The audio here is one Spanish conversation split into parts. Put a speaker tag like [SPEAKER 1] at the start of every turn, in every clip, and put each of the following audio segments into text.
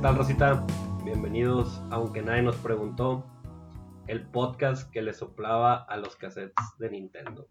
[SPEAKER 1] tal, Rosita? Bienvenidos, aunque nadie nos preguntó, el podcast que le soplaba a los cassettes de Nintendo.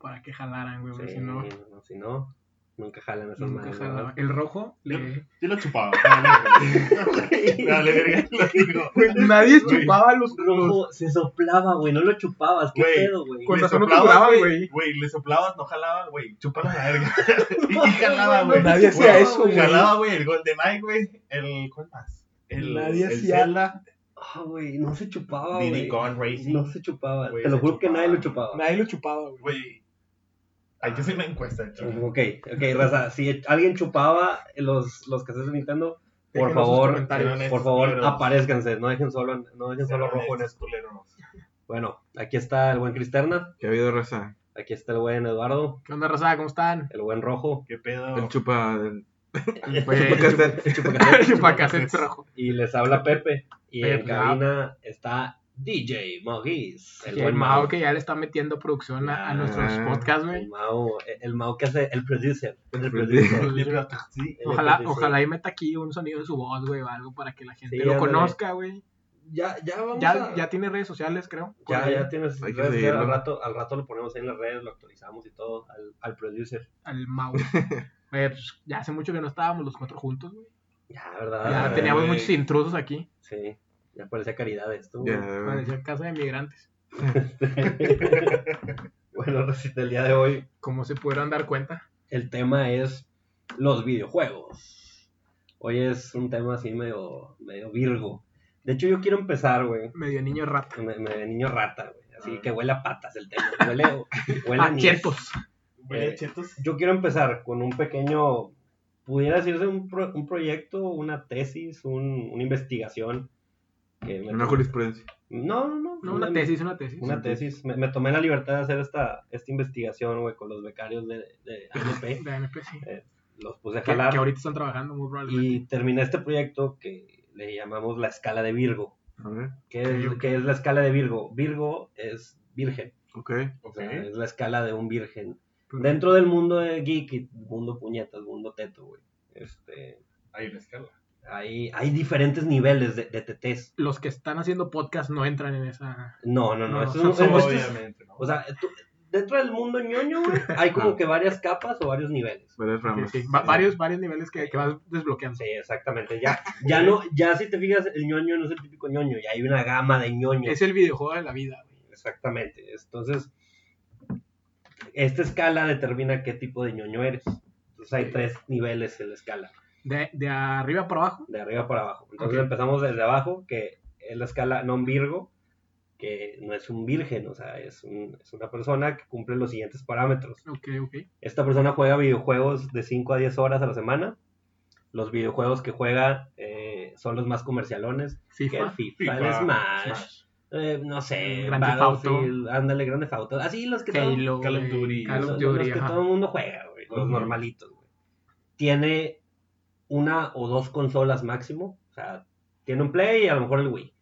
[SPEAKER 2] Para que jalaran, güey, porque
[SPEAKER 1] Sí,
[SPEAKER 2] si no,
[SPEAKER 1] si no, nunca jalan esas
[SPEAKER 2] nunca
[SPEAKER 1] madres,
[SPEAKER 2] jalaba.
[SPEAKER 1] ¿verdad?
[SPEAKER 2] El rojo,
[SPEAKER 3] Yo,
[SPEAKER 2] le...
[SPEAKER 3] yo lo chupaba. Dale, dale, verga, lo digo.
[SPEAKER 2] nadie
[SPEAKER 3] Güey.
[SPEAKER 2] chupaba los rojos.
[SPEAKER 1] Rojo, se soplaba, güey, no lo chupabas, qué
[SPEAKER 3] Güey,
[SPEAKER 1] pedo, güey.
[SPEAKER 2] Con
[SPEAKER 3] Le
[SPEAKER 2] razón no te
[SPEAKER 3] soplabas,
[SPEAKER 2] duraban, güey.
[SPEAKER 3] Güey, le soplabas, no jalaba, güey. Chúpala la verga. Y, y jalaba,
[SPEAKER 2] No,
[SPEAKER 3] güey.
[SPEAKER 4] nadie hacía
[SPEAKER 3] Güey,
[SPEAKER 4] eso, güey.
[SPEAKER 3] Jalaba, güey, el Golden Eye, güey. El. ¿Cuál más? El,
[SPEAKER 4] Nadie
[SPEAKER 3] el
[SPEAKER 4] hacía-
[SPEAKER 3] Zelda.
[SPEAKER 1] Ah, güey, no se chupaba,
[SPEAKER 3] Diddy
[SPEAKER 1] güey.
[SPEAKER 3] Kong Racing.
[SPEAKER 1] No se chupaba,
[SPEAKER 3] Güey,
[SPEAKER 1] te lo
[SPEAKER 3] se
[SPEAKER 1] juro que
[SPEAKER 3] chupaba.
[SPEAKER 1] nadie lo chupaba.
[SPEAKER 4] Nadie lo chupaba, güey.
[SPEAKER 3] Güey. Hay que hacer una encuesta, chaval.
[SPEAKER 1] Ok, ok, raza, si alguien chupaba los, los cassettes de Nintendo, por
[SPEAKER 2] Déjenos sus
[SPEAKER 1] favor,
[SPEAKER 2] comentarios.
[SPEAKER 3] Sean
[SPEAKER 1] por favor,
[SPEAKER 3] culeros.
[SPEAKER 1] aparezcanse, no dejen solo, no dejen solo
[SPEAKER 3] Sean
[SPEAKER 1] rojo en
[SPEAKER 3] honestos,
[SPEAKER 1] esto.
[SPEAKER 3] culeros.
[SPEAKER 1] Bueno, aquí está el buen Cristerna,
[SPEAKER 5] Que ha habido raza.
[SPEAKER 1] aquí está el buen Eduardo,
[SPEAKER 2] ¿Qué onda, Rosada? ¿Cómo están?
[SPEAKER 1] el buen Rojo,
[SPEAKER 3] ¿Qué pedo?
[SPEAKER 5] El chupa
[SPEAKER 2] Eh,
[SPEAKER 5] del
[SPEAKER 2] Güey,
[SPEAKER 5] castel.
[SPEAKER 2] Chupacassettes rojo.
[SPEAKER 1] y les habla Pepe, y en
[SPEAKER 2] Pepe. ah.
[SPEAKER 1] cabina está DJ Mogis, el
[SPEAKER 2] Y
[SPEAKER 1] buen
[SPEAKER 2] el
[SPEAKER 1] Mao.
[SPEAKER 2] Mao que ya le está metiendo producción a, a
[SPEAKER 1] Ah,
[SPEAKER 2] nuestros podcasts,
[SPEAKER 1] El
[SPEAKER 2] güey.
[SPEAKER 1] Mao, el Mao que hace el producer. El
[SPEAKER 5] El
[SPEAKER 1] producer.
[SPEAKER 5] producer.
[SPEAKER 3] Sí.
[SPEAKER 1] El
[SPEAKER 2] Ojalá,
[SPEAKER 1] producer.
[SPEAKER 2] ojalá y meta aquí un sonido de su voz, güey, o algo para que la gente
[SPEAKER 1] Sí,
[SPEAKER 2] lo
[SPEAKER 1] ándale.
[SPEAKER 2] conozca, güey.
[SPEAKER 1] Ya, ya vamos
[SPEAKER 2] Ya,
[SPEAKER 1] a-
[SPEAKER 2] ya tiene redes sociales, creo.
[SPEAKER 1] Ya,
[SPEAKER 2] Con
[SPEAKER 1] ya
[SPEAKER 2] el-
[SPEAKER 1] tienes.
[SPEAKER 5] Hay que
[SPEAKER 1] redes,
[SPEAKER 5] seguirlo.
[SPEAKER 1] al, rato, al rato lo ponemos ahí en las redes, lo actualizamos y todo al, al producer.
[SPEAKER 2] Al Mao. Güey, pues, ya hace mucho que no estábamos los cuatro juntos, güey.
[SPEAKER 1] Ya, ¿verdad?
[SPEAKER 2] Ya
[SPEAKER 5] Ah,
[SPEAKER 2] teníamos
[SPEAKER 3] güey.
[SPEAKER 2] muchos intrusos aquí.
[SPEAKER 1] Sí, ya parecía caridad esto. güey.
[SPEAKER 5] Ya, güey.
[SPEAKER 2] Parecía casa de migrantes.
[SPEAKER 1] bueno, Rosita, el día de hoy
[SPEAKER 2] Como se pudieron dar cuenta.
[SPEAKER 1] el tema es los videojuegos. Hoy es un tema así medio, medio virgo. De hecho, yo quiero empezar, güey.
[SPEAKER 2] Medio niño rata.
[SPEAKER 1] Me, me- niño rata, güey. Así que huele a patas el tema. Huele, huele a
[SPEAKER 2] Ah,
[SPEAKER 1] anís.
[SPEAKER 2] chetos.
[SPEAKER 3] Huele a
[SPEAKER 1] Eh,
[SPEAKER 3] chetos.
[SPEAKER 1] Yo quiero empezar con un pequeño, pudiera decirse un, pro- un proyecto, una tesis, un- una investigación. que me-
[SPEAKER 5] Una jurisprudencia.
[SPEAKER 1] No, no, no.
[SPEAKER 2] No, una tesis, una tesis.
[SPEAKER 1] Una tesis. Me, me tomé la libertad de hacer esta, esta investigación, güey, con los becarios de, de ANP.
[SPEAKER 2] De ANP, sí.
[SPEAKER 1] los puse a
[SPEAKER 2] Que,
[SPEAKER 1] jalar.
[SPEAKER 2] que ahorita están trabajando muy probablemente.
[SPEAKER 1] y terminé este proyecto que le llamamos la escala de Virgo.
[SPEAKER 5] A ver.
[SPEAKER 1] ¿Qué es,
[SPEAKER 2] Ok.
[SPEAKER 1] qué es la escala de Virgo? Virgo es virgen.
[SPEAKER 5] Ok.
[SPEAKER 1] O
[SPEAKER 3] Ok.
[SPEAKER 1] sea, es la escala de un virgen.
[SPEAKER 2] Pues,
[SPEAKER 1] Dentro del mundo de geek y mundo puñetas, mundo teto, güey. Este,
[SPEAKER 3] Ahí la escala.
[SPEAKER 1] hay, hay diferentes niveles de, de tetés.
[SPEAKER 2] Los que están haciendo podcast no entran en esa.
[SPEAKER 1] No, no, no.
[SPEAKER 2] No,
[SPEAKER 1] esto es
[SPEAKER 2] son-
[SPEAKER 1] un-
[SPEAKER 2] son
[SPEAKER 1] esto es-
[SPEAKER 3] Obviamente, ¿no?
[SPEAKER 1] o sea, tú- dentro del mundo ñoño, güey, hay como que varias capas o varios niveles.
[SPEAKER 5] Varias ramas.
[SPEAKER 2] Sí, sí. Va- varios, varios niveles que, que vas desbloqueando.
[SPEAKER 1] Sí, exactamente. Ya, ya no, ya si te fijas, el ñoño no es el típico ñoño, ya hay una gama de ñoños.
[SPEAKER 2] Es el videojuego de la vida, güey.
[SPEAKER 1] Exactamente. Entonces, esta escala determina qué tipo de ñoño eres. Entonces hay tres niveles en la escala.
[SPEAKER 2] De, de arriba para abajo.
[SPEAKER 1] de arriba para abajo. Entonces
[SPEAKER 2] Ok.
[SPEAKER 1] empezamos desde abajo, que es la escala non-virgo, que no es un virgen, o sea, es, un- es una persona que cumple los siguientes parámetros.
[SPEAKER 2] Ok, ok.
[SPEAKER 1] Esta persona juega videojuegos de 5 a 10 horas a la semana. Los videojuegos que juega eh, son los más comercialones, que el
[SPEAKER 2] FIFA.
[SPEAKER 1] FIFA,
[SPEAKER 3] FIFA,
[SPEAKER 1] el Smash,
[SPEAKER 3] Smash.
[SPEAKER 1] eh, no sé,
[SPEAKER 2] Grand Theft
[SPEAKER 1] Battlefield, ándale, Grande Auto, así los que todo-
[SPEAKER 2] Halo.
[SPEAKER 3] Call of
[SPEAKER 2] güey,
[SPEAKER 3] Duty.
[SPEAKER 2] Call of
[SPEAKER 1] los-
[SPEAKER 2] Duty,
[SPEAKER 1] los que
[SPEAKER 2] ajá.
[SPEAKER 1] todo el mundo juega, güey, los
[SPEAKER 5] Ujú.
[SPEAKER 1] normalitos, güey. Tiene una o dos consolas máximo, o sea, tiene un Play y a lo mejor el Wii.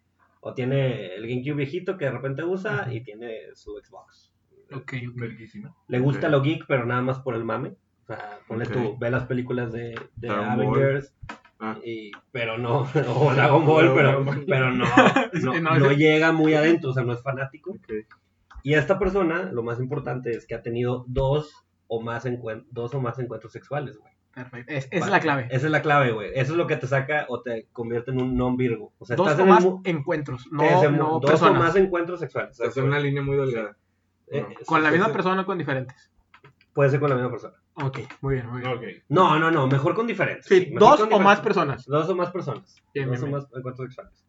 [SPEAKER 1] O tiene el GameCube viejito que de repente usa
[SPEAKER 2] Ujú.
[SPEAKER 1] y tiene su Xbox.
[SPEAKER 2] Ok, ok.
[SPEAKER 3] Verguísima.
[SPEAKER 1] Le gusta
[SPEAKER 5] Ok.
[SPEAKER 1] lo geek, pero nada más por el mame. O sea, ponle
[SPEAKER 5] Ok.
[SPEAKER 1] tú, ve las películas de, de
[SPEAKER 5] Dragon Ball.
[SPEAKER 1] Avengers,
[SPEAKER 5] Ah.
[SPEAKER 1] y- pero no, o Dragon Ball, pero,
[SPEAKER 5] Dragon Ball.
[SPEAKER 1] pero no,
[SPEAKER 2] Es
[SPEAKER 1] no,
[SPEAKER 2] que no,
[SPEAKER 1] no
[SPEAKER 2] es-
[SPEAKER 1] llega muy adentro, o sea, no es fanático.
[SPEAKER 5] Ok.
[SPEAKER 1] Y a esta persona, lo más importante es que ha tenido dos o más, encuen- dos o más encuentros sexuales, güey.
[SPEAKER 2] Perfecto. Es, esa es
[SPEAKER 1] Vale.
[SPEAKER 2] la clave.
[SPEAKER 1] Esa es la clave, güey. Eso es lo que te saca o te convierte en un non-virgo. O sea,
[SPEAKER 2] Dos
[SPEAKER 1] estás
[SPEAKER 2] o
[SPEAKER 1] en el
[SPEAKER 2] más
[SPEAKER 1] mu-
[SPEAKER 2] encuentros, no,
[SPEAKER 1] ese mu-
[SPEAKER 2] no
[SPEAKER 1] dos o
[SPEAKER 2] personas.
[SPEAKER 1] más encuentros sexuales.
[SPEAKER 5] Estás en una línea muy delgada.
[SPEAKER 1] Eh,
[SPEAKER 2] Con la
[SPEAKER 1] sí,
[SPEAKER 2] misma
[SPEAKER 1] sí,
[SPEAKER 2] persona o con diferentes.
[SPEAKER 1] Puede ser con la misma persona.
[SPEAKER 2] Ok, muy bien, muy bien.
[SPEAKER 3] Ok.
[SPEAKER 1] No, no, no. Mejor con diferentes.
[SPEAKER 2] Sí,
[SPEAKER 1] sí, mejor
[SPEAKER 2] dos
[SPEAKER 1] con
[SPEAKER 2] o más
[SPEAKER 1] diferentes.
[SPEAKER 2] personas.
[SPEAKER 1] Dos o más personas.
[SPEAKER 2] Bien,
[SPEAKER 1] dos
[SPEAKER 2] bien,
[SPEAKER 1] o
[SPEAKER 2] bien.
[SPEAKER 1] más encuentros sexuales.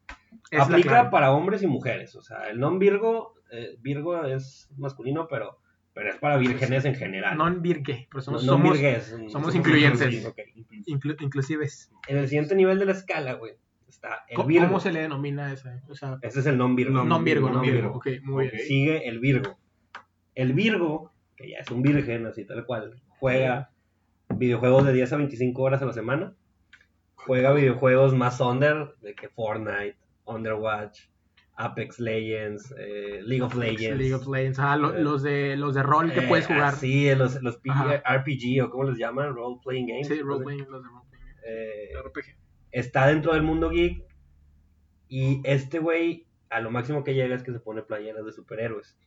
[SPEAKER 2] Es la
[SPEAKER 1] Aplica
[SPEAKER 2] clave.
[SPEAKER 1] para hombres y mujeres. O sea, el non-virgo, eh, virgo es masculino, pero, pero es para vírgenes en general.
[SPEAKER 2] Non virgue, pero somos,
[SPEAKER 1] No- no
[SPEAKER 2] somos
[SPEAKER 1] virgues,
[SPEAKER 2] somos incluyentes.
[SPEAKER 1] inclusivos, ok.
[SPEAKER 2] inclu- inclusives.
[SPEAKER 1] En el siguiente nivel de la escala, güey, está el
[SPEAKER 2] ¿Cómo,
[SPEAKER 1] Virgo.
[SPEAKER 2] cómo se le denomina esa? O sea,
[SPEAKER 1] Ese es el non-Virgo.
[SPEAKER 5] No,
[SPEAKER 2] non virgo,
[SPEAKER 5] no
[SPEAKER 2] non virgo.
[SPEAKER 5] virgo.
[SPEAKER 2] Ok, muy bien.
[SPEAKER 3] Ok.
[SPEAKER 1] Sigue el Virgo. El Virgo, que ya es un virgen, así tal cual, juega videojuegos de 10 a 25 horas a la semana. Juega videojuegos más under, de que Fortnite, Underwatch, Apex Legends, eh, League of Legends.
[SPEAKER 2] League of Legends. Ah, lo-
[SPEAKER 1] Eh,
[SPEAKER 2] los, de, los de rol que
[SPEAKER 1] Eh,
[SPEAKER 2] puedes jugar. Sí,
[SPEAKER 1] Sí, los, los P-
[SPEAKER 2] Ajá.
[SPEAKER 1] RPG o cómo les llaman, Role Playing Games.
[SPEAKER 2] role playing, los de role playing.
[SPEAKER 1] Eh,
[SPEAKER 2] RPG.
[SPEAKER 1] está dentro del mundo geek y este güey a lo máximo que llega es que se pone playeras de superhéroes.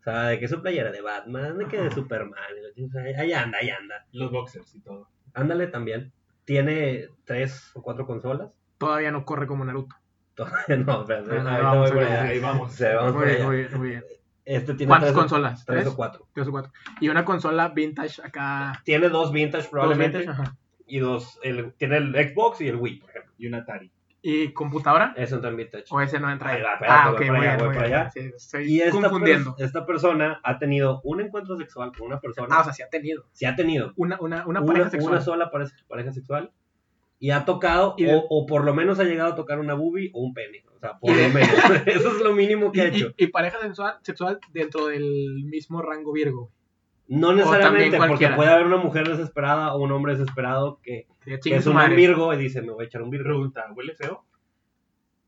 [SPEAKER 1] O sea, de que su playera de Batman, de que de Superman, y la chingada, ahí- ahí anda, ahí anda.
[SPEAKER 3] Los boxers y todo.
[SPEAKER 1] Ándale también. Tiene tres o cuatro consolas.
[SPEAKER 2] Todavía no corre como Naruto.
[SPEAKER 1] Todavía no, pero
[SPEAKER 2] Ah,
[SPEAKER 1] ahorita
[SPEAKER 2] vamos
[SPEAKER 1] voy
[SPEAKER 2] a
[SPEAKER 1] por
[SPEAKER 2] ver,
[SPEAKER 1] allá.
[SPEAKER 3] Ahí vamos.
[SPEAKER 1] Sí, vamos
[SPEAKER 2] Muy
[SPEAKER 1] por
[SPEAKER 2] bien,
[SPEAKER 1] allá.
[SPEAKER 2] muy bien, muy bien.
[SPEAKER 1] Este tiene
[SPEAKER 2] ¿Cuántas
[SPEAKER 1] tres, o-
[SPEAKER 2] consolas?
[SPEAKER 1] tres
[SPEAKER 2] ¿Tres?
[SPEAKER 1] o cuatro.
[SPEAKER 2] Tres o cuatro. Y una consola vintage acá.
[SPEAKER 1] Tiene dos vintage probablemente.
[SPEAKER 2] dos vintage, ajá.
[SPEAKER 1] Y dos, el- tiene el Xbox y el Wii, por ejemplo.
[SPEAKER 3] Y un Atari.
[SPEAKER 2] ¿Y computadora?
[SPEAKER 1] Eso entra en vintage.
[SPEAKER 2] ¿O ese no entra?
[SPEAKER 1] Ahí va, espérate,
[SPEAKER 2] ah,
[SPEAKER 1] voy
[SPEAKER 2] ok,
[SPEAKER 1] para
[SPEAKER 2] muy
[SPEAKER 1] allá,
[SPEAKER 2] bien,
[SPEAKER 1] voy
[SPEAKER 2] muy
[SPEAKER 1] para
[SPEAKER 2] bien.
[SPEAKER 1] allá.
[SPEAKER 2] Sí, estoy
[SPEAKER 1] Y esta, pues,
[SPEAKER 2] confundiendo.
[SPEAKER 1] per- esta persona ha tenido un encuentro sexual con una persona.
[SPEAKER 2] Ah, o sea, sí ha tenido.
[SPEAKER 1] si ha tenido
[SPEAKER 2] Una, una, una pareja sexual.
[SPEAKER 1] una sola pare- pareja sexual. Y ha tocado,
[SPEAKER 2] Y de-
[SPEAKER 1] o, o por lo menos ha llegado a tocar una boobie o un pene. O sea, por lo menos. Eso es lo mínimo que ha
[SPEAKER 2] y,
[SPEAKER 1] hecho.
[SPEAKER 2] y- y pareja sexual, sexual dentro del mismo rango Virgo.
[SPEAKER 1] No necesariamente, porque
[SPEAKER 2] cualquiera.
[SPEAKER 1] puede haber una mujer desesperada o un hombre desesperado que,
[SPEAKER 2] Que
[SPEAKER 1] que
[SPEAKER 2] chingue
[SPEAKER 1] es
[SPEAKER 2] su
[SPEAKER 1] un
[SPEAKER 2] madre.
[SPEAKER 1] virgo y dice, me voy a echar un virgo.
[SPEAKER 3] Pregunta, ¿huele feo?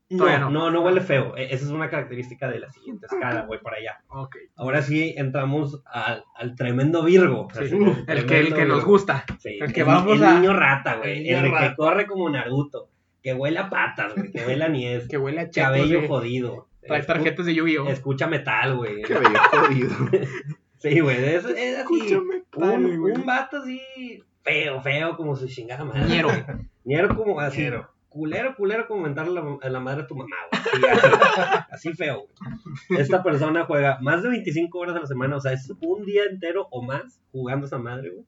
[SPEAKER 1] No,
[SPEAKER 2] Todavía
[SPEAKER 1] no,
[SPEAKER 2] no.
[SPEAKER 1] no, huele feo. E- Esa es una característica de la siguiente escala, voy para allá.
[SPEAKER 2] Ok.
[SPEAKER 1] Ahora sí entramos al, al tremendo virgo.
[SPEAKER 2] Sí.
[SPEAKER 1] Así,
[SPEAKER 3] Uf,
[SPEAKER 1] tremendo
[SPEAKER 2] El que, el que nos
[SPEAKER 1] virgo.
[SPEAKER 2] gusta.
[SPEAKER 1] Sí,
[SPEAKER 2] el que vamos
[SPEAKER 1] el
[SPEAKER 2] a-
[SPEAKER 1] niño rata, güey.
[SPEAKER 3] el
[SPEAKER 1] El,
[SPEAKER 3] niño
[SPEAKER 1] que
[SPEAKER 3] rata.
[SPEAKER 1] corre como Naruto. Que huele a patas, güey. Que huele a nieve.
[SPEAKER 2] Que huele a chetos,
[SPEAKER 1] Cabello
[SPEAKER 2] güey.
[SPEAKER 1] jodido.
[SPEAKER 2] Trae
[SPEAKER 1] Escu-
[SPEAKER 2] tarjetas de Yu-Gi-Oh!
[SPEAKER 1] Escucha metal, güey.
[SPEAKER 5] Qué bello, jodido.
[SPEAKER 1] Sí, güey. Es, es así.
[SPEAKER 2] metal,
[SPEAKER 1] un,
[SPEAKER 2] güey.
[SPEAKER 1] un vato así feo, feo, como su chingada madre.
[SPEAKER 2] Ñero.
[SPEAKER 1] Ñero como así.
[SPEAKER 3] Ñero.
[SPEAKER 1] Culero, culero como mentarle la, a la madre a tu mamá, güey. Así, así, así feo, güey. Esta persona juega más de 25 horas a la semana, o sea, es un día entero o más jugando esa madre, güey.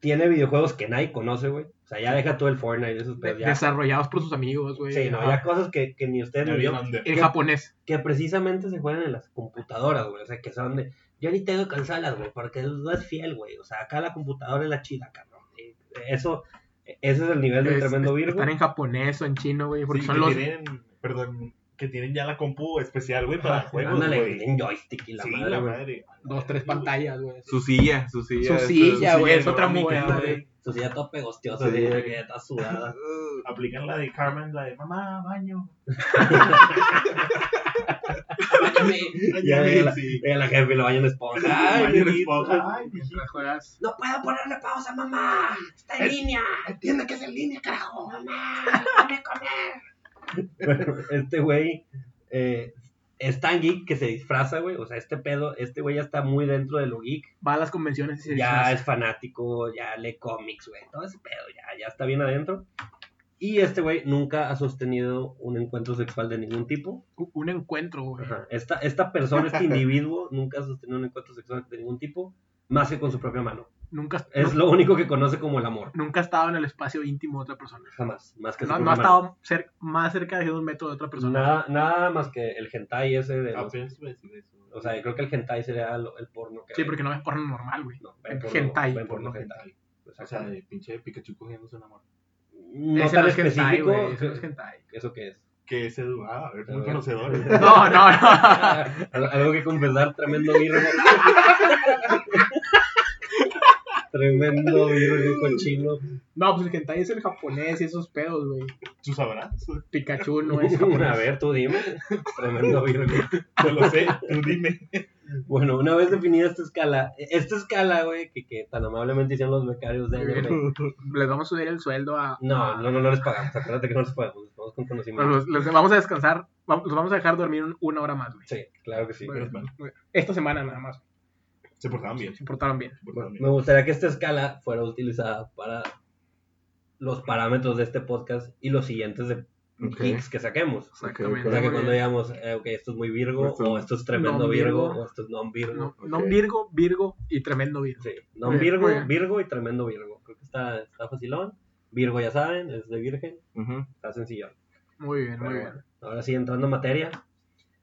[SPEAKER 1] Tiene videojuegos que nadie conoce, güey. O sea, ya deja todo el Fortnite y esos
[SPEAKER 2] de-
[SPEAKER 1] pedos, ya.
[SPEAKER 2] desarrollados por sus amigos, güey.
[SPEAKER 1] Sí, no,
[SPEAKER 2] Ajá.
[SPEAKER 1] ya cosas que, que ni ustedes ni yo,
[SPEAKER 3] Alexander.
[SPEAKER 2] En
[SPEAKER 1] ¿Qué?
[SPEAKER 2] japonés.
[SPEAKER 1] que precisamente se juegan en las computadoras, güey. O sea, que son de. Yo ni tengo consolas, güey, porque no es fiel, güey. O sea, acá la computadora es la chida, cabrón. Eh, Eso, ese es el nivel del
[SPEAKER 2] Es-
[SPEAKER 1] tremendo
[SPEAKER 2] es-
[SPEAKER 1] Virgo.
[SPEAKER 2] Están en japonés o en chino, güey. Porque
[SPEAKER 3] Sí,
[SPEAKER 2] son
[SPEAKER 3] que
[SPEAKER 2] los.
[SPEAKER 3] tienen, perdón, que tienen ya la compu especial, güey, para juegos,
[SPEAKER 1] Ándale,
[SPEAKER 3] güey.
[SPEAKER 1] en joystick y la
[SPEAKER 3] sí,
[SPEAKER 1] madre,
[SPEAKER 3] la
[SPEAKER 1] güey.
[SPEAKER 3] madre.
[SPEAKER 2] Dos, tres pantallas, güey.
[SPEAKER 5] Su silla, su silla.
[SPEAKER 2] Su
[SPEAKER 5] esa-
[SPEAKER 2] silla,
[SPEAKER 1] Ah,
[SPEAKER 5] su
[SPEAKER 2] güey, es otra
[SPEAKER 5] ergonómica,
[SPEAKER 2] muy buena, güey.
[SPEAKER 1] Su silla toda pegostiosa,
[SPEAKER 5] Sí.
[SPEAKER 1] así, de que ya está sudada.
[SPEAKER 3] Aplican la de Carmen, la de mamá, baño.
[SPEAKER 1] Ya
[SPEAKER 3] Bañame,
[SPEAKER 1] ve la,
[SPEAKER 3] sí.
[SPEAKER 1] ve a la jefe y lo baña en esponja. Ay,
[SPEAKER 3] Baño en
[SPEAKER 1] mijito.
[SPEAKER 3] esponja. Ay, mijito.
[SPEAKER 2] Mientras juegas.
[SPEAKER 1] No puedo ponerle pausa, mamá. Está en línea.
[SPEAKER 3] Eh, Entiende que es en línea, carajo.
[SPEAKER 1] Bueno, este güey eh, es tan geek que se disfraza, güey. O sea, este pedo, este güey ya está muy dentro de lo geek.
[SPEAKER 2] Va a las convenciones y se
[SPEAKER 1] ya
[SPEAKER 2] disfraza.
[SPEAKER 1] es fanático, ya lee cómics, güey. Todo ese pedo, ya, ya está bien adentro. Y este güey nunca ha sostenido un encuentro sexual de ningún tipo.
[SPEAKER 2] U- Un encuentro, güey.
[SPEAKER 1] Ajá. Esta, esta persona, este individuo, nunca ha sostenido un encuentro sexual de ningún tipo, más que con su propia mano.
[SPEAKER 2] Nunca,
[SPEAKER 1] Es lo único que conoce como el amor,
[SPEAKER 2] nunca ha estado en el espacio íntimo de otra persona.
[SPEAKER 1] jamás. Más que su
[SPEAKER 2] No,
[SPEAKER 1] propia
[SPEAKER 2] no ha
[SPEAKER 1] mano.
[SPEAKER 2] estado cer- más cerca de un metro de otra persona.
[SPEAKER 1] Nada, nada más que el hentai ese de
[SPEAKER 3] Ah,
[SPEAKER 1] los-
[SPEAKER 3] pero eso iba a decir eso.
[SPEAKER 1] O sea, yo creo que el hentai sería lo- el porno que
[SPEAKER 2] Sí,
[SPEAKER 1] ven.
[SPEAKER 2] porque no ves porno normal, güey.
[SPEAKER 1] No, ven
[SPEAKER 2] el
[SPEAKER 1] porno-
[SPEAKER 2] hentai.
[SPEAKER 1] ven
[SPEAKER 3] Por
[SPEAKER 1] porno
[SPEAKER 3] lo
[SPEAKER 1] hentai.
[SPEAKER 3] gental. O sea, de pinche Pikachu cogiéndose una morra.
[SPEAKER 1] no
[SPEAKER 2] Ese
[SPEAKER 1] tan
[SPEAKER 2] no es hentai,
[SPEAKER 1] específico.
[SPEAKER 2] güey, ese no es hentai.
[SPEAKER 1] ¿Eso qué es?
[SPEAKER 3] Que ese ah, a ver,
[SPEAKER 1] A
[SPEAKER 3] muy
[SPEAKER 1] ver.
[SPEAKER 3] conocedor.
[SPEAKER 2] No, no, no.
[SPEAKER 1] Al- Algo que confesar, tremendo virgo. tremendo virgo cochino.
[SPEAKER 2] No, pues el hentai es el japonés y esos pedos, güey.
[SPEAKER 3] ¿Tú sabrás?
[SPEAKER 2] Pikachu no es japonés.
[SPEAKER 1] A ver, tú dime. Tremendo virgo.
[SPEAKER 3] Yo lo sé, tú dime.
[SPEAKER 1] Bueno, una vez definida esta escala, esta escala, güey, que, que tan amablemente hicieron los becarios de NRB.
[SPEAKER 2] Les vamos a subir el sueldo a...
[SPEAKER 1] No, no, no, no les pagamos. Acuérdate que no les pagamos. Les pagamos con
[SPEAKER 2] Bueno,
[SPEAKER 1] conocimiento.
[SPEAKER 2] los, los vamos a descansar, va- los vamos a dejar dormir un- una hora más, güey.
[SPEAKER 1] Sí, claro que sí.
[SPEAKER 2] Bueno, Esta semana nada más.
[SPEAKER 3] Se portaban bien.
[SPEAKER 2] Se portaron bien.
[SPEAKER 3] se portaban
[SPEAKER 1] Me gustaría que esta escala fuera utilizada para los parámetros de este podcast y los siguientes de
[SPEAKER 5] Ok.
[SPEAKER 1] geeks que saquemos.
[SPEAKER 2] Exactamente.
[SPEAKER 1] O sea que
[SPEAKER 2] Muy
[SPEAKER 1] cuando
[SPEAKER 2] bien.
[SPEAKER 1] digamos, eh, ok, esto es muy Virgo,
[SPEAKER 5] Esto-
[SPEAKER 1] o esto es tremendo
[SPEAKER 2] Non
[SPEAKER 1] Virgo,
[SPEAKER 2] Virgo.
[SPEAKER 1] o esto es non Virgo.
[SPEAKER 2] No,
[SPEAKER 5] Ok.
[SPEAKER 2] no Virgo, Virgo y tremendo Virgo.
[SPEAKER 1] Sí, non
[SPEAKER 2] Muy bien,
[SPEAKER 1] Virgo,
[SPEAKER 2] muy bien.
[SPEAKER 1] Virgo y tremendo Virgo. Creo que está, está facilón. Virgo, ya saben, es de Virgen,
[SPEAKER 5] Ujú.
[SPEAKER 1] está sencillo.
[SPEAKER 2] Muy bien,
[SPEAKER 1] Pero
[SPEAKER 2] muy bien.
[SPEAKER 1] bueno, ahora sí, entrando en materia,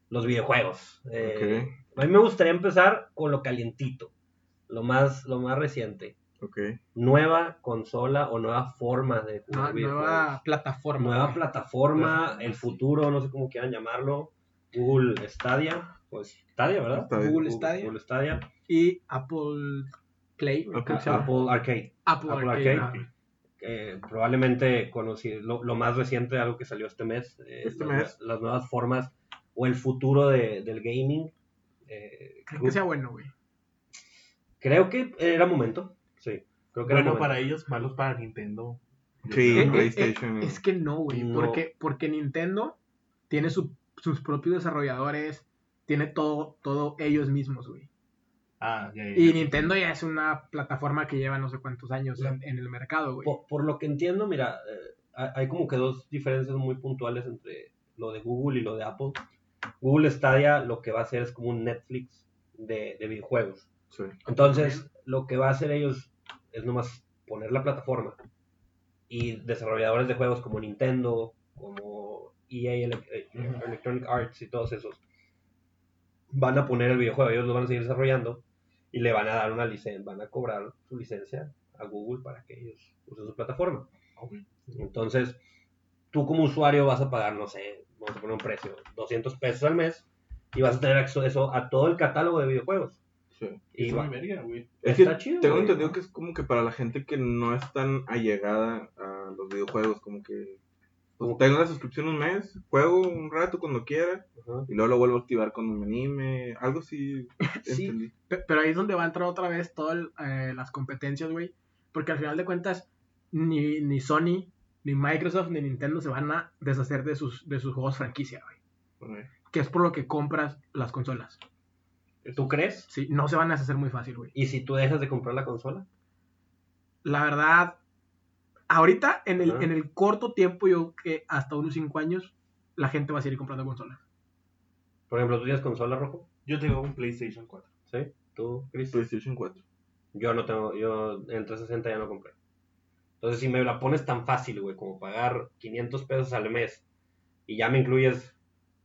[SPEAKER 1] los videojuegos. Eh, A mí me gustaría empezar con lo calientito, lo más, lo más reciente.
[SPEAKER 5] Ok, ok.
[SPEAKER 2] eh,
[SPEAKER 1] Nueva consola o nueva forma de jugar
[SPEAKER 2] Ah, Nueva,
[SPEAKER 1] videojuegos.
[SPEAKER 2] nueva plataforma.
[SPEAKER 1] nueva
[SPEAKER 2] güey.
[SPEAKER 1] plataforma, el futuro, no sé cómo quieran llamarlo, Google Stadia, pues Stadia, ¿verdad?
[SPEAKER 5] Stadia.
[SPEAKER 2] Google Stadia.
[SPEAKER 1] Google Stadia, Ah,
[SPEAKER 2] y Apple Play. güey,
[SPEAKER 5] Ok,
[SPEAKER 2] ¿cómo se llama?
[SPEAKER 1] Apple Arcade,
[SPEAKER 2] Apple,
[SPEAKER 1] Apple
[SPEAKER 2] Arcade.
[SPEAKER 1] Arcade.
[SPEAKER 2] ajá.
[SPEAKER 1] eh, probablemente conocí lo, lo más reciente, algo que salió este mes, eh,
[SPEAKER 5] Este
[SPEAKER 1] las,
[SPEAKER 5] mes.
[SPEAKER 1] las nuevas formas o el futuro de- del gaming. eh,
[SPEAKER 2] Creo que sea bueno, güey.
[SPEAKER 1] creo que era momento, sí, creo que era
[SPEAKER 3] Bueno
[SPEAKER 1] momento.
[SPEAKER 3] para ellos, malos para Nintendo.
[SPEAKER 5] Sí,
[SPEAKER 2] Eh, eh,
[SPEAKER 5] PlayStation.
[SPEAKER 2] eh, es que no, güey.
[SPEAKER 1] No.
[SPEAKER 2] Porque, porque Nintendo tiene su- sus propios desarrolladores, tiene todo, todo ellos mismos, güey.
[SPEAKER 3] Ah, ya, ya, ya.
[SPEAKER 2] Y Nintendo ya es una plataforma que lleva no sé cuántos años en, en el mercado, güey.
[SPEAKER 1] Por, por lo que entiendo, mira, eh, hay- hay como que dos diferencias muy puntuales entre lo de Google y lo de Apple. Google Stadia lo que va a hacer es como un Netflix de, de videojuegos.
[SPEAKER 5] Sí.
[SPEAKER 1] Entonces, lo que va a hacer ellos es nomás poner la plataforma y desarrolladores de juegos como Nintendo, como EA, Ele- eh,
[SPEAKER 3] Ujú.
[SPEAKER 1] Electronic Arts y todos esos van a poner el videojuego, ellos lo van a seguir desarrollando y le van a dar una licencia, van a cobrar su licencia a Google para que ellos usen su plataforma.
[SPEAKER 3] Ok.
[SPEAKER 1] Entonces, tú como usuario vas a pagar, no sé, vamos a poner un precio, 200 pesos al mes y vas a tener acceso a todo el catálogo de videojuegos.
[SPEAKER 5] Sí.
[SPEAKER 1] Y
[SPEAKER 3] Está
[SPEAKER 1] va-
[SPEAKER 3] muy verga, güey.
[SPEAKER 5] Es que
[SPEAKER 1] Está chido,
[SPEAKER 5] tengo
[SPEAKER 1] güey.
[SPEAKER 5] entendido que es como que para la gente que no es tan allegada a los videojuegos, como que pues, tengo la suscripción un mes, juego un rato cuando quiera
[SPEAKER 1] Ajá.
[SPEAKER 5] y luego lo vuelvo a activar cuando me anime, algo así.
[SPEAKER 2] Sí.
[SPEAKER 5] entendí.
[SPEAKER 2] Pe- Pero ahí es donde va a entrar otra vez todas las competencias, güey. Porque al final de cuentas, ni, ni Sony, ni Microsoft, ni Nintendo se van a deshacer de sus, de sus juegos franquicia, güey.
[SPEAKER 5] Por ahí.
[SPEAKER 2] Que es por lo que compras las consolas.
[SPEAKER 1] ¿Tú crees?
[SPEAKER 2] Sí, no se van a deshacer muy fácil, güey.
[SPEAKER 1] ¿Y si tú dejas de comprar la consola?
[SPEAKER 2] La verdad, ahorita, en el,
[SPEAKER 1] Ajá.
[SPEAKER 2] en el corto tiempo, yo que hasta unos 5 años, la gente va a seguir comprando consolas.
[SPEAKER 1] Por ejemplo, ¿tú tienes consola rojo?
[SPEAKER 3] Yo tengo un PlayStation 4.
[SPEAKER 1] ¿Sí? ¿Tú, Chris?
[SPEAKER 2] Pues
[SPEAKER 5] PlayStation 4.
[SPEAKER 1] Yo no tengo, yo en 360 ya no compré. Entonces, si me la pones tan fácil, güey, como pagar 500 pesos al mes y ya me incluyes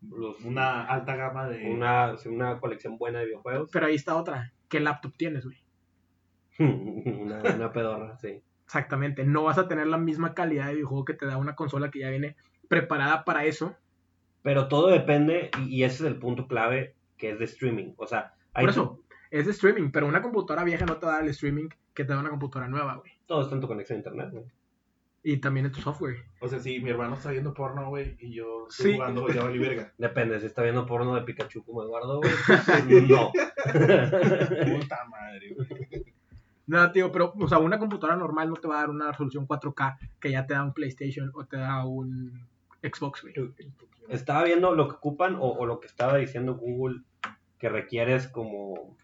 [SPEAKER 1] los-
[SPEAKER 3] Una alta gama de.
[SPEAKER 2] eh,
[SPEAKER 1] una, sí, una colección buena de videojuegos,
[SPEAKER 2] Pero ahí está otra. ¿Qué laptop tienes, güey?
[SPEAKER 1] una, una pedorra, sí.
[SPEAKER 2] Exactamente. No vas a tener la misma calidad de videojuego que te da una consola que ya viene preparada para eso.
[SPEAKER 1] Pero todo depende, y, y ese es el punto clave, que es de streaming. O sea, hay
[SPEAKER 2] Por eso, es de streaming, pero una computadora vieja no te da el streaming que te da una computadora nueva, güey.
[SPEAKER 1] todo está en tu conexión a internet, güey.
[SPEAKER 2] Y también en tu software.
[SPEAKER 3] O sea, sí, mi hermano está viendo porno, güey, y yo estoy
[SPEAKER 2] Sí.
[SPEAKER 3] jugando, ya valí verga.
[SPEAKER 1] Depende, si está viendo porno de Pikachu como Eduardo, güey, pues, no.
[SPEAKER 3] Puta madre, güey.
[SPEAKER 2] No, tío, pero, o sea, una computadora normal no te va a dar una resolución 4K que ya te da un PlayStation o te da un Xbox, güey.
[SPEAKER 1] estaba viendo lo que ocupan o, o lo que estaba diciendo Google que requieres como,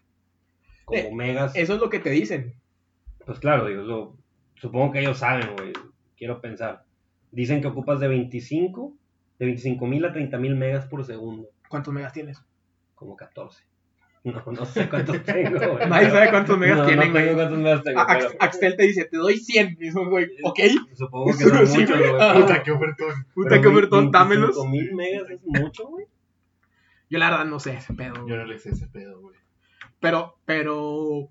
[SPEAKER 1] como
[SPEAKER 2] Eh,
[SPEAKER 1] megas.
[SPEAKER 2] Eso es lo que te dicen.
[SPEAKER 1] Pues claro, digo, lo- supongo que ellos saben, güey. Quiero pensar. Dicen que ocupas de 25, de 25 mil a 30 mil megas por segundo,
[SPEAKER 2] ¿Cuántos megas tienes?
[SPEAKER 1] como 14. No, no sé cuántos tengo, güey.
[SPEAKER 2] Nadie sabe cuántos megas
[SPEAKER 1] No, no tengo
[SPEAKER 2] tienen, güey. Ah,
[SPEAKER 1] cuántos megas tengo,
[SPEAKER 2] A- Ax-
[SPEAKER 1] pero
[SPEAKER 2] Axel te dice, te doy 100. Y eso, güey, ok.
[SPEAKER 1] supongo que son
[SPEAKER 2] Sí,
[SPEAKER 1] muchos,
[SPEAKER 2] güey.
[SPEAKER 1] güey.
[SPEAKER 2] Ah,
[SPEAKER 3] Puta, qué ofertón.
[SPEAKER 2] Puta que ofertón, dámelos.
[SPEAKER 1] mil megas es mucho, güey.
[SPEAKER 2] Yo la verdad no sé ese pedo,
[SPEAKER 3] Yo
[SPEAKER 2] güey.
[SPEAKER 3] no le sé ese pedo, güey.
[SPEAKER 2] Pero, pero,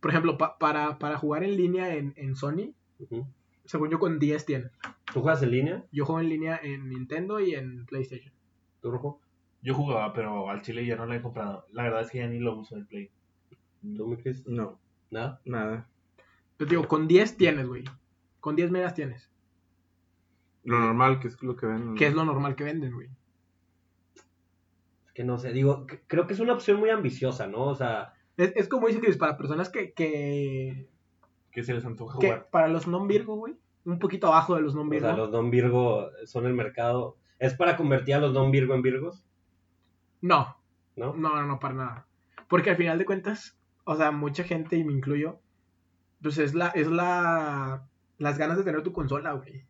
[SPEAKER 2] por ejemplo, pa- para, para jugar en línea en, en Sony,
[SPEAKER 1] Ujú.
[SPEAKER 2] según yo con 10 tienes.
[SPEAKER 1] ¿Tú juegas en línea,
[SPEAKER 2] Yo juego en línea en Nintendo y en PlayStation.
[SPEAKER 1] tú, Rojo?
[SPEAKER 3] Yo jugaba, pero al chile ya no lo he comprado. La verdad es que ya ni lo uso el Play.
[SPEAKER 1] ¿Tú, mi Cris?
[SPEAKER 5] No,
[SPEAKER 1] ¿Nada?
[SPEAKER 5] nada.
[SPEAKER 2] Pero digo, con 10 tienes, güey. Con 10 megas tienes.
[SPEAKER 5] Lo normal, que es lo que ven.
[SPEAKER 2] Que es lo normal que venden, güey.
[SPEAKER 1] que no sé, digo, c- creo que es una opción muy ambiciosa, ¿no? O sea,
[SPEAKER 2] Es, es como dice Chris, para personas que, que,
[SPEAKER 3] ¿Qué se les antoja
[SPEAKER 2] que
[SPEAKER 3] jugar?
[SPEAKER 2] para los non Virgo, güey. Un poquito abajo de los non
[SPEAKER 1] o
[SPEAKER 2] Virgo.
[SPEAKER 1] sea, los don Virgo son el mercado. ¿Es para convertir a los don Virgo en Virgos?
[SPEAKER 2] No,
[SPEAKER 1] ¿No?
[SPEAKER 2] no, no, no, para nada. Porque al final de cuentas, o sea, mucha gente, y me incluyo, pues es la, es la, las ganas de tener tu consola, güey.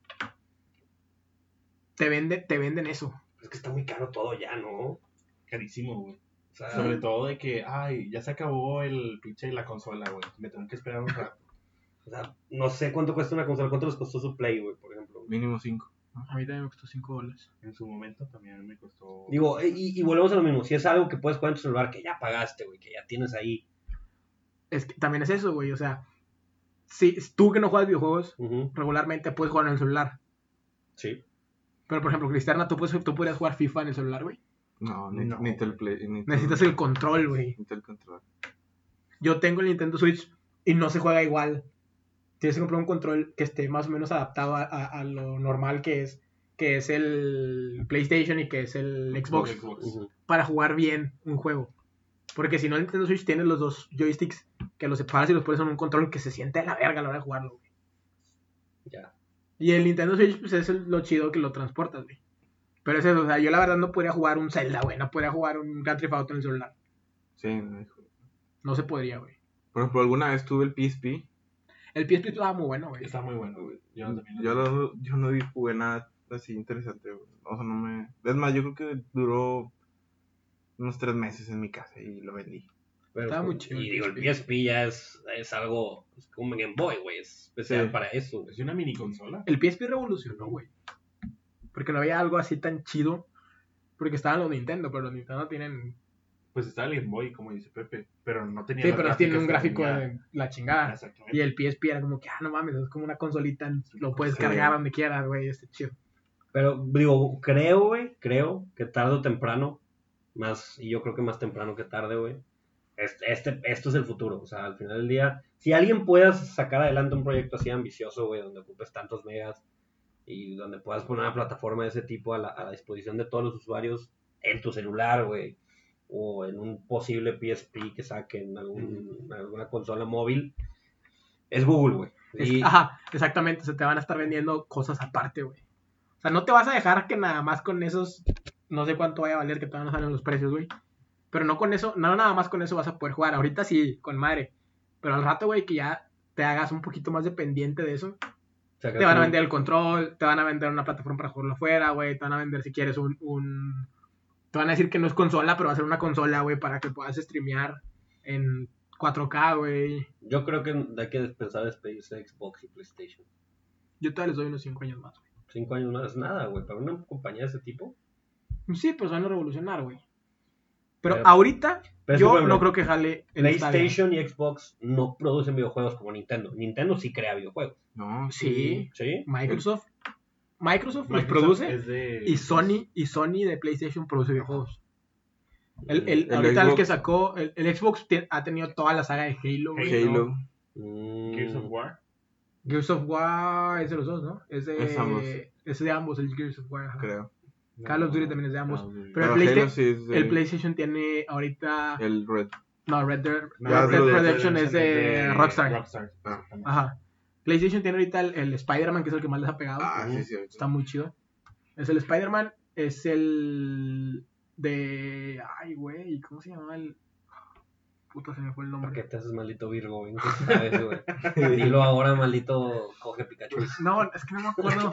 [SPEAKER 2] Te, vende, te venden eso.
[SPEAKER 1] Es que está muy caro todo ya, ¿no? O
[SPEAKER 3] Carísimo, güey.
[SPEAKER 1] sea,
[SPEAKER 3] Sobre todo de que, ay, ya se acabó el pinche y la consola, güey. Me tengo que esperar un rato.
[SPEAKER 1] o sea, no sé cuánto cuesta una consola, cuánto les costó su Play, güey, por ejemplo.
[SPEAKER 5] Mínimo 5.
[SPEAKER 2] A mí también me costó 5 dólares.
[SPEAKER 3] En su momento también me costó.
[SPEAKER 1] Digo, y, y volvemos a lo mismo, si es algo que puedes jugar en tu celular, que ya pagaste, güey, que ya tienes ahí.
[SPEAKER 2] Es que también es eso, güey. O sea, si tú que no juegas videojuegos,
[SPEAKER 1] Ujú,
[SPEAKER 2] regularmente puedes jugar en el celular.
[SPEAKER 1] Sí.
[SPEAKER 2] Pero, por ejemplo, Cristiana, tú, puedes, tú podrías jugar FIFA en el celular, güey.
[SPEAKER 5] No, ni,
[SPEAKER 3] No,
[SPEAKER 5] ni te el play. Ni te-
[SPEAKER 2] Necesitas el control, güey.
[SPEAKER 5] Ni te el control.
[SPEAKER 2] Yo tengo el Nintendo Switch y no se juega igual. Tienes que comprar un control que esté más o menos adaptado a, a- a lo normal que es, que es el PlayStation y que es el Xbox,
[SPEAKER 1] ujú.
[SPEAKER 2] para jugar bien un juego. Porque si no, el Nintendo Switch tiene los dos joysticks que los separas y los pones en un control que se siente de la verga a la hora de jugarlo. güey.
[SPEAKER 1] Ya.
[SPEAKER 2] Y el Nintendo Switch, pues es el- lo chido que lo transportas, güey. Pero es eso, o sea, yo la verdad no podría jugar un Zelda, güey. No podría jugar un Grand Theft Auto en el celular.
[SPEAKER 5] Sí, no, hijo.
[SPEAKER 2] No se podría, güey.
[SPEAKER 5] Por ejemplo, alguna vez tuve el PSP.
[SPEAKER 2] El PSP estaba muy bueno, güey.
[SPEAKER 3] Está muy bueno, güey. Yo también.
[SPEAKER 5] Yo, lo- yo no vi- jugué nada así interesante, güey. O sea, no me... Es más, yo creo que duró unos tres meses en mi casa y lo vendí.
[SPEAKER 1] Pero
[SPEAKER 2] Estaba
[SPEAKER 1] pues,
[SPEAKER 2] muy chido el
[SPEAKER 1] Y digo, el
[SPEAKER 2] PSP.
[SPEAKER 1] PSP ya es, es algo es como un Game Boy, güey. Es especial
[SPEAKER 5] Sí.
[SPEAKER 1] para eso. güey.
[SPEAKER 3] Es una mini consola.
[SPEAKER 2] El PSP revolucionó, güey. Porque no había algo así tan chido. Porque estaban los Nintendo, pero los Nintendo tienen.
[SPEAKER 3] Pues está el Game Boy, como dice Pepe. Pero no tenía.
[SPEAKER 2] Sí,
[SPEAKER 3] las
[SPEAKER 2] pero tienen un
[SPEAKER 3] gráficas
[SPEAKER 2] gráfico
[SPEAKER 3] que tenía-
[SPEAKER 2] de Ah, la chingada.
[SPEAKER 3] Exactamente.
[SPEAKER 2] Y el PSP era como que, ah, no mames, es como una consolita, lo puedes
[SPEAKER 5] Sí.
[SPEAKER 2] cargar donde quieras, güey, este chido.
[SPEAKER 1] Pero digo, creo, güey, creo que tarde o temprano, más, y yo creo que más temprano que tarde, güey. Este, este, esto es el futuro. O sea, al final del día, si alguien puedas sacar adelante un proyecto así ambicioso, güey, donde ocupes tantos megas y donde puedas poner una plataforma de ese tipo a la, a la disposición de todos los usuarios en tu celular, güey, o en un posible PSP que saquen algún, alguna consola móvil, es Google, güey.
[SPEAKER 2] Es-
[SPEAKER 1] Y-
[SPEAKER 2] Ajá, exactamente, se te van a estar vendiendo cosas aparte, güey. O sea, no te vas a dejar que nada más con esos, no sé cuánto vaya a valer, que todavía no salen los precios, güey. Pero no con eso, no nada más con eso vas a poder jugar. Ahorita sí, con madre. Pero al rato, güey, que ya te hagas un poquito más dependiente de eso.
[SPEAKER 1] o sea, creo
[SPEAKER 2] Te van a
[SPEAKER 1] que-
[SPEAKER 2] vender el control, te van a vender una plataforma para jugarlo afuera, güey. Te van a vender si quieres un, un- Te van a decir que no es consola, pero va a ser una consola, güey, para que puedas streamear en 4K, güey.
[SPEAKER 1] Yo creo que hay que pensar despedirse de Xbox y PlayStation.
[SPEAKER 2] Yo todavía les doy unos 5 años más,
[SPEAKER 1] Cinco años no es nada, güey. Para una compañía de ese tipo.
[SPEAKER 2] güey. Sí, pues van a revolucionar, güey. Pero
[SPEAKER 1] Pero-
[SPEAKER 2] ahorita
[SPEAKER 1] Pero
[SPEAKER 2] yo no creo que jale el Stadia.
[SPEAKER 1] PlayStation y Xbox no producen videojuegos como Nintendo. Nintendo sí crea videojuegos.
[SPEAKER 5] No,
[SPEAKER 2] Sí,
[SPEAKER 1] ¿Sí?
[SPEAKER 2] Microsoft. Microsoft, los
[SPEAKER 3] Microsoft
[SPEAKER 2] produce
[SPEAKER 3] es de-
[SPEAKER 2] y Sony y Sony de PlayStation produce videojuegos. El,
[SPEAKER 5] El
[SPEAKER 2] el, ahorita el
[SPEAKER 5] Xbox.
[SPEAKER 2] que sacó, el, el Xbox tie- ha tenido toda la saga de Halo, güey.
[SPEAKER 3] Halo.
[SPEAKER 5] Halo.
[SPEAKER 1] Mm,
[SPEAKER 3] Gears of War.
[SPEAKER 2] Gears of War es de los dos, ¿no? Es de,
[SPEAKER 5] Es ambos.
[SPEAKER 2] es de ambos, el Gears of War. ajá.
[SPEAKER 5] creo.
[SPEAKER 2] Call of Duty también es
[SPEAKER 3] Ah,
[SPEAKER 2] de ambos.
[SPEAKER 3] Call of Duty.
[SPEAKER 2] Pero el
[SPEAKER 5] Halo
[SPEAKER 2] Playsta-
[SPEAKER 5] sí es de-
[SPEAKER 2] El PlayStation tiene ahorita...
[SPEAKER 5] el Red.
[SPEAKER 2] No, Red Dead,
[SPEAKER 3] No,
[SPEAKER 5] Ya,
[SPEAKER 2] Red Dead
[SPEAKER 5] Red Dead
[SPEAKER 2] Redemption es de Rockstar.
[SPEAKER 3] Rockstar.
[SPEAKER 5] Ah.
[SPEAKER 3] exactamente.
[SPEAKER 2] Ajá. PlayStation tiene ahorita el, el Spider-Man, que es el que más les ha pegado.
[SPEAKER 5] Ah, sí, sí.
[SPEAKER 2] uh, Está muy chido. Es el Spider-Man, es el de... Ay, güey, ¿cómo se llama el...? Puta, se me fue el
[SPEAKER 1] ¿Por qué
[SPEAKER 2] nombre.
[SPEAKER 1] te haces maldito Virgo, güey? No sé si sabes, güey. Dilo ahora, maldito coge Pikachu.
[SPEAKER 2] No, es que no me acuerdo.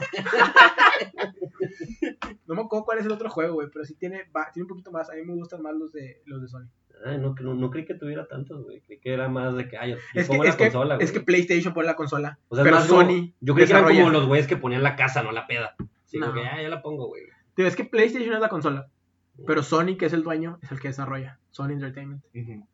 [SPEAKER 2] no me acuerdo cuál es el otro juego, güey, pero sí tiene, va- tiene un poquito más. A mí me gustan más los de, los de Sony.
[SPEAKER 1] Ay, no, no, no creí que tuviera tantos, güey. Creí que era más de que, ay, yo
[SPEAKER 2] Es que,
[SPEAKER 1] pongo la
[SPEAKER 2] es, que,
[SPEAKER 1] consola, güey.
[SPEAKER 2] es que PlayStation pone la consola.
[SPEAKER 1] O sea, es
[SPEAKER 2] pero
[SPEAKER 1] más como-
[SPEAKER 2] Sony
[SPEAKER 1] Yo creí que eran como
[SPEAKER 2] desarrolla.
[SPEAKER 1] los güeyes que ponían la casa, no la peda. Sí,
[SPEAKER 2] No.
[SPEAKER 1] como que, ah, ya la pongo, güey.
[SPEAKER 2] Digo, es que PlayStation es la consola. Pero Sony, que es el dueño, es el que desarrolla. Sony Entertainment.
[SPEAKER 3] Ujú.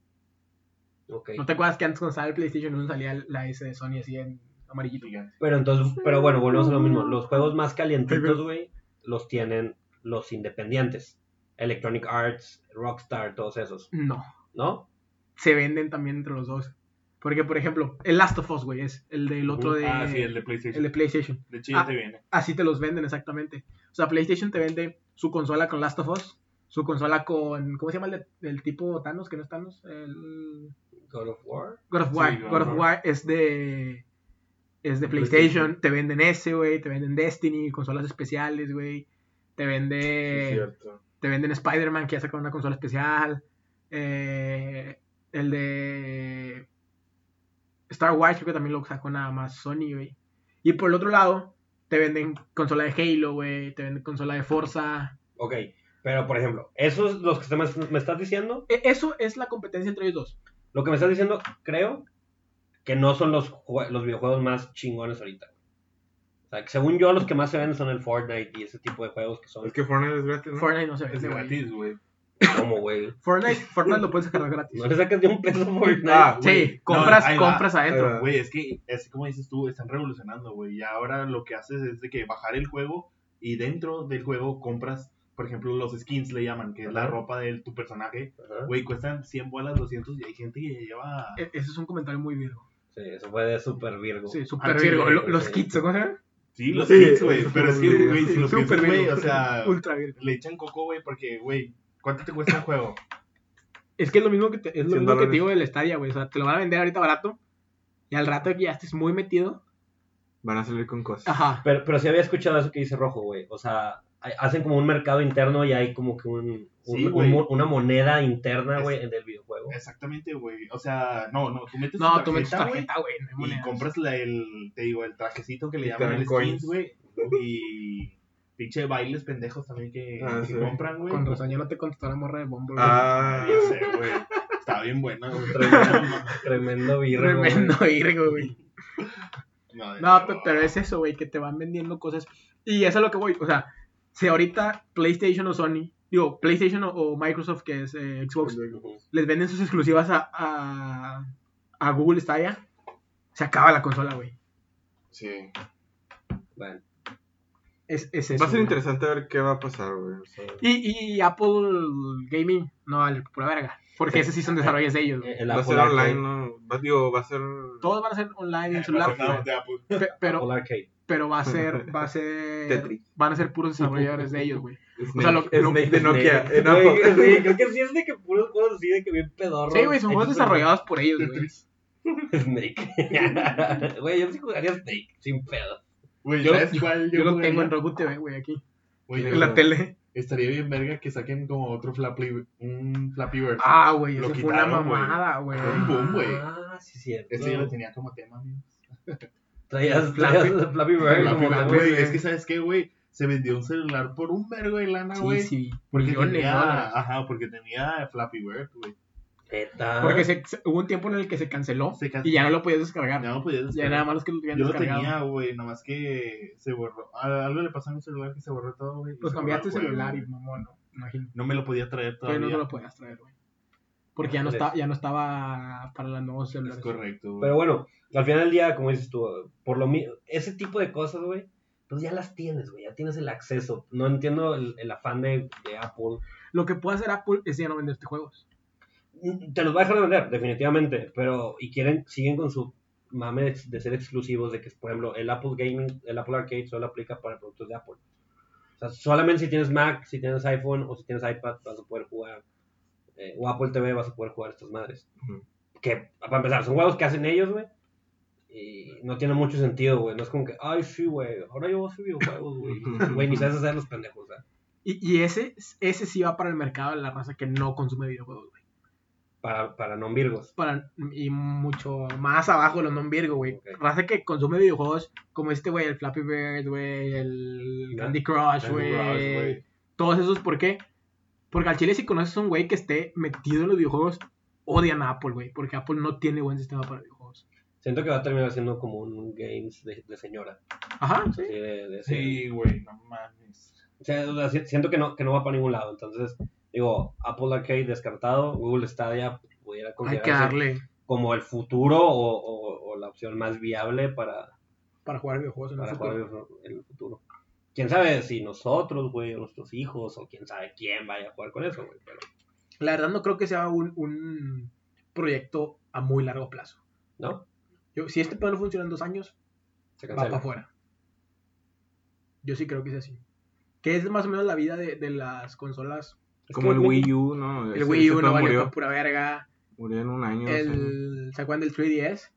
[SPEAKER 1] Ok.
[SPEAKER 2] ¿No te acuerdas que antes cuando estaba el PlayStation 1 salía la S de Sony así en amarillito?
[SPEAKER 3] Gigante.
[SPEAKER 1] Pero entonces, pero bueno, volvemos a lo mismo. Los juegos más calientitos, güey, los tienen los independientes. Electronic Arts, Rockstar, todos esos,
[SPEAKER 2] No.
[SPEAKER 1] ¿no?
[SPEAKER 2] Se venden también entre los dos. Porque, por ejemplo, el Last of Us, güey, es el del
[SPEAKER 1] Uh,
[SPEAKER 2] otro de,
[SPEAKER 3] Ah, sí, el
[SPEAKER 2] el
[SPEAKER 3] de PlayStation.
[SPEAKER 2] de PlayStation.
[SPEAKER 3] De Chile
[SPEAKER 2] Ah.
[SPEAKER 3] te viene.
[SPEAKER 2] así te los venden exactamente. O sea, PlayStation te vende su consola con Last of Us, su consola con. ¿Cómo se llama el, de- el tipo Thanos? Que no es Thanos. El
[SPEAKER 1] God of War.
[SPEAKER 2] God of
[SPEAKER 3] Sí,
[SPEAKER 2] War.
[SPEAKER 3] God of
[SPEAKER 2] God of
[SPEAKER 3] War.
[SPEAKER 2] War es de. Es de
[SPEAKER 1] De
[SPEAKER 2] PlayStation. Te venden ese, güey. Te venden Destiny, consolas especiales, güey. Te
[SPEAKER 5] Sí,
[SPEAKER 2] vende.
[SPEAKER 5] cierto.
[SPEAKER 2] te venden Spider-Man, que ya sacaron una consola especial. eh, el de. Star Wars, creo que también lo sacó nada más Sony, güey. Y por el otro lado, te venden consola de Halo, güey, te venden consola de Forza.
[SPEAKER 1] Ok, pero por ejemplo, esos los que me, me estás diciendo,
[SPEAKER 2] E- Eso es la competencia entre ellos dos.
[SPEAKER 1] lo que me estás diciendo, creo que no son los, jue- los videojuegos más chingones ahorita. O sea, que según yo, los que más se venden son el Fortnite y ese tipo de juegos que son
[SPEAKER 5] Es que Fortnite es gratis, ¿no?
[SPEAKER 2] Fortnite no se
[SPEAKER 3] Es
[SPEAKER 2] vende, güey.
[SPEAKER 3] gratis, güey.
[SPEAKER 1] como, güey.
[SPEAKER 2] Fortnite, Fortnite lo puedes sacar gratis.
[SPEAKER 1] No le saques de un peso Fortnite.
[SPEAKER 5] Ah,
[SPEAKER 2] Sí,
[SPEAKER 3] güey.
[SPEAKER 2] compras,
[SPEAKER 3] No, ahí va.
[SPEAKER 2] compras adentro.
[SPEAKER 5] Ahí va.
[SPEAKER 3] Güey, es que, es como dices tú, están revolucionando, güey. Y ahora lo que haces es de que bajar el juego y dentro del juego compras, por ejemplo, los skins le llaman, que es la
[SPEAKER 1] Ajá.
[SPEAKER 3] ropa de tu personaje.
[SPEAKER 1] Ajá.
[SPEAKER 3] Güey, cuestan 100 bolas, 200 y hay gente que lleva...
[SPEAKER 2] E- Ese es un comentario muy virgo.
[SPEAKER 1] Sí, eso fue de Super Virgo.
[SPEAKER 2] Sí, super
[SPEAKER 3] sí,
[SPEAKER 2] virgo.
[SPEAKER 3] Ah, güey,
[SPEAKER 2] Lo- Los
[SPEAKER 1] sí.
[SPEAKER 2] kits, ¿cómo se llama?
[SPEAKER 3] Sí, los
[SPEAKER 5] Sí,
[SPEAKER 3] skins, güey.
[SPEAKER 5] es
[SPEAKER 3] Pero es que,
[SPEAKER 5] súper
[SPEAKER 3] güey, si lo
[SPEAKER 2] Super
[SPEAKER 3] piensas, güey,
[SPEAKER 2] virgo.
[SPEAKER 3] o sea,
[SPEAKER 2] Ultra virgo.
[SPEAKER 3] le echan coco, güey, porque, güey, ¿cuánto te cuesta el juego?
[SPEAKER 2] Es que es lo mismo que te, es lo mismo
[SPEAKER 5] 100
[SPEAKER 2] que te
[SPEAKER 5] dólares.
[SPEAKER 2] digo del Stadia, güey. O sea, te lo van a vender ahorita barato. Y al rato que ya estés muy metido,
[SPEAKER 5] Van a salir con cosas.
[SPEAKER 2] Ajá.
[SPEAKER 1] Pero, pero sí había escuchado eso que dice Rojo, güey. O sea, hay- hacen como un mercado interno y hay como que un, un-
[SPEAKER 3] Sí,
[SPEAKER 1] un
[SPEAKER 3] güey.
[SPEAKER 1] mo- una moneda interna,
[SPEAKER 3] Es-
[SPEAKER 1] güey, en el videojuego.
[SPEAKER 3] Exactamente, güey. O sea, no, no, tú metes
[SPEAKER 2] No, tú metes tu
[SPEAKER 3] güey,
[SPEAKER 2] tarjeta, güey. no hay
[SPEAKER 3] y
[SPEAKER 2] monedas.
[SPEAKER 3] compras la- el, te digo, el trajecito que le
[SPEAKER 5] Y te
[SPEAKER 3] llaman
[SPEAKER 5] dan
[SPEAKER 3] el skins,
[SPEAKER 5] coins.
[SPEAKER 3] güey. Y pinche bailes pendejos también que,
[SPEAKER 5] Ah,
[SPEAKER 3] que
[SPEAKER 5] sí.
[SPEAKER 3] compran, güey.
[SPEAKER 2] Con razón ya no te contestó la morra de Bumble. güey.
[SPEAKER 5] Ah,
[SPEAKER 3] Ya sé, güey. Está bien buena, güey.
[SPEAKER 1] Tremendo, tremendo virgo, güey.
[SPEAKER 2] Tremendo virgo, güey.
[SPEAKER 3] No, de
[SPEAKER 2] No,
[SPEAKER 3] nuevo.
[SPEAKER 2] pe- pero es eso, güey, que te van vendiendo cosas. Y eso es a lo que voy. O sea, si ahorita PlayStation o Sony, digo, PlayStation o, o Microsoft, que es eh, Xbox, les venden sus exclusivas a, a, a Google Stadia, se acaba la consola, güey.
[SPEAKER 5] Sí.
[SPEAKER 1] Bueno,
[SPEAKER 2] Es, es eso.
[SPEAKER 5] va a ser
[SPEAKER 2] güey.
[SPEAKER 5] interesante ver qué va a pasar, güey. o sea,
[SPEAKER 2] Y, y Apple Gaming, no vale, pura verga. Porque ese sí son desarrollos de ellos,
[SPEAKER 3] Eh,
[SPEAKER 2] güey.
[SPEAKER 1] el
[SPEAKER 5] va a
[SPEAKER 1] Apple
[SPEAKER 5] ser online,
[SPEAKER 1] Arcade-
[SPEAKER 5] ¿no? Va, digo, va a ser.
[SPEAKER 2] Todos van a ser online en
[SPEAKER 3] Eh, va a
[SPEAKER 2] celular,
[SPEAKER 3] ser nada de Apple.
[SPEAKER 2] güey, pe- pero,
[SPEAKER 1] Apple Arcade.
[SPEAKER 2] pero va a ser, va a ser,
[SPEAKER 5] Tetris.
[SPEAKER 2] van a ser puros desarrolladores de ellos, güey.
[SPEAKER 5] Snake,
[SPEAKER 2] sea, lo- lo-
[SPEAKER 5] Snake de Nokia.
[SPEAKER 1] Snake.
[SPEAKER 5] eh, no.
[SPEAKER 1] Güey, sí, creo que sí es de que puros juegos así de que bien pedorros.
[SPEAKER 2] Sí, güey, son juegos desarrollados por ellos, güey.
[SPEAKER 1] Snake. Güey, yo sí jugaría Snake, sin pedo.
[SPEAKER 3] Güey,
[SPEAKER 2] Yo-
[SPEAKER 3] ¿sabes cuál?
[SPEAKER 2] Yo lo
[SPEAKER 3] jugaría?
[SPEAKER 2] tengo en Roku TV, güey, aquí.
[SPEAKER 3] Güey,
[SPEAKER 5] En
[SPEAKER 2] En la
[SPEAKER 5] Ajá.
[SPEAKER 2] tele.
[SPEAKER 3] Estaría bien verga que saquen como otro Flappy, un Flappy Bird.
[SPEAKER 2] Ah, güey,
[SPEAKER 3] Lo
[SPEAKER 2] eso fue una
[SPEAKER 3] quitaron, güey.
[SPEAKER 2] mamada, güey.
[SPEAKER 3] Fue un boom, güey.
[SPEAKER 1] Ah, sí, cierto.
[SPEAKER 3] Este yo lo tenía como tema, amigos.
[SPEAKER 1] Traías,
[SPEAKER 2] Flappy-
[SPEAKER 1] traías Flappy Bird
[SPEAKER 2] Flappy
[SPEAKER 1] como
[SPEAKER 2] Bird,
[SPEAKER 1] la
[SPEAKER 2] güey.
[SPEAKER 3] Güey, es que ¿sabes qué, güey? Se vendió un celular por un vergo de lana,
[SPEAKER 2] Sí,
[SPEAKER 3] güey.
[SPEAKER 2] sí.
[SPEAKER 3] Porque
[SPEAKER 2] millones de
[SPEAKER 3] tenía,
[SPEAKER 2] dólares.
[SPEAKER 3] ajá, porque tenía Flappy Bird, güey.
[SPEAKER 1] Neta.
[SPEAKER 2] Porque se- se- hubo un tiempo en el que se canceló
[SPEAKER 3] Se canceló.
[SPEAKER 2] y ya no lo podías descargar.
[SPEAKER 3] No, pues
[SPEAKER 2] Ya nada más los que lo
[SPEAKER 3] Yo
[SPEAKER 2] tenían
[SPEAKER 3] lo
[SPEAKER 2] descargado.
[SPEAKER 3] tenía, güey, nomás que se borró. Al- Algo le pasó a mi celular que se borró todo, güey. y
[SPEAKER 2] Pues
[SPEAKER 3] se
[SPEAKER 2] cambiaste el
[SPEAKER 3] borró el juego,
[SPEAKER 2] celular y
[SPEAKER 3] güey.
[SPEAKER 2] mamón, no, imagino.
[SPEAKER 3] No me lo podía traer
[SPEAKER 2] Pero
[SPEAKER 3] todavía.
[SPEAKER 2] no te lo podías traer, güey. Porque ya no,
[SPEAKER 1] Híjole.
[SPEAKER 2] está, ya no estaba para los nuevos
[SPEAKER 3] Es
[SPEAKER 2] celulares.
[SPEAKER 3] correcto, güey.
[SPEAKER 1] Pero bueno, al final del día, como dices tú, por lo mi- ese tipo de cosas, güey, pues ya las tienes, güey, ya tienes el acceso. No entiendo el, el afán de, de Apple.
[SPEAKER 2] Lo que puede hacer Apple es ya no venderte juegos.
[SPEAKER 1] Mm, Te los va a dejar de vender, definitivamente, pero y quieren, siguen con su mame de, de ser exclusivos, de que, por ejemplo, el Apple Gaming, el Apple Arcade solo aplica para productos de Apple. O sea, solamente si tienes Mac, si tienes iPhone o si tienes iPad vas a poder jugar, eh, o Apple TV vas a poder jugar estas madres.
[SPEAKER 5] Ujú.
[SPEAKER 1] que, para empezar, son juegos que hacen ellos, güey. Y no tiene mucho sentido, güey. No es como que, ay, sí, güey, ahora yo voy a hacer videojuegos, güey. Güey, ni sabes hacer los pendejos, ¿eh?
[SPEAKER 2] Y, y ese, ese sí va para el mercado de la raza que no consume videojuegos, güey.
[SPEAKER 1] Para, para non virgos.
[SPEAKER 2] Para, y mucho más abajo de los non-virgo, güey.
[SPEAKER 1] Ok.
[SPEAKER 2] Raza que consume videojuegos como este, güey, el Flappy Bird, güey, el
[SPEAKER 1] Ya.
[SPEAKER 2] Candy Crush,
[SPEAKER 3] Candy Crush,
[SPEAKER 2] güey.
[SPEAKER 3] güey.
[SPEAKER 2] Todos esos, ¿por qué? Porque al chile si conoces a un güey que esté metido en los videojuegos, odian a Apple, güey. Porque Apple no tiene buen sistema para videojuegos.
[SPEAKER 1] Siento que va a terminar siendo como un games de, de señora.
[SPEAKER 2] Ajá, sí.
[SPEAKER 1] así de- de-
[SPEAKER 3] Sí, güey, no mames.
[SPEAKER 1] O sea, o sea, si- siento que no, que no va para ningún lado. Entonces, digo, Apple Arcade descartado, Google Stadia pudiera
[SPEAKER 2] Hay que
[SPEAKER 1] considerarse
[SPEAKER 2] darle
[SPEAKER 1] como el futuro o, o- o la opción más viable para,
[SPEAKER 2] para jugar videojuegos en el
[SPEAKER 1] para
[SPEAKER 2] futuro.
[SPEAKER 1] jugar en el futuro. Quién sabe si nosotros, güey, o nuestros hijos, o quién sabe quién vaya a jugar con eso, güey. Pero,
[SPEAKER 2] La verdad no creo que sea un, un proyecto a muy largo plazo.
[SPEAKER 1] ¿no?
[SPEAKER 2] Yo, si este pedo no funciona en dos años,
[SPEAKER 1] Se
[SPEAKER 2] va para
[SPEAKER 1] cancela.
[SPEAKER 2] afuera. Yo sí creo que es así. Que es más o menos la vida de, de las consolas. Es
[SPEAKER 5] Como
[SPEAKER 2] que
[SPEAKER 5] el Wii U, ¿no?
[SPEAKER 2] El
[SPEAKER 5] Ese-
[SPEAKER 2] Wii
[SPEAKER 5] ese
[SPEAKER 2] U
[SPEAKER 5] pedo
[SPEAKER 2] no valió pa'
[SPEAKER 5] murió,
[SPEAKER 2] pura verga.
[SPEAKER 5] murió en un año. dos años.
[SPEAKER 2] El, ¿Se acuerdan del 3DS?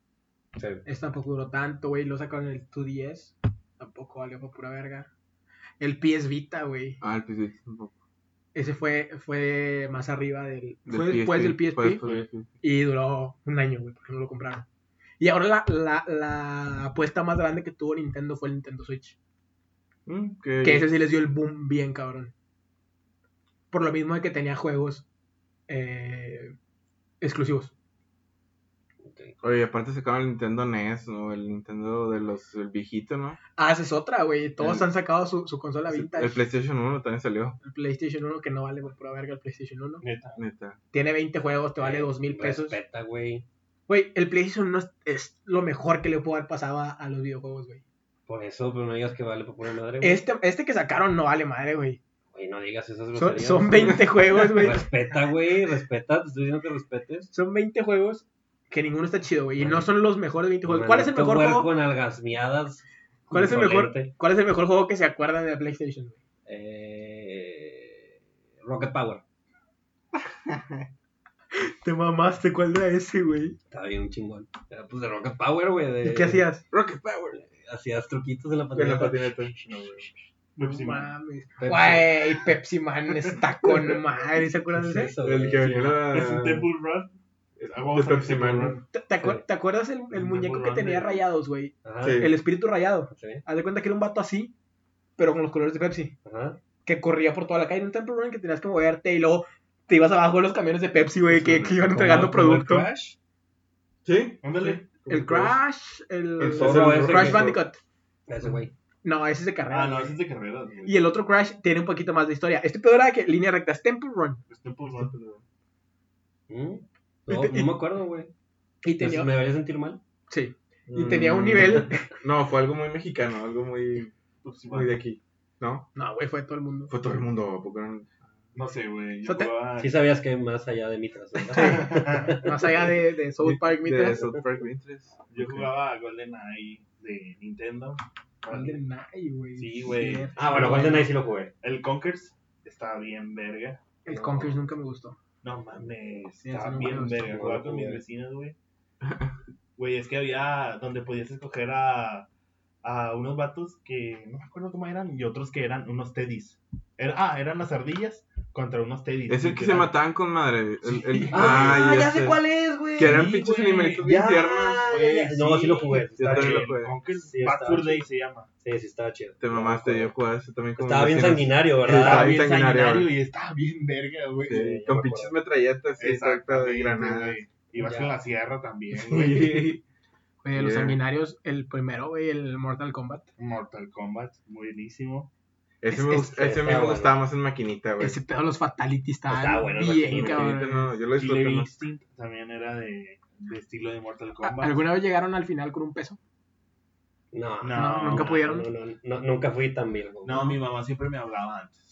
[SPEAKER 1] Sí.
[SPEAKER 2] Este tampoco duró tanto, güey. Lo sacaron en el 2DS. Tampoco valió para pura verga. El PS Vita, güey.
[SPEAKER 5] Ah, el PSP. tampoco.
[SPEAKER 2] Ese fue, fue más arriba del. fue
[SPEAKER 5] Del
[SPEAKER 2] después del PSP.
[SPEAKER 5] fue después del PSP.
[SPEAKER 2] Y duró un año, güey, porque no lo compraron. Y ahora la, la, la apuesta más grande que tuvo Nintendo fue el Nintendo Switch.
[SPEAKER 5] Mm, que-
[SPEAKER 2] Que ese sí les dio el boom bien cabrón. Por lo mismo de que tenía juegos eh, exclusivos.
[SPEAKER 1] ok.
[SPEAKER 5] Oye, aparte sacaron el Nintendo NES, ¿no? El Nintendo de los... El viejito, ¿no?
[SPEAKER 2] Ah, esa es otra, güey. Todos
[SPEAKER 5] El-
[SPEAKER 2] han sacado su, su consola vintage.
[SPEAKER 5] El PlayStation 1 también salió,
[SPEAKER 2] El PlayStation 1, que no vale por pura verga el PlayStation 1.
[SPEAKER 3] Neta.
[SPEAKER 5] neta.
[SPEAKER 2] Tiene 20 juegos, te vale
[SPEAKER 1] Eh,
[SPEAKER 2] 2 mil
[SPEAKER 5] pues,
[SPEAKER 2] pesos.
[SPEAKER 1] Respeta, güey.
[SPEAKER 2] Güey, el PlayStation 1 es, es lo mejor que le pudo haber pasado a, a los videojuegos, güey.
[SPEAKER 1] Por eso, pero no digas que vale por pura madre, güey.
[SPEAKER 2] Este, este que sacaron no vale madre, güey.
[SPEAKER 1] Güey, no digas esas
[SPEAKER 2] Son,
[SPEAKER 1] groserías.
[SPEAKER 2] son 20 juegos, güey.
[SPEAKER 1] Respeta, güey, respeta. Te estoy diciendo que respetes.
[SPEAKER 2] Son 20 juegos que ninguno está chido, güey. Y no
[SPEAKER 1] Maldito-
[SPEAKER 2] son los mejores 20 juegos. ¿Cuál es el
[SPEAKER 1] Maldito
[SPEAKER 2] mejor
[SPEAKER 1] huerco
[SPEAKER 2] juego?
[SPEAKER 1] en algasmiadas.
[SPEAKER 2] ¿Cuál es el mejor?
[SPEAKER 1] Insolente.
[SPEAKER 2] ¿Cuál es el mejor juego que se acuerdan de la PlayStation, güey?
[SPEAKER 1] Eh, Rocket Power.
[SPEAKER 2] Te mamaste, ¿cuál era ese, güey?
[SPEAKER 1] Estaba bien chingón. Era pues de Rocket Power, güey. de-
[SPEAKER 2] ¿Y qué hacías?
[SPEAKER 5] Rocket Power.
[SPEAKER 1] hacías truquitos en la
[SPEAKER 5] En la
[SPEAKER 1] patineta. pues,
[SPEAKER 5] patineta. No, güey.
[SPEAKER 3] Pepsi
[SPEAKER 2] No
[SPEAKER 3] Man.
[SPEAKER 2] mames.
[SPEAKER 1] Pepsi.
[SPEAKER 2] Güey, Pepsi Man está con madre. ¿Se acuerdan
[SPEAKER 1] ¿Qué
[SPEAKER 2] de
[SPEAKER 1] es
[SPEAKER 2] ese?
[SPEAKER 1] eso,
[SPEAKER 5] El
[SPEAKER 1] güey?
[SPEAKER 5] que venía la.
[SPEAKER 3] Es un Temple Run. Ah, Es
[SPEAKER 5] De Pepsi Man. ¿no?
[SPEAKER 2] ¿Te, te acuer- te acuerdas el, el muñeco que tenía rayados, güey?
[SPEAKER 1] Ajá,
[SPEAKER 5] Sí.
[SPEAKER 2] El espíritu rayado.
[SPEAKER 1] sí,
[SPEAKER 2] Haz de cuenta que era un vato así, pero con los colores de Pepsi.
[SPEAKER 1] ajá.
[SPEAKER 2] Que corría por toda la calle en un Temple Run que tenías que moverte y luego te ibas abajo de los camiones de Pepsi, güey, que, que iban
[SPEAKER 3] Como-
[SPEAKER 2] entregando
[SPEAKER 3] como el
[SPEAKER 2] producto.
[SPEAKER 3] Crash.
[SPEAKER 5] Sí.
[SPEAKER 3] Ándale.
[SPEAKER 2] El Crash, el,
[SPEAKER 5] El
[SPEAKER 1] zorro ese
[SPEAKER 2] Crash
[SPEAKER 1] que-
[SPEAKER 2] Bandicoot.
[SPEAKER 1] Ese güey.
[SPEAKER 2] No, ese es de carrera.
[SPEAKER 3] Ah, no,
[SPEAKER 2] güey.
[SPEAKER 3] ese es de carreras. güey.
[SPEAKER 2] Y el otro Crash tiene un poquito más de historia. Este pedo era de que línea recta es Temple Run.
[SPEAKER 3] Es Temple Run.
[SPEAKER 1] ¿Mm? No, no me acuerdo, güey.
[SPEAKER 2] Y
[SPEAKER 1] Entonces,
[SPEAKER 2] tenía,
[SPEAKER 1] ¿Me debería sentir mal?
[SPEAKER 2] sí, y tenía un nivel.
[SPEAKER 5] No, fue algo muy mexicano, algo muy,
[SPEAKER 3] Pepsi Man.
[SPEAKER 5] muy de aquí. ¿No?
[SPEAKER 2] No, güey, fue todo el mundo.
[SPEAKER 5] Fue todo el mundo. ¿a poco no?
[SPEAKER 3] No sé, güey. Yo
[SPEAKER 2] So te-
[SPEAKER 3] jugaba-
[SPEAKER 1] Sí sabías que hay más allá de Mitras, ¿verdad?
[SPEAKER 2] Más allá de, de South Park,
[SPEAKER 5] De-
[SPEAKER 2] Mitra.
[SPEAKER 5] de South Park Mientras.
[SPEAKER 3] Yo
[SPEAKER 5] Ok.
[SPEAKER 3] jugaba a GoldenEye de Nintendo.
[SPEAKER 2] GoldenEye, güey.
[SPEAKER 3] Sí, güey.
[SPEAKER 2] Cierto.
[SPEAKER 1] Ah, bueno, GoldenEye sí lo jugué.
[SPEAKER 3] El Conkers estaba bien verga.
[SPEAKER 2] El Confuse nunca me gustó.
[SPEAKER 3] No mames,
[SPEAKER 2] Sí, eso
[SPEAKER 3] estaba
[SPEAKER 2] no me
[SPEAKER 3] bien
[SPEAKER 2] gusta.
[SPEAKER 3] verga. Jugaba con mis
[SPEAKER 1] Güey.
[SPEAKER 3] vecinos, güey. Güey, es que había donde podías escoger a, a unos vatos que no me acuerdo cómo eran y otros que eran unos teddies. Era, ah, eran las ardillas contra unos teddies.
[SPEAKER 5] Es el que se
[SPEAKER 3] literal.
[SPEAKER 5] mataban con madre. El, el-
[SPEAKER 1] Ah,
[SPEAKER 5] Ay,
[SPEAKER 1] ya
[SPEAKER 5] ese.
[SPEAKER 1] sé cuál es, güey.
[SPEAKER 5] Que eran
[SPEAKER 3] Sí,
[SPEAKER 5] pinches
[SPEAKER 3] güey.
[SPEAKER 5] animalitos bien
[SPEAKER 1] Ya,
[SPEAKER 5] tiernos.
[SPEAKER 3] Ah,
[SPEAKER 1] ya, ya. No, sí lo jugué.
[SPEAKER 5] Yo
[SPEAKER 1] Estaba
[SPEAKER 5] también
[SPEAKER 1] chido.
[SPEAKER 5] lo jugué.
[SPEAKER 3] Conkers
[SPEAKER 1] Sí,
[SPEAKER 3] Bad
[SPEAKER 1] estaba
[SPEAKER 3] Fur
[SPEAKER 1] chido.
[SPEAKER 3] Day se llama.
[SPEAKER 1] Sí, sí, estaba chido.
[SPEAKER 5] Te
[SPEAKER 1] No me
[SPEAKER 5] mamaste,
[SPEAKER 1] acuerdo.
[SPEAKER 5] yo jugaba eso también con
[SPEAKER 1] Estaba
[SPEAKER 5] mis
[SPEAKER 1] bien
[SPEAKER 5] vecinos.
[SPEAKER 1] sanguinario,
[SPEAKER 5] Estaba
[SPEAKER 1] ¿verdad?
[SPEAKER 5] bien sanguinario,
[SPEAKER 3] y estaba bien verga, güey.
[SPEAKER 5] Sí,
[SPEAKER 1] Sí, ya me
[SPEAKER 5] con
[SPEAKER 1] acuerdo.
[SPEAKER 5] pinches metralletas y
[SPEAKER 3] Exacto,
[SPEAKER 5] exacta de granadas.
[SPEAKER 3] Y vas
[SPEAKER 1] Ya.
[SPEAKER 3] con la sierra también, güey.
[SPEAKER 2] Güey, de los
[SPEAKER 5] Yeah.
[SPEAKER 2] sanguinarios, el primero, güey, el Mortal Kombat.
[SPEAKER 3] Mortal Kombat, buenísimo.
[SPEAKER 5] Ese,
[SPEAKER 2] Es-
[SPEAKER 5] me,
[SPEAKER 2] es-
[SPEAKER 5] gust- ese a mí
[SPEAKER 1] está
[SPEAKER 5] me
[SPEAKER 1] bueno.
[SPEAKER 5] gustaba más en maquinita, güey.
[SPEAKER 2] Ese pedo de los Fatality
[SPEAKER 1] Está
[SPEAKER 2] está
[SPEAKER 1] bueno,
[SPEAKER 2] bien,
[SPEAKER 1] imagínate,
[SPEAKER 5] Maquinita,
[SPEAKER 2] cabrón.
[SPEAKER 5] no, yo lo disfruté
[SPEAKER 3] Killer
[SPEAKER 5] más.
[SPEAKER 3] Instinct también era de, de estilo de
[SPEAKER 4] Ah,
[SPEAKER 3] Mortal
[SPEAKER 2] ¿A-
[SPEAKER 3] Kombat.
[SPEAKER 2] ¿Alguna vez llegaron al final con un peso?
[SPEAKER 1] No,
[SPEAKER 3] No,
[SPEAKER 2] nunca pudieron.
[SPEAKER 1] No, no, no, nunca fui tan viejo.
[SPEAKER 3] No, mi mamá siempre me hablaba antes.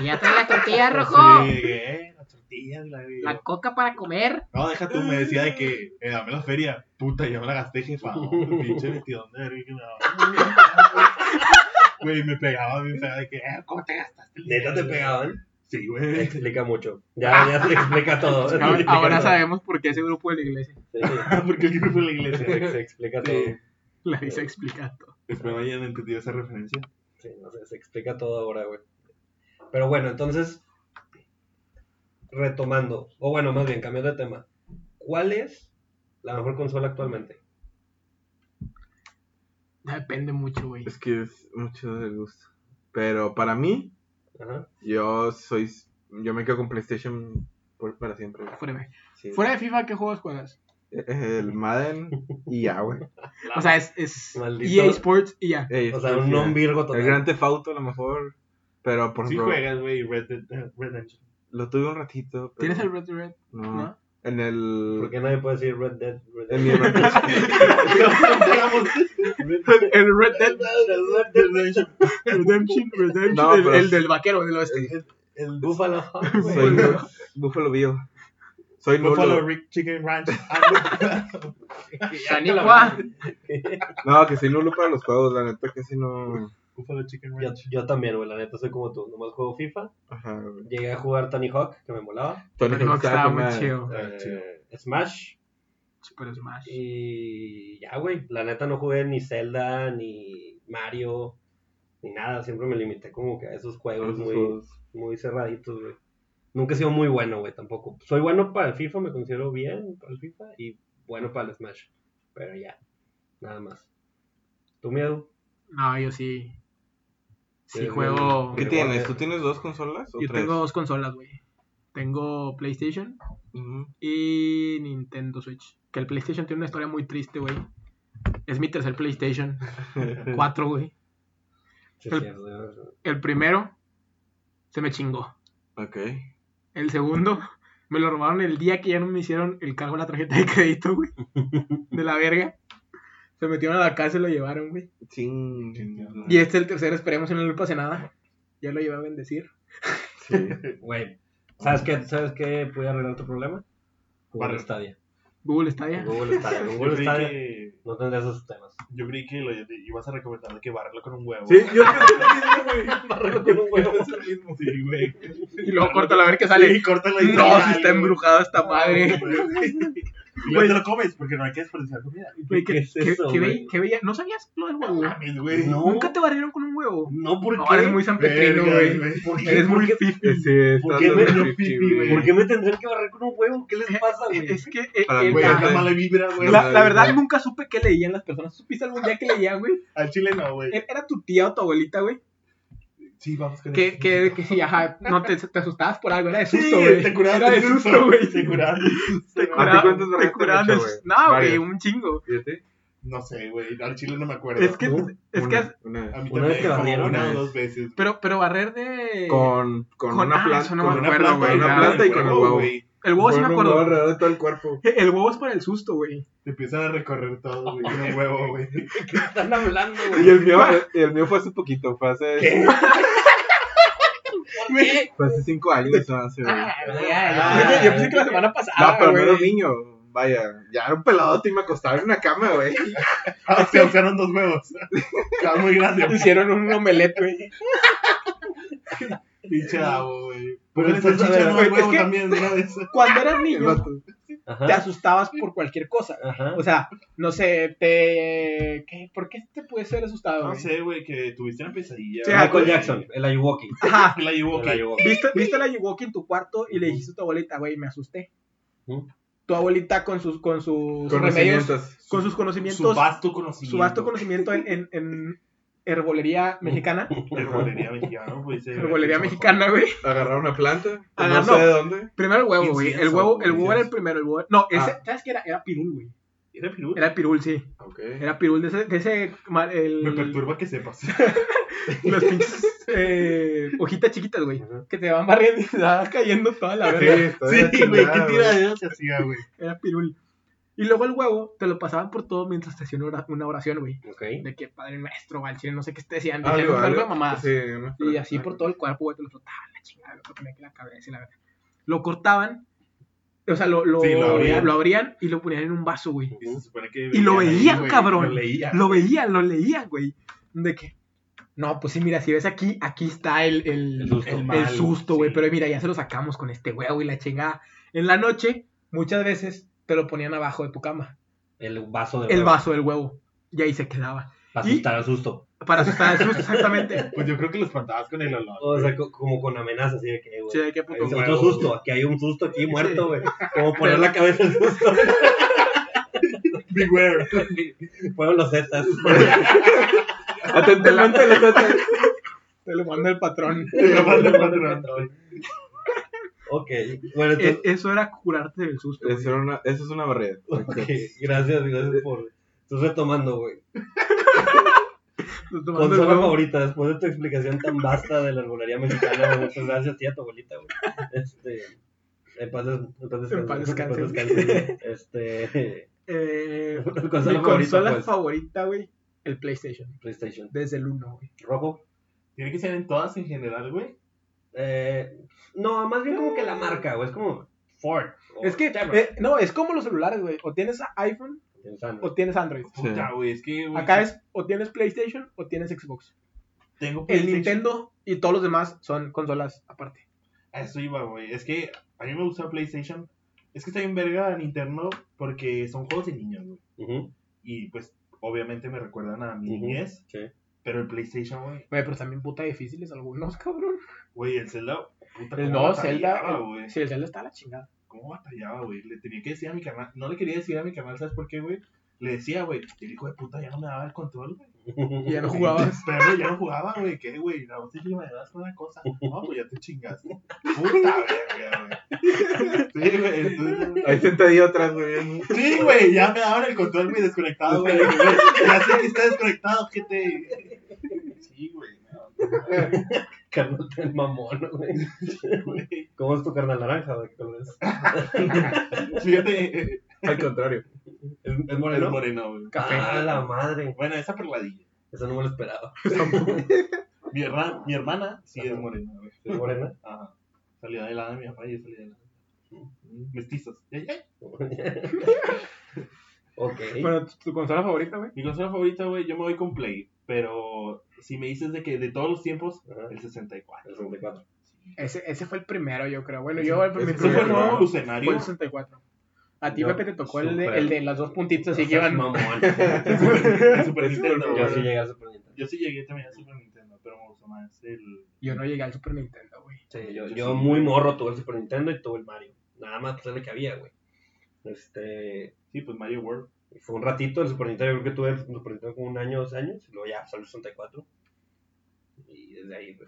[SPEAKER 4] Y ya trae la tortilla rojo.
[SPEAKER 3] Sí, de que, eh, las tortillas, la vida.
[SPEAKER 4] La coca para comer.
[SPEAKER 3] No, deja tú, me decía de que eh, dame la feria. Puta, ya me la gasté, jefa. Oh, pinche vestidón de verga que me daba. Güey, me pegaba, me pegaba de que, eh, ¿cómo te gastaste? el
[SPEAKER 1] Neta te
[SPEAKER 3] dinero?
[SPEAKER 1] pegaban.
[SPEAKER 3] Sí,
[SPEAKER 1] Te
[SPEAKER 3] güey.
[SPEAKER 1] explica mucho. Ya, ya se explica todo. Se
[SPEAKER 2] Ah. Ahora,
[SPEAKER 1] explica
[SPEAKER 2] ahora
[SPEAKER 1] todo.
[SPEAKER 2] sabemos por qué ese grupo de la iglesia
[SPEAKER 1] Sí,
[SPEAKER 3] Porque el grupo de la
[SPEAKER 1] se,
[SPEAKER 3] iglesia.
[SPEAKER 1] se explica
[SPEAKER 3] Sí.
[SPEAKER 1] todo.
[SPEAKER 2] la hizo explicando.
[SPEAKER 3] Espero hayan entendido esa referencia.
[SPEAKER 1] Sí, no sé, se explica todo ahora, güey. Pero bueno, entonces, retomando, o bueno, más bien, cambiando de tema. ¿Cuál es la mejor consola actualmente?
[SPEAKER 2] Depende mucho, güey.
[SPEAKER 5] Es que es mucho del gusto. Pero para mí,
[SPEAKER 1] Ajá.
[SPEAKER 5] yo soy. Yo me quedo con PlayStation por- para siempre. güey.
[SPEAKER 2] Fuera, de-
[SPEAKER 5] Sí.
[SPEAKER 2] fuera de FIFA, ¿qué juegos juegas?
[SPEAKER 5] Eh, eh, El Madden y ya, güey.
[SPEAKER 2] O sea, es, es
[SPEAKER 1] Maldito.
[SPEAKER 2] EA Sports y ya.
[SPEAKER 5] Ey,
[SPEAKER 1] O
[SPEAKER 5] sí,
[SPEAKER 1] sea,
[SPEAKER 5] sí,
[SPEAKER 1] un non-virgo
[SPEAKER 5] El
[SPEAKER 1] total.
[SPEAKER 5] Gran Theft Auto, a lo mejor. Pero por
[SPEAKER 3] Sí
[SPEAKER 5] ejemplo,
[SPEAKER 3] juegas, güey, Red Dead eh, Redemption.
[SPEAKER 5] lo tuve un ratito. pero
[SPEAKER 2] ¿Tienes el Red Dead Red?
[SPEAKER 5] No.
[SPEAKER 2] ¿No?
[SPEAKER 5] En el.
[SPEAKER 1] ¿Por qué nadie puede decir Red Dead Redemption?
[SPEAKER 5] En mi hermano.
[SPEAKER 2] El Red Dead
[SPEAKER 3] Red Dead Redemption.
[SPEAKER 2] Redemption, Redemption,
[SPEAKER 5] No,
[SPEAKER 2] el,
[SPEAKER 5] pero
[SPEAKER 2] el
[SPEAKER 5] es-
[SPEAKER 2] del vaquero del oeste.
[SPEAKER 1] El Buffalo.
[SPEAKER 5] soy nu- Buffalo Bill. Soy
[SPEAKER 3] Buffalo
[SPEAKER 5] nulo.
[SPEAKER 3] Rick Chicken Ranch.
[SPEAKER 1] Ah,
[SPEAKER 2] Sanicua.
[SPEAKER 5] No, que soy nulo para los juegos, la neta que si no.
[SPEAKER 3] Buffalo Chicken
[SPEAKER 1] Yo,
[SPEAKER 3] Ranch.
[SPEAKER 1] yo también, güey, la neta soy como tú. Nomás juego FIFA.
[SPEAKER 5] Ajá, güey.
[SPEAKER 1] Llegué a jugar Tony Hawk, que me molaba.
[SPEAKER 5] Tony
[SPEAKER 2] Pero
[SPEAKER 5] Hawk
[SPEAKER 2] estaba
[SPEAKER 5] con
[SPEAKER 2] muy
[SPEAKER 5] madre.
[SPEAKER 2] chido.
[SPEAKER 3] Ah, chido.
[SPEAKER 1] Eh, Smash.
[SPEAKER 2] Super Smash.
[SPEAKER 1] Y ya, güey. La neta no jugué ni Zelda, ni Mario, ni nada. Siempre me limité como que a esos
[SPEAKER 5] Todos
[SPEAKER 1] juegos
[SPEAKER 5] esos
[SPEAKER 1] muy,
[SPEAKER 5] juegos.
[SPEAKER 1] muy cerraditos, güey. Nunca he sido muy bueno, güey, tampoco. Soy bueno para el FIFA, me considero bien para el FIFA y bueno para el Smash. Pero ya, nada más. ¿Tu miedo?
[SPEAKER 2] No, yo sí. Sí
[SPEAKER 1] Eh,
[SPEAKER 2] juego.
[SPEAKER 5] ¿Qué
[SPEAKER 1] Pero
[SPEAKER 5] tienes?
[SPEAKER 1] bueno.
[SPEAKER 5] ¿Tú tienes dos consolas? O
[SPEAKER 2] Yo
[SPEAKER 5] tres?
[SPEAKER 2] tengo dos consolas, güey. Tengo PlayStation
[SPEAKER 5] Ujú.
[SPEAKER 2] y Nintendo Switch. Que el PlayStation tiene una historia muy triste, güey. Es mi tercer PlayStation. Cuatro, güey.
[SPEAKER 1] Sí,
[SPEAKER 2] El-
[SPEAKER 1] cierto, ¿no?
[SPEAKER 2] El primero se me chingó.
[SPEAKER 5] Ok.
[SPEAKER 2] El segundo me lo robaron el día que ya no me hicieron el cargo de la tarjeta de crédito, güey. De la verga. Se metieron a la casa y lo llevaron, güey.
[SPEAKER 5] Ching.
[SPEAKER 2] Y este, el tercero, esperemos que no le pase nada. Ya lo llevé a bendecir.
[SPEAKER 5] Sí.
[SPEAKER 1] Güey, ¿sabes qué, ¿sabes qué puede arreglar tu problema? Jugar
[SPEAKER 3] Barrio.
[SPEAKER 1] Stadia.
[SPEAKER 2] Google Stadia.
[SPEAKER 1] Google Stadia.
[SPEAKER 3] Yo
[SPEAKER 1] Google
[SPEAKER 3] creí
[SPEAKER 1] Stadia.
[SPEAKER 3] que-
[SPEAKER 1] No tendría esos temas.
[SPEAKER 3] Yo creí que lo ibas a recomendar de que barrerlo con un huevo.
[SPEAKER 5] Sí, yo pensé
[SPEAKER 1] Barrerlo con un huevo.
[SPEAKER 5] lo mismo, güey.
[SPEAKER 3] Sí, güey.
[SPEAKER 2] Y luego corta la verga que sale.
[SPEAKER 3] Sí, córtala y
[SPEAKER 2] No,
[SPEAKER 3] sale
[SPEAKER 2] si está
[SPEAKER 3] algo.
[SPEAKER 2] embrujada esta madre.
[SPEAKER 3] Y luego te lo comes porque no hay que desperdiciar comida.
[SPEAKER 2] Güey, ¿qué,
[SPEAKER 1] ¿Qué es
[SPEAKER 2] qué-
[SPEAKER 1] eso,
[SPEAKER 2] qué
[SPEAKER 1] güey?
[SPEAKER 2] ve- qué veía? ¿No sabías lo del huevo?
[SPEAKER 3] Mames, güey.
[SPEAKER 1] No.
[SPEAKER 2] Nunca te barrieron con un huevo.
[SPEAKER 3] No, ¿por
[SPEAKER 2] No,
[SPEAKER 3] qué?
[SPEAKER 2] eres muy sanpetrino,
[SPEAKER 3] Vergas,
[SPEAKER 2] güey.
[SPEAKER 3] ¿Por qué?
[SPEAKER 2] Eres
[SPEAKER 3] ¿Por
[SPEAKER 2] muy
[SPEAKER 3] qué?
[SPEAKER 2] fifi.
[SPEAKER 5] Sí, estás
[SPEAKER 1] ¿Por qué me
[SPEAKER 5] dando
[SPEAKER 1] dio
[SPEAKER 5] fifty,
[SPEAKER 3] pipí, güey?
[SPEAKER 1] ¿Por qué me tendrán que barrer con un huevo? ¿Qué les
[SPEAKER 2] Eh,
[SPEAKER 1] pasa, güey?
[SPEAKER 2] Es que eh,
[SPEAKER 5] Para
[SPEAKER 2] eh,
[SPEAKER 3] Güey,
[SPEAKER 5] Ajá.
[SPEAKER 3] la mala vibra, güey.
[SPEAKER 2] la, la verdad nunca supe qué leían las personas. ¿Supiste algún día que leían, güey?
[SPEAKER 3] Al chile no, güey.
[SPEAKER 2] ¿E- ¿Era tu tía o tu abuelita, güey?
[SPEAKER 3] Sí, vamos con
[SPEAKER 2] Que,
[SPEAKER 3] eso.
[SPEAKER 2] que, que sí, ajá, no te, te asustabas por algo, era de
[SPEAKER 3] Sí,
[SPEAKER 2] susto, güey.
[SPEAKER 3] te curaban
[SPEAKER 2] era de susto, güey.
[SPEAKER 3] Te curaban del susto,
[SPEAKER 2] Te
[SPEAKER 3] güey.
[SPEAKER 5] curaban.
[SPEAKER 2] curaban-
[SPEAKER 5] cuántas
[SPEAKER 2] te
[SPEAKER 5] barras te
[SPEAKER 2] curaban
[SPEAKER 5] han
[SPEAKER 2] de
[SPEAKER 5] hecho,
[SPEAKER 2] sus-
[SPEAKER 5] güey?
[SPEAKER 2] No, güey,
[SPEAKER 5] Varias.
[SPEAKER 2] un chingo.
[SPEAKER 5] Fíjate.
[SPEAKER 3] No sé, güey. Al chile no me acuerdo.
[SPEAKER 2] Es que,
[SPEAKER 1] ¿Cómo?
[SPEAKER 2] es que,
[SPEAKER 5] Una- una-
[SPEAKER 3] A mí
[SPEAKER 1] Una
[SPEAKER 3] también,
[SPEAKER 1] vez te
[SPEAKER 3] como
[SPEAKER 1] barrieron,
[SPEAKER 3] una o
[SPEAKER 5] ¿no?
[SPEAKER 3] dos veces.
[SPEAKER 2] pero, pero barrer de...
[SPEAKER 5] con, con,
[SPEAKER 2] con-
[SPEAKER 5] una
[SPEAKER 2] ah,
[SPEAKER 5] planta.
[SPEAKER 2] eso no
[SPEAKER 5] con
[SPEAKER 2] me
[SPEAKER 5] una
[SPEAKER 2] acuerdo,
[SPEAKER 5] planta,
[SPEAKER 2] güey,
[SPEAKER 5] Con una
[SPEAKER 2] nada,
[SPEAKER 5] planta y con el
[SPEAKER 3] huevo,
[SPEAKER 5] huevo.
[SPEAKER 3] güey.
[SPEAKER 2] El huevo sí
[SPEAKER 5] Con
[SPEAKER 2] me
[SPEAKER 5] un huevo
[SPEAKER 2] acuerdo.
[SPEAKER 5] alrededor de todo el cuerpo.
[SPEAKER 2] El huevo es para el susto, güey.
[SPEAKER 3] Te empiezan a recorrer todo, güey. Con un huevo, güey.
[SPEAKER 1] ¿De qué están hablando,
[SPEAKER 5] Y
[SPEAKER 1] güey?
[SPEAKER 5] el mío, el, el mío fue hace poquito, fue hace,
[SPEAKER 1] ¿Por qué?
[SPEAKER 5] fue hace cinco años. o hace, güey.
[SPEAKER 2] Yo pensé- yo pensé que la semana
[SPEAKER 5] Ah, No,
[SPEAKER 2] pasada, Ah,
[SPEAKER 5] pero no
[SPEAKER 2] güey.
[SPEAKER 5] era un niño. Vaya, ya era un peladote y me acostaba en una cama, güey.
[SPEAKER 3] Ah, se usaron dos huevos. Estaba muy grande.
[SPEAKER 2] Hicieron un omelette, güey.
[SPEAKER 3] Pinche chavo, güey.
[SPEAKER 1] Pero
[SPEAKER 3] Póngale
[SPEAKER 1] entonces,
[SPEAKER 3] salchicha
[SPEAKER 1] a ver,
[SPEAKER 3] no al
[SPEAKER 2] güey, es
[SPEAKER 3] huevo
[SPEAKER 2] que-
[SPEAKER 3] también, una de esas.
[SPEAKER 2] Cuando eras
[SPEAKER 5] El
[SPEAKER 2] niño,
[SPEAKER 5] vato.
[SPEAKER 2] te
[SPEAKER 1] Ajá.
[SPEAKER 2] asustabas por cualquier cosa.
[SPEAKER 1] Ajá.
[SPEAKER 2] O sea, no sé, te... ¿qué? ¿Por qué te puedes ser asustado,
[SPEAKER 3] No
[SPEAKER 2] güey?
[SPEAKER 3] sé, güey, que tuviste una pesadilla.
[SPEAKER 2] Sí,
[SPEAKER 3] güey.
[SPEAKER 1] Michael Jackson, el Ayuwoki.
[SPEAKER 2] Ajá.
[SPEAKER 3] La llevó,
[SPEAKER 1] El Ayuwoki.
[SPEAKER 2] ¿Viste, viste la Yuwoki en tu cuarto y le dijiste a tu abuelita, güey, me asusté?
[SPEAKER 1] Ujú.
[SPEAKER 2] Tu abuelita con sus, con sus remedios,
[SPEAKER 5] Conocimientos.
[SPEAKER 2] con sus
[SPEAKER 3] que
[SPEAKER 2] conocimientos,
[SPEAKER 3] su vasto conocimiento.
[SPEAKER 2] su vasto conocimiento en, en- en herbolería mexicana,
[SPEAKER 3] Herbolería mexicana, pues, eh, güey. se-
[SPEAKER 2] herbolería mexicana, güey.
[SPEAKER 5] Agarrar una planta.
[SPEAKER 2] Agarró.
[SPEAKER 5] No sé de dónde.
[SPEAKER 2] Primero el huevo, güey. El
[SPEAKER 3] Incienso,
[SPEAKER 2] huevo, el huevo
[SPEAKER 3] incienso.
[SPEAKER 2] era el primero, el huevo. No, ese,
[SPEAKER 5] Ah.
[SPEAKER 2] ¿sabes qué era? Era pirul, güey.
[SPEAKER 3] ¿Era pirú?
[SPEAKER 2] Era pirul, sí.
[SPEAKER 5] Ok.
[SPEAKER 2] Era pirul de ese, de ese ma- el-
[SPEAKER 3] Me perturba que sepas.
[SPEAKER 2] las pinches eh, hojitas chiquitas, güey.
[SPEAKER 5] Ajá.
[SPEAKER 2] Que te van barriendo y te vas cayendo toda la verga.
[SPEAKER 5] todavía
[SPEAKER 3] Sí, güey, qué
[SPEAKER 5] chingada,
[SPEAKER 3] tiradero se hacía, güey.
[SPEAKER 2] Era pirul. Y luego el huevo te lo pasaban por todo mientras te hacían ora- una oración, güey.
[SPEAKER 1] Ok.
[SPEAKER 2] De que padre nuestro, al chile, no sé qué te decían.
[SPEAKER 5] Ah,
[SPEAKER 2] Decían
[SPEAKER 5] algo,
[SPEAKER 2] algo de
[SPEAKER 5] algo.
[SPEAKER 2] mamadas.
[SPEAKER 5] Sí, una-
[SPEAKER 2] Y así por todo el cuerpo, güey, te lo frotaban, la chingada, lo ponían aquí en la cabeza y la verga. Lo cortaban, o sea, lo, lo,
[SPEAKER 3] Sí,
[SPEAKER 2] lo
[SPEAKER 3] lo
[SPEAKER 2] abrían.
[SPEAKER 3] abrían.
[SPEAKER 2] y lo ponían en un vaso, güey.
[SPEAKER 3] Y se supone que
[SPEAKER 2] Y lo veían,
[SPEAKER 3] güey,
[SPEAKER 2] cabrón.
[SPEAKER 3] Lo veían.
[SPEAKER 2] Lo veían, lo leían, güey. De que, no, pues sí, mira, si ves aquí, aquí está el, el,
[SPEAKER 1] El susto.
[SPEAKER 2] el- el
[SPEAKER 3] mal,
[SPEAKER 2] susto, güey.
[SPEAKER 3] sí.
[SPEAKER 2] Pero mira, ya se lo sacamos con este huevo y la chingada. En la noche, muchas veces te lo ponían abajo de tu cama,
[SPEAKER 1] El vaso de
[SPEAKER 2] el
[SPEAKER 1] huevo.
[SPEAKER 2] vaso del huevo. Y ahí se quedaba.
[SPEAKER 1] Para
[SPEAKER 2] Y-
[SPEAKER 1] asustar al susto.
[SPEAKER 2] Para asustar al susto, exactamente.
[SPEAKER 3] Pues yo creo que lo espantabas con el olor.
[SPEAKER 1] O sea, co- como con amenazas, así de que, güey.
[SPEAKER 2] Sí, de qué
[SPEAKER 1] hay
[SPEAKER 2] puto
[SPEAKER 1] otro
[SPEAKER 2] huevo,
[SPEAKER 1] susto, aquí hay un susto aquí muerto, güey. Como poner la cabeza en el susto.
[SPEAKER 3] Beware.
[SPEAKER 1] Fueron los Zetas.
[SPEAKER 5] Atentamente los otros.
[SPEAKER 2] Te lo manda el patrón.
[SPEAKER 3] Te lo manda el patrón.
[SPEAKER 1] Ok, bueno,
[SPEAKER 2] E-
[SPEAKER 1] entonces,
[SPEAKER 2] Eso era curarte del susto. güey.
[SPEAKER 5] Eso era una- eso es una barrera.
[SPEAKER 1] ok, gracias, gracias por. Estás retomando, güey.
[SPEAKER 2] Lo tomando el
[SPEAKER 1] Consola
[SPEAKER 2] huevo.
[SPEAKER 1] favorita, después de tu explicación tan vasta de la arbolería mexicana, güey, muchas gracias, tía, tu abuelita, güey. Este. En paz, des- en paz descanse.
[SPEAKER 2] En paz descanse.
[SPEAKER 1] descanse, güey. Este.
[SPEAKER 2] Eh,
[SPEAKER 1] tu
[SPEAKER 2] mi
[SPEAKER 1] Consola
[SPEAKER 2] consola
[SPEAKER 1] favorita, pues,
[SPEAKER 2] favorita, güey, el PlayStation.
[SPEAKER 1] PlayStation.
[SPEAKER 2] Desde el 1, güey.
[SPEAKER 1] Rojo.
[SPEAKER 3] Tiene que ser en todas en general, güey.
[SPEAKER 1] Eh, no, más bien como que la marca, güey. Es como Ford. o
[SPEAKER 2] Es que,
[SPEAKER 1] Chevrolet.
[SPEAKER 2] eh, no, es como los celulares, güey. O tienes iPhone
[SPEAKER 1] Pensando.
[SPEAKER 2] o tienes Android.
[SPEAKER 3] Puta, güey, es que, güey.
[SPEAKER 2] Acá es o tienes PlayStation o tienes Xbox.
[SPEAKER 3] Tengo
[SPEAKER 2] El
[SPEAKER 3] PlayStation.
[SPEAKER 2] Nintendo y todos los demás son consolas aparte.
[SPEAKER 3] A eso iba, güey. Es que a mí me gusta PlayStation. Es que está bien verga Nintendo porque son juegos de niños, güey.
[SPEAKER 1] Ujú,
[SPEAKER 3] Y pues, obviamente me recuerdan a mi
[SPEAKER 1] Ujú.
[SPEAKER 3] niñez.
[SPEAKER 1] sí.
[SPEAKER 3] Pero el PlayStation, güey.
[SPEAKER 2] Güey, pero también puta difíciles algunos, cabrón.
[SPEAKER 3] Güey, el Zelda. Puta,
[SPEAKER 2] El
[SPEAKER 3] cómo
[SPEAKER 2] Pues no,
[SPEAKER 3] batallaba,
[SPEAKER 2] Zelda.
[SPEAKER 3] güey.
[SPEAKER 2] el- Sí, el Zelda está a la chingada.
[SPEAKER 3] ¿Cómo batallaba, güey? Le tenía que decir a mi canal. No le quería decir a mi canal, ¿sabes por qué, güey? Le decía, güey, el hijo de puta ya no me daba el control, güey.
[SPEAKER 2] Y ya no jugabas.
[SPEAKER 3] Pero ya no jugaba, güey. ¿Qué, güey? La voz me das con una cosa. No, pues ya te chingaste. Puta verga, güey. Sí, güey. entonces-
[SPEAKER 5] Ahí sentadillo atrás, güey.
[SPEAKER 3] Sí, güey. Ya me daban el control, güey, desconectado, güey. Ya sé que está desconectado, gente. Sí, güey. no,
[SPEAKER 1] Carnal del mamón, güey.
[SPEAKER 3] güey.
[SPEAKER 1] ¿Cómo es tu carnal naranja, güey? ¿Qué color es?
[SPEAKER 3] Fíjate. eh,
[SPEAKER 5] Al contrario.
[SPEAKER 1] ¿Es, es
[SPEAKER 3] El
[SPEAKER 1] moreno?
[SPEAKER 3] moreno, güey.
[SPEAKER 2] Café.
[SPEAKER 1] Ah, la madre.
[SPEAKER 3] Bueno, esa perladilla.
[SPEAKER 1] Eso no me lo esperaba.
[SPEAKER 3] Mi, herma- mi hermana sí es morena, güey.
[SPEAKER 1] ¿Es morena?
[SPEAKER 3] Ajá. Salió de la de mi papá y yo salí de la Mestizos. Ey, ey.
[SPEAKER 1] ok.
[SPEAKER 2] Bueno, ¿tu, tu consola favorita, güey?
[SPEAKER 3] Mi consola favorita, güey, yo me voy con Play. Pero si me dices de que de todos los tiempos,
[SPEAKER 1] Ajá,
[SPEAKER 3] el 64.
[SPEAKER 1] El 64.
[SPEAKER 2] Ese, ese fue el primero, yo creo. Bueno, yo, el- mi
[SPEAKER 5] ese
[SPEAKER 3] Eso fue
[SPEAKER 2] primer
[SPEAKER 3] el
[SPEAKER 5] el
[SPEAKER 3] nuevo
[SPEAKER 2] juego
[SPEAKER 5] primero.
[SPEAKER 2] fue
[SPEAKER 3] escenario.
[SPEAKER 2] el 64. A ti,
[SPEAKER 1] Yo-
[SPEAKER 2] Pepe, te tocó el de,
[SPEAKER 1] súper.
[SPEAKER 2] el de las dos puntitas, así
[SPEAKER 1] No
[SPEAKER 2] que
[SPEAKER 1] seas
[SPEAKER 2] iban.
[SPEAKER 1] mamón.
[SPEAKER 3] El Super Nintendo.
[SPEAKER 5] Disculpa,
[SPEAKER 1] Yo
[SPEAKER 3] güey.
[SPEAKER 1] sí llegué a Super Nintendo.
[SPEAKER 3] Yo sí llegué también a Super Nintendo, pero me gustó más el.
[SPEAKER 2] Yo no llegué al Super Nintendo, güey.
[SPEAKER 1] Sí, yo,
[SPEAKER 5] Yo
[SPEAKER 1] yo
[SPEAKER 5] sí.
[SPEAKER 1] muy morro tuve el Super Nintendo y tuve el Mario. Nada más pues, era lo que había, güey. Este,
[SPEAKER 3] Sí, pues Mario World.
[SPEAKER 1] fue un ratito el Super Nintendo, yo creo que tuve el Super Nintendo como un año, dos años, y luego ya salió el 64. Y desde ahí eh,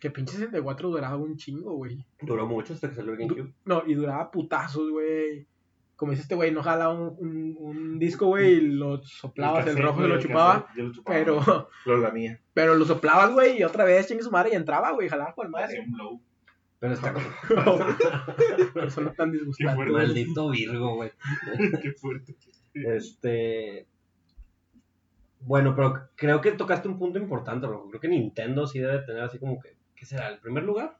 [SPEAKER 2] Que pinche 64 duraba un chingo, güey.
[SPEAKER 1] duró mucho hasta que salió el GameCube.
[SPEAKER 2] No, y duraba putazos, güey. Como dice este güey, no jalaba un, un- un disco, güey, y lo soplabas, el,
[SPEAKER 3] cassette,
[SPEAKER 2] rojo se
[SPEAKER 3] güey,
[SPEAKER 2] lo
[SPEAKER 3] el
[SPEAKER 2] chupaba,
[SPEAKER 3] cassette, yo lo chupaba.
[SPEAKER 2] pero,
[SPEAKER 5] Lo lamía.
[SPEAKER 2] pero lo soplabas, güey, y otra vez, chingue su madre, y entraba, güey, jalaba con el madre.
[SPEAKER 3] Hacía un blow.
[SPEAKER 1] Pero está como,
[SPEAKER 2] Pero eso no tan
[SPEAKER 3] Qué
[SPEAKER 2] disgustante.
[SPEAKER 3] fuerte.
[SPEAKER 1] maldito Virgo, güey.
[SPEAKER 3] Qué fuerte.
[SPEAKER 1] Este. Bueno, pero creo que tocaste un punto importante, loco. Creo que Nintendo sí debe tener así como que. ¿Qué será? ¿El primer lugar?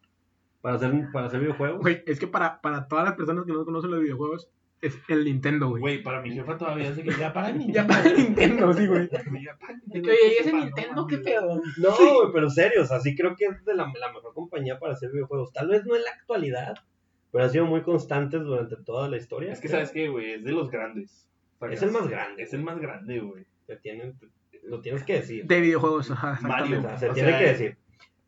[SPEAKER 1] Para hacer, para hacer videojuegos.
[SPEAKER 2] Güey, es que para, para todas las personas que no conocen los videojuegos, es el Nintendo, güey.
[SPEAKER 3] Güey, para mi jefa todavía sé que ya para el
[SPEAKER 2] Ya para el Nintendo, sí, güey.
[SPEAKER 3] Ya para el
[SPEAKER 4] Que
[SPEAKER 3] Nintendo,
[SPEAKER 4] oye, ¿y ese
[SPEAKER 3] jefa, no
[SPEAKER 4] Nintendo qué
[SPEAKER 3] mames.
[SPEAKER 4] pedo?
[SPEAKER 1] No, güey, pero en serio, o sea, sí creo que es de la, la mejor compañía para hacer videojuegos. Tal vez no en la actualidad, pero ha sido muy constantes durante toda la historia.
[SPEAKER 3] Es que, ¿sabes qué, güey? Es de los grandes.
[SPEAKER 1] Es el más grande.
[SPEAKER 3] Es el más grande, güey.
[SPEAKER 1] Te tienen- te- lo tienes que decir.
[SPEAKER 2] De videojuegos, ajá, exactamente.
[SPEAKER 1] O sea, se
[SPEAKER 3] o
[SPEAKER 1] tiene
[SPEAKER 3] sea,
[SPEAKER 1] que decir.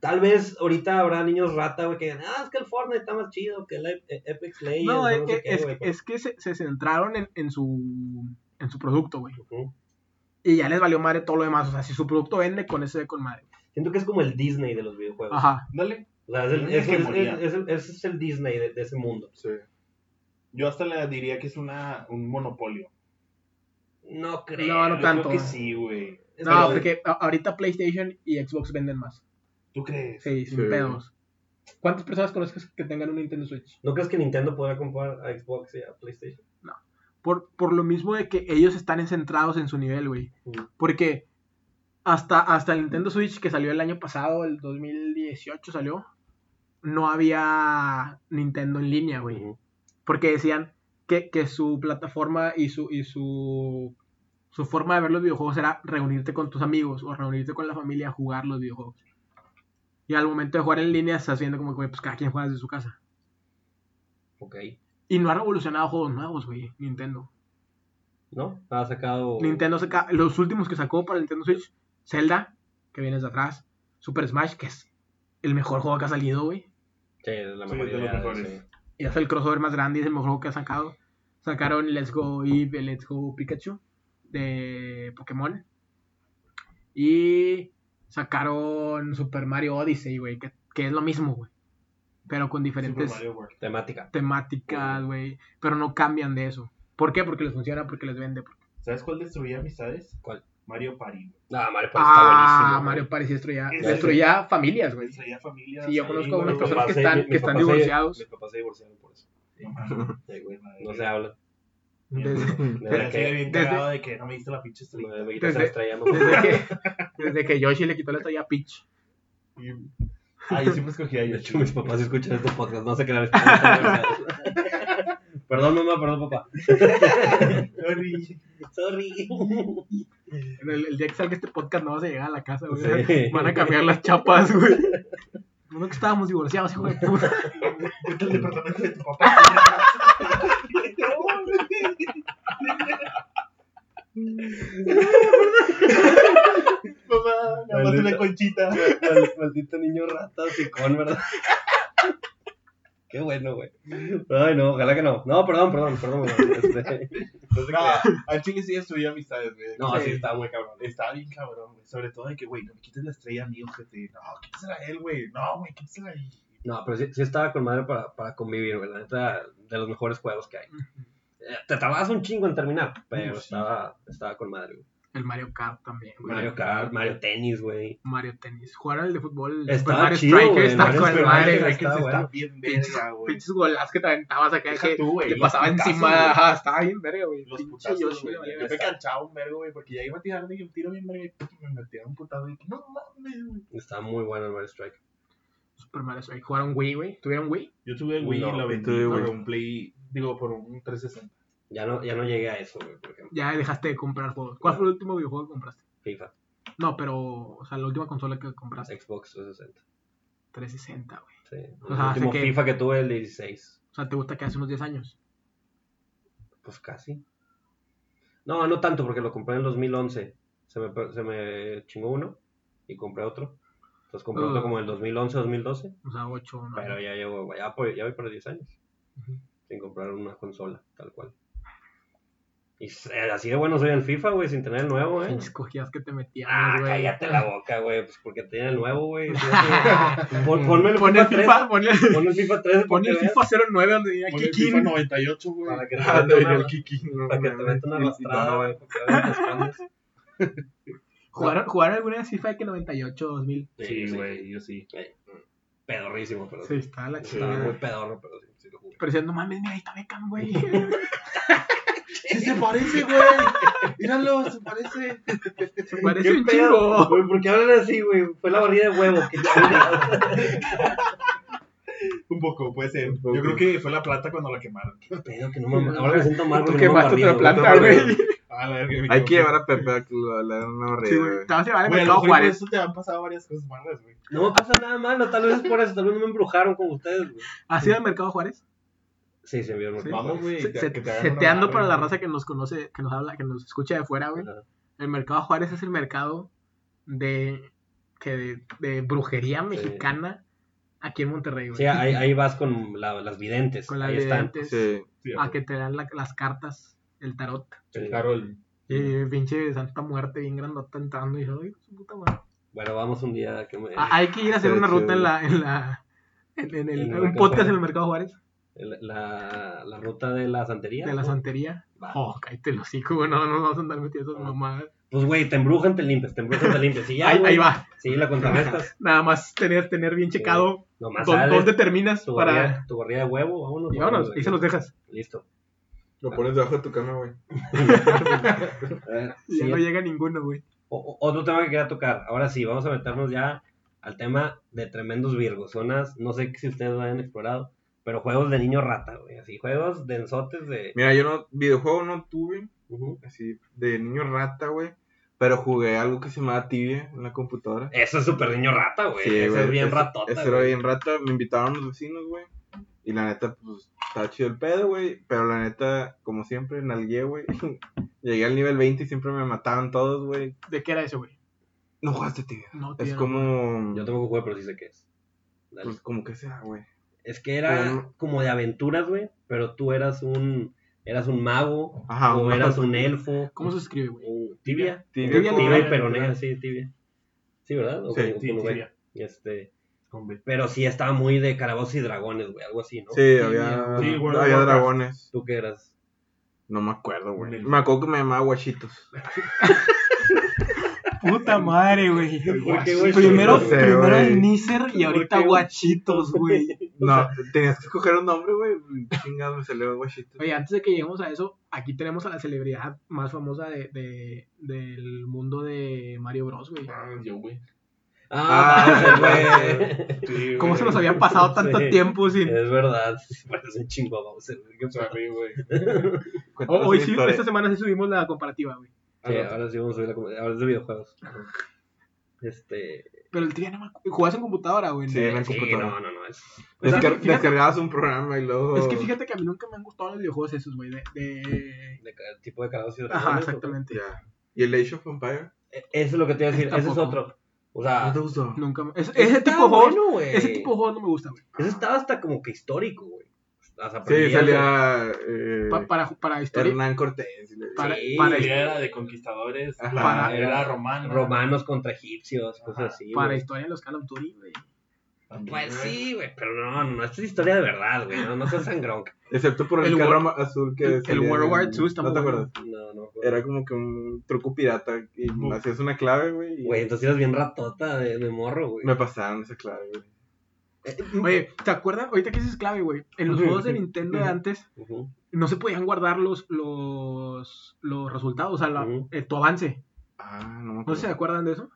[SPEAKER 1] Tal vez ahorita habrá niños rata, güey, que digan, ah, es que el Fortnite está más chido que el Ep- Epic Legends.
[SPEAKER 2] No, es,
[SPEAKER 1] sé
[SPEAKER 2] que-
[SPEAKER 1] qué,
[SPEAKER 2] es,
[SPEAKER 1] güey,
[SPEAKER 2] que- es que se, se centraron en, en su en su producto, güey.
[SPEAKER 1] pero- Ujú.
[SPEAKER 2] Y ya les valió madre todo lo demás. O sea, si su producto vende, con ese con madre.
[SPEAKER 1] Siento que es como el Disney de los videojuegos.
[SPEAKER 2] Ajá.
[SPEAKER 3] Dale.
[SPEAKER 1] O sea, es el,
[SPEAKER 3] Una
[SPEAKER 1] es, es-
[SPEAKER 3] hegemonía.
[SPEAKER 1] es- es el- ese es el Disney de, de ese mundo.
[SPEAKER 5] Sí.
[SPEAKER 3] Yo hasta le diría que es una, un monopolio.
[SPEAKER 1] No creo.
[SPEAKER 2] No, no
[SPEAKER 3] Yo
[SPEAKER 2] tanto.
[SPEAKER 3] creo que sí, güey.
[SPEAKER 1] Es
[SPEAKER 2] No,
[SPEAKER 1] que-
[SPEAKER 2] porque a- ahorita PlayStation y Xbox venden más.
[SPEAKER 3] ¿Tú crees?
[SPEAKER 2] Sí, sin
[SPEAKER 5] Sí.
[SPEAKER 2] pedos. ¿Cuántas personas conoces que tengan un Nintendo Switch?
[SPEAKER 1] ¿No crees que Nintendo podrá comprar a Xbox y a PlayStation?
[SPEAKER 2] Por, por lo mismo de que ellos están centrados en su nivel, güey.
[SPEAKER 1] Mm.
[SPEAKER 2] Porque hasta, hasta el Nintendo Switch que salió el año pasado, el 2018 salió, no había Nintendo en línea, güey.
[SPEAKER 1] Ujú.
[SPEAKER 2] porque decían que, que su plataforma y su y su su forma de ver los videojuegos era reunirte con tus amigos o reunirte con la familia a jugar los videojuegos. Y al momento de jugar en línea estás viendo como que güey, pues cada quien juega desde su casa.
[SPEAKER 1] Ok.
[SPEAKER 2] Y no ha revolucionado juegos nuevos, güey, Nintendo.
[SPEAKER 1] ¿No? Ha sacado.
[SPEAKER 2] Nintendo saca los últimos que sacó para Nintendo Switch, Zelda, que viene desde atrás, Super Smash, que es el mejor juego que ha salido, güey.
[SPEAKER 1] Sí, es la
[SPEAKER 3] Sí,
[SPEAKER 1] mejor
[SPEAKER 3] de los
[SPEAKER 1] idea,
[SPEAKER 3] mejores.
[SPEAKER 1] sí.
[SPEAKER 2] Y es el crossover más grande y es el mejor juego que ha sacado. Sacaron Let's Go Eve, Let's Go Pikachu de Pokémon. Y sacaron Super Mario Odyssey, güey, que, que es lo mismo, güey. Pero con
[SPEAKER 3] Super
[SPEAKER 2] diferentes
[SPEAKER 3] Mario World.
[SPEAKER 1] Temática.
[SPEAKER 2] temáticas, güey. Pero no cambian de eso. ¿Por qué? Porque les funciona, porque les vende. porque-
[SPEAKER 3] ¿Sabes cuál destruía amistades?
[SPEAKER 1] ¿Cuál?
[SPEAKER 3] Mario Party.
[SPEAKER 1] Ah, Mario Party está
[SPEAKER 2] Ah,
[SPEAKER 1] buenísimo.
[SPEAKER 2] Mario Party destruía,
[SPEAKER 3] Ese-
[SPEAKER 2] destruía familias, güey.
[SPEAKER 3] güey. Destruía familias.
[SPEAKER 2] Sí, yo
[SPEAKER 3] ahí,
[SPEAKER 2] conozco a
[SPEAKER 3] güey.
[SPEAKER 2] unas
[SPEAKER 1] Mis
[SPEAKER 2] personas
[SPEAKER 1] papás
[SPEAKER 2] que
[SPEAKER 1] se-
[SPEAKER 2] están-
[SPEAKER 1] mis
[SPEAKER 2] que están
[SPEAKER 1] papás se-
[SPEAKER 2] divorciados.
[SPEAKER 1] Mis papás se divorciaron por eso.
[SPEAKER 3] No mames.
[SPEAKER 1] Sí, güey.
[SPEAKER 3] Madre.
[SPEAKER 1] No se habla.
[SPEAKER 2] Desde,
[SPEAKER 1] De
[SPEAKER 3] Pero
[SPEAKER 1] verdad
[SPEAKER 3] sigue
[SPEAKER 1] que.
[SPEAKER 3] bien
[SPEAKER 2] desde-
[SPEAKER 3] cagado de que no me diste la pinche estrella.
[SPEAKER 1] me- me quité, se
[SPEAKER 2] desde-
[SPEAKER 1] las traíamos.
[SPEAKER 2] desde que, desde que Yoshi le quitó la estrella a Peach.
[SPEAKER 3] Y- Ah, yo siempre escogía a
[SPEAKER 1] De
[SPEAKER 3] Yoshi.
[SPEAKER 1] hecho, mis papás escuchan estos podcasts. No sé qué les Perdón, mamá, perdón, papá.
[SPEAKER 3] Sorry.
[SPEAKER 1] Sorry.
[SPEAKER 2] El, el día que salga este podcast no vas a llegar a la casa, güey.
[SPEAKER 1] Sí.
[SPEAKER 2] Van a cambiar las chapas, güey. No que estábamos divorciados, hijo de puta.
[SPEAKER 3] Vete al departamento de tu papá. Mamá, me mandaste una
[SPEAKER 1] Maldito.
[SPEAKER 3] conchita.
[SPEAKER 1] Mal- Maldito niño rata, psicón, ¿verdad? Qué bueno, güey. Ay, no, ojalá que no. No, perdón, perdón, perdón. güey. Este,
[SPEAKER 3] No se crean. Ah, al chile sí destruía amistades, güey.
[SPEAKER 1] No,
[SPEAKER 3] Sí.
[SPEAKER 1] sí, está muy cabrón.
[SPEAKER 3] Estaba bien cabrón, güey. Sobre todo de que, güey, no me quites la estrella a mí, ojete. No, quítesela a él, güey. No, güey, quítesela a él.
[SPEAKER 1] No, pero sí, sí estaba con madre para, para convivir, güey. La neta, de los mejores juegos que hay. Eh, Te tardabas un chingo en terminar, pero
[SPEAKER 3] Sí.
[SPEAKER 1] estaba, estaba con madre, güey.
[SPEAKER 2] El Mario Kart también, güey.
[SPEAKER 1] Mario Kart, Mario Tennis, güey.
[SPEAKER 2] Mario Tenis. Jugaron el de fútbol.
[SPEAKER 1] Estaba
[SPEAKER 2] Super Mario
[SPEAKER 1] chido, güey, el
[SPEAKER 2] estaba
[SPEAKER 1] Mario
[SPEAKER 2] con el
[SPEAKER 1] Striker.
[SPEAKER 2] madre,
[SPEAKER 1] güey,
[SPEAKER 2] güey.
[SPEAKER 3] que
[SPEAKER 1] estaba Ah,
[SPEAKER 3] está
[SPEAKER 1] bueno.
[SPEAKER 3] bien
[SPEAKER 2] Pinches,
[SPEAKER 3] verga, güey.
[SPEAKER 2] pinches golazos que te aventabas acá.
[SPEAKER 3] Deja
[SPEAKER 2] que
[SPEAKER 3] tú, güey.
[SPEAKER 2] te
[SPEAKER 3] los
[SPEAKER 2] pasaba
[SPEAKER 3] putazos,
[SPEAKER 2] encima.
[SPEAKER 3] güey.
[SPEAKER 2] Ajá, estaba bien verga, güey.
[SPEAKER 3] Los
[SPEAKER 2] Pinche
[SPEAKER 3] putazos,
[SPEAKER 2] Yoshi.
[SPEAKER 3] güey.
[SPEAKER 2] le valía
[SPEAKER 3] Yo me
[SPEAKER 2] verga.
[SPEAKER 3] canchaba un vergo, güey, porque ya iba a tirar de que un tiro bien verga y puta, me metía un putado y dije, no mames, güey.
[SPEAKER 1] Estaba muy bueno el Mario Strike.
[SPEAKER 2] Super Mario Strike. Jugaron Wii, güey. ¿Tuvieron Wii?
[SPEAKER 3] Yo tuve
[SPEAKER 1] Wii
[SPEAKER 3] Wii
[SPEAKER 1] y
[SPEAKER 3] y
[SPEAKER 1] la
[SPEAKER 3] la
[SPEAKER 5] vendí
[SPEAKER 3] vendí
[SPEAKER 5] por
[SPEAKER 3] por un Play, digo, por un 360.
[SPEAKER 1] Ya no, ya no llegué a eso, güey, por ejemplo.
[SPEAKER 2] Ya dejaste de comprar juegos. ¿Cuál fue el último videojuego que compraste?
[SPEAKER 1] FIFA,
[SPEAKER 2] No, pero, o sea, la última consola que
[SPEAKER 1] Ah.
[SPEAKER 2] compraste.
[SPEAKER 1] Xbox 360.
[SPEAKER 2] 360, güey.
[SPEAKER 1] Sí. El
[SPEAKER 2] O sea, hace
[SPEAKER 1] último
[SPEAKER 2] que-
[SPEAKER 1] FIFA que tuve el 16.
[SPEAKER 2] O sea, te gusta que hace unos 10 años.
[SPEAKER 1] Pues casi. No, no tanto, porque lo compré en el 2011. Se me, per- se me chingó uno y compré otro. Entonces compré
[SPEAKER 2] Ah.
[SPEAKER 1] otro como en el 2011, 2012.
[SPEAKER 2] O sea, 8 o 9.
[SPEAKER 1] Pero ya llevo, ya, voy- ya voy por 10 años sin comprar una consola, tal cual. Y s- eh, así de bueno soy en FIFA, güey, sin tener el nuevo, eh.
[SPEAKER 2] Pinches cogidas que te metíamos,
[SPEAKER 1] Ah,
[SPEAKER 2] güey.
[SPEAKER 1] cállate la boca, güey, pues porque tenía el nuevo, güey. Sí, sí. Pon- Ponme el
[SPEAKER 2] Mm, Pon
[SPEAKER 1] FIFA
[SPEAKER 2] el
[SPEAKER 1] 3.
[SPEAKER 2] FIFA, pon el,
[SPEAKER 1] Ponme el FIFA 3
[SPEAKER 2] pon el FIFA 09 donde diga
[SPEAKER 3] Ponle FIFA
[SPEAKER 2] Kikin.
[SPEAKER 3] 98, güey.
[SPEAKER 1] para que te
[SPEAKER 5] Ah,
[SPEAKER 1] meta
[SPEAKER 5] te venía
[SPEAKER 1] una-
[SPEAKER 5] el Kiki. no,
[SPEAKER 1] para que te
[SPEAKER 5] mames.
[SPEAKER 1] meta una
[SPEAKER 5] Y- y
[SPEAKER 1] arrastrada,
[SPEAKER 5] no,
[SPEAKER 1] güey, porque ahora te escondes.
[SPEAKER 2] ¿Jugaron, ¿Jugaron alguna vez FIFA que 98 2000?
[SPEAKER 1] Sí,
[SPEAKER 3] Sí, güey, yo sí.
[SPEAKER 1] Pedorrísimo, pero
[SPEAKER 2] Sí,
[SPEAKER 1] sí.
[SPEAKER 2] está la
[SPEAKER 1] Estaba muy
[SPEAKER 2] chingada.
[SPEAKER 1] pedorro, pero sí, sí lo jugué.
[SPEAKER 2] Pero decían, no mames, mira, ahí está Beckham, güey.
[SPEAKER 3] Sí se parece, güey. Míralo, se parece.
[SPEAKER 2] Se parece un
[SPEAKER 1] pedo?
[SPEAKER 2] chingo.
[SPEAKER 1] Güey, ¿Por qué hablan así, güey? Fue la barriga de huevo. qué chingados.
[SPEAKER 3] Un poco, puede ser.
[SPEAKER 5] Un poco.
[SPEAKER 3] Yo creo que fue la plata cuando la quemaron.
[SPEAKER 1] Qué pedo que no me- Ahora me siento mal
[SPEAKER 2] Tú
[SPEAKER 1] porque no me
[SPEAKER 2] quemaste
[SPEAKER 1] barrido,
[SPEAKER 2] otra
[SPEAKER 1] güey.
[SPEAKER 2] planta, güey.
[SPEAKER 3] A la verga, mi
[SPEAKER 5] Hay que
[SPEAKER 3] compa.
[SPEAKER 5] llevar a Pepe a que lo- le den una
[SPEAKER 2] Sí,
[SPEAKER 5] barrida,
[SPEAKER 2] güey.
[SPEAKER 5] güey.
[SPEAKER 2] Te vas a llevar al
[SPEAKER 3] Güey, a lo
[SPEAKER 2] mercado
[SPEAKER 3] mejor por
[SPEAKER 2] Juárez.
[SPEAKER 3] eso te han pasado varias cosas malas, güey.
[SPEAKER 1] No me pasa nada malo, tal vez es por eso, tal vez no me embrujaron como ustedes, güey.
[SPEAKER 2] ¿Has ido al mercado Juárez?
[SPEAKER 1] Sí, se vio el
[SPEAKER 2] Sí.
[SPEAKER 1] mercado.
[SPEAKER 3] güey.
[SPEAKER 2] Se-
[SPEAKER 3] que
[SPEAKER 2] se-
[SPEAKER 3] te- que te hagan una
[SPEAKER 2] Seteando
[SPEAKER 3] madre,
[SPEAKER 2] para la
[SPEAKER 3] güey.
[SPEAKER 2] raza que nos conoce, que nos habla, que nos escucha de fuera, Ah, güey.
[SPEAKER 1] Ajá.
[SPEAKER 2] El mercado Juárez es el mercado de, que de, de brujería mexicana aquí en Monterrey, güey.
[SPEAKER 1] Sí, ahí, ahí vas con la- las videntes.
[SPEAKER 2] Con las
[SPEAKER 1] ahí
[SPEAKER 2] videntes
[SPEAKER 5] Sí.
[SPEAKER 3] Sí,
[SPEAKER 2] a
[SPEAKER 3] güey.
[SPEAKER 2] que te dan la- las cartas, el tarot.
[SPEAKER 1] están.
[SPEAKER 3] El
[SPEAKER 1] Sí.
[SPEAKER 3] Carol.
[SPEAKER 2] Y pinche Santa Muerte bien grandota entrando y yo, "Ay, su puta madre".
[SPEAKER 1] Bueno, vamos un día que me-
[SPEAKER 2] Ah, Hay que ir a hacer
[SPEAKER 5] Está
[SPEAKER 2] una
[SPEAKER 5] chido.
[SPEAKER 2] ruta en la... En la en, en el,
[SPEAKER 1] En el
[SPEAKER 2] un
[SPEAKER 1] mercado
[SPEAKER 2] podcast
[SPEAKER 1] Juárez.
[SPEAKER 2] en el Mercado Juárez
[SPEAKER 1] el- la, la ruta de la santería.
[SPEAKER 2] de la
[SPEAKER 1] ¿no?
[SPEAKER 2] santería.
[SPEAKER 1] Va.
[SPEAKER 2] Oh, cállate los hocico, güey. No, no nos vamos a andar metiendo esas mamadas.
[SPEAKER 1] Pues, güey, te embrujan, te limpias, te embrujan, te limpias. Sí, ya,
[SPEAKER 2] Ahí,
[SPEAKER 1] güey.
[SPEAKER 2] ahí va.
[SPEAKER 1] Sí, la contrarrestas.
[SPEAKER 2] Nada más tener, tener bien checado
[SPEAKER 1] Nomás
[SPEAKER 2] dó-
[SPEAKER 1] sales,
[SPEAKER 2] dónde terminas
[SPEAKER 1] tu,
[SPEAKER 2] para.
[SPEAKER 1] barriga- tu barriga de huevo, vámonos.
[SPEAKER 2] Y vámonos, ahí se los dejas.
[SPEAKER 1] Listo.
[SPEAKER 5] Lo pones debajo de tu cama, güey.
[SPEAKER 1] Eh,
[SPEAKER 2] Y ya
[SPEAKER 1] sí,
[SPEAKER 2] no llega ninguno, güey.
[SPEAKER 1] O- o- otro tema que quería tocar. Ahora sí, vamos a meternos ya al tema de tremendos virgos. Zonas, no sé si ustedes lo hayan explorado, pero juegos de niño rata, güey. Así, juegos densotes de.
[SPEAKER 5] Mira, yo no, videojuego no tuve,
[SPEAKER 1] Ujú.
[SPEAKER 5] así, de niño rata, güey. Pero jugué algo que se llamaba tibia en la computadora.
[SPEAKER 1] Eso es súper niño rata, güey.
[SPEAKER 5] Sí,
[SPEAKER 1] eso
[SPEAKER 5] güey,
[SPEAKER 1] es bien
[SPEAKER 5] ese-
[SPEAKER 1] ratota.
[SPEAKER 5] Ese era
[SPEAKER 1] güey.
[SPEAKER 5] bien rata. Me invitaron los vecinos, güey. Y la neta, pues, estaba chido el pedo, güey. Pero la neta, como siempre, nalgué, güey. Llegué al nivel 20 y siempre me mataban todos, güey.
[SPEAKER 2] ¿De qué era eso, güey?
[SPEAKER 5] No jugaste tibia.
[SPEAKER 2] No, tío,
[SPEAKER 5] Es
[SPEAKER 2] no.
[SPEAKER 5] como...
[SPEAKER 1] Yo tampoco jugué, pero sí sé qué es. Dale.
[SPEAKER 5] Pues como que sea, güey.
[SPEAKER 1] es que era
[SPEAKER 5] Ujú.
[SPEAKER 1] como de aventuras, güey. Pero tú eras un. Eras un mago.
[SPEAKER 5] Ajá,
[SPEAKER 1] o
[SPEAKER 5] un-
[SPEAKER 1] eras un elfo.
[SPEAKER 2] ¿Cómo se escribe, güey?
[SPEAKER 3] uh,
[SPEAKER 1] o tibia.
[SPEAKER 5] Tibia,
[SPEAKER 2] Tibia,
[SPEAKER 5] como-
[SPEAKER 1] Tibia y
[SPEAKER 3] Ah,
[SPEAKER 1] peronea,
[SPEAKER 3] claro.
[SPEAKER 1] sí, tibia. Sí, ¿verdad? O
[SPEAKER 5] Sí,
[SPEAKER 1] con-
[SPEAKER 3] Sí,
[SPEAKER 1] con V.
[SPEAKER 3] sí, ya.
[SPEAKER 1] Este.
[SPEAKER 3] Hombre.
[SPEAKER 1] Pero sí estaba muy de calabozos y dragones, güey, algo así, ¿no?
[SPEAKER 5] Sí, había,
[SPEAKER 3] Sí, World of
[SPEAKER 5] había
[SPEAKER 3] Warcraft.
[SPEAKER 5] dragones.
[SPEAKER 1] ¿Tú qué eras?
[SPEAKER 5] No me acuerdo, güey.
[SPEAKER 3] Del-
[SPEAKER 5] Me acuerdo que me llamaba Guachitos.
[SPEAKER 2] Puta madre, güey.
[SPEAKER 1] ¿Por qué, güey?
[SPEAKER 2] Primero,
[SPEAKER 5] No sé,
[SPEAKER 2] primero
[SPEAKER 5] güey.
[SPEAKER 2] el Nícer y ahorita
[SPEAKER 1] qué, güey?
[SPEAKER 2] guachitos, güey.
[SPEAKER 5] No, tenías que escoger un nombre, güey. Chingado, me salió Guachitos.
[SPEAKER 2] Oye, antes de que lleguemos a eso, aquí tenemos a la celebridad más famosa de, de- del mundo de Mario Bros, güey.
[SPEAKER 3] Ah, yo, güey.
[SPEAKER 1] Ah,
[SPEAKER 5] Ah,
[SPEAKER 1] Bowser, güey.
[SPEAKER 3] Sí,
[SPEAKER 2] ¿Cómo
[SPEAKER 3] güey.
[SPEAKER 2] se nos había pasado tanto
[SPEAKER 1] Sí. Eh,
[SPEAKER 2] tiempo sin...
[SPEAKER 1] Es verdad, parece un chingo a Bowser, güey. ¿Qué pasa?
[SPEAKER 3] Sorry, güey.
[SPEAKER 5] Cuéntanos
[SPEAKER 2] O- Oh, Hoy
[SPEAKER 5] una
[SPEAKER 2] sí,
[SPEAKER 5] historia.
[SPEAKER 2] esta semana sí subimos la comparativa, güey.
[SPEAKER 1] Sí, ahora sí vamos a subir la com- Ahora es de videojuegos. Este.
[SPEAKER 2] Pero el tibia no me acu- ¿Jugabas en computadora, güey?
[SPEAKER 5] Sí, en la
[SPEAKER 1] Sí,
[SPEAKER 5] computadora.
[SPEAKER 1] no, no, no. Es...
[SPEAKER 2] O sea,
[SPEAKER 5] Descar-
[SPEAKER 2] fíjate-
[SPEAKER 5] Descargabas un programa y luego.
[SPEAKER 2] Es que fíjate que a mí nunca me han gustado los videojuegos esos, güey. De, de-
[SPEAKER 1] De ca- tipo de calabozos y dragones.
[SPEAKER 2] Ajá,
[SPEAKER 1] ¿o
[SPEAKER 2] exactamente.
[SPEAKER 5] Ya. ¿Y el Age of Empire?
[SPEAKER 1] qué? E- Eso es lo que te iba a decir, ese es
[SPEAKER 2] Tampoco.
[SPEAKER 1] otro. O sea,
[SPEAKER 2] Ah,
[SPEAKER 5] ¿No te gustó?
[SPEAKER 2] Nunca me- es-
[SPEAKER 1] ese
[SPEAKER 2] ese, tipo
[SPEAKER 1] estaba
[SPEAKER 2] de juegos,
[SPEAKER 1] bueno, güey.
[SPEAKER 2] ese tipo de juegos no me gusta, güey.
[SPEAKER 1] Ese estaba hasta como que histórico, güey. Las
[SPEAKER 5] Sí,
[SPEAKER 1] aprendías,
[SPEAKER 5] salía. Eh,
[SPEAKER 2] Pa- para, para historia...
[SPEAKER 5] Hernán Cortés.
[SPEAKER 2] Para,
[SPEAKER 1] Sí,
[SPEAKER 2] para-
[SPEAKER 3] La idea era de conquistadores.
[SPEAKER 5] Ajá.
[SPEAKER 3] La
[SPEAKER 1] Era
[SPEAKER 3] era romana.
[SPEAKER 1] Romanos contra egipcios, cosas
[SPEAKER 3] Ajá.
[SPEAKER 1] así.
[SPEAKER 2] para
[SPEAKER 1] güey.
[SPEAKER 2] historia de los Call of Duty, güey.
[SPEAKER 3] También,
[SPEAKER 1] Pues
[SPEAKER 3] güey.
[SPEAKER 1] sí, güey, pero no, no, esta es historia de verdad, güey, no, no seas sangrón.
[SPEAKER 5] Excepto por el,
[SPEAKER 2] El
[SPEAKER 5] carro
[SPEAKER 2] War-
[SPEAKER 5] ama- azul que.
[SPEAKER 2] el- el
[SPEAKER 5] salía
[SPEAKER 2] World
[SPEAKER 5] en-
[SPEAKER 2] War II está
[SPEAKER 5] ¿No te
[SPEAKER 2] muy bueno.
[SPEAKER 5] acuerdas?
[SPEAKER 1] No, no, güey.
[SPEAKER 5] Era como que un truco pirata y
[SPEAKER 3] Bu-
[SPEAKER 5] hacías una clave, güey. y
[SPEAKER 1] Güey, entonces eras bien ratota de, de morro, güey.
[SPEAKER 5] Me pasaron esa clave, güey.
[SPEAKER 2] Oye, ¿te acuerdas? Ahorita que ese es clave, güey. En los juegos de Nintendo de antes,
[SPEAKER 1] Ujú.
[SPEAKER 2] no se podían guardar los los, los resultados, o sea, la-
[SPEAKER 1] Ujú.
[SPEAKER 2] eh, tu avance.
[SPEAKER 5] Ah, no me
[SPEAKER 2] ¿No se
[SPEAKER 5] acuerdo.
[SPEAKER 2] acuerdan de eso?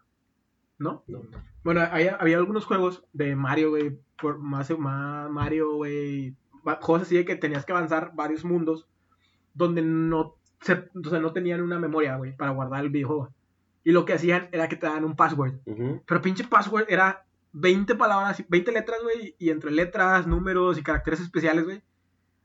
[SPEAKER 2] ¿No?
[SPEAKER 1] No.
[SPEAKER 2] Bueno, hay- había algunos juegos de Mario, güey, por más, más Mario, güey, va- juegos así de que tenías que avanzar varios mundos donde no se, o sea, no tenían una memoria, güey, para guardar el videojuego. Y lo que hacían era que te daban un password.
[SPEAKER 1] Ujú.
[SPEAKER 2] Pero pinche password era 20 palabras, 20 letras, güey, y entre letras, números y caracteres especiales, güey.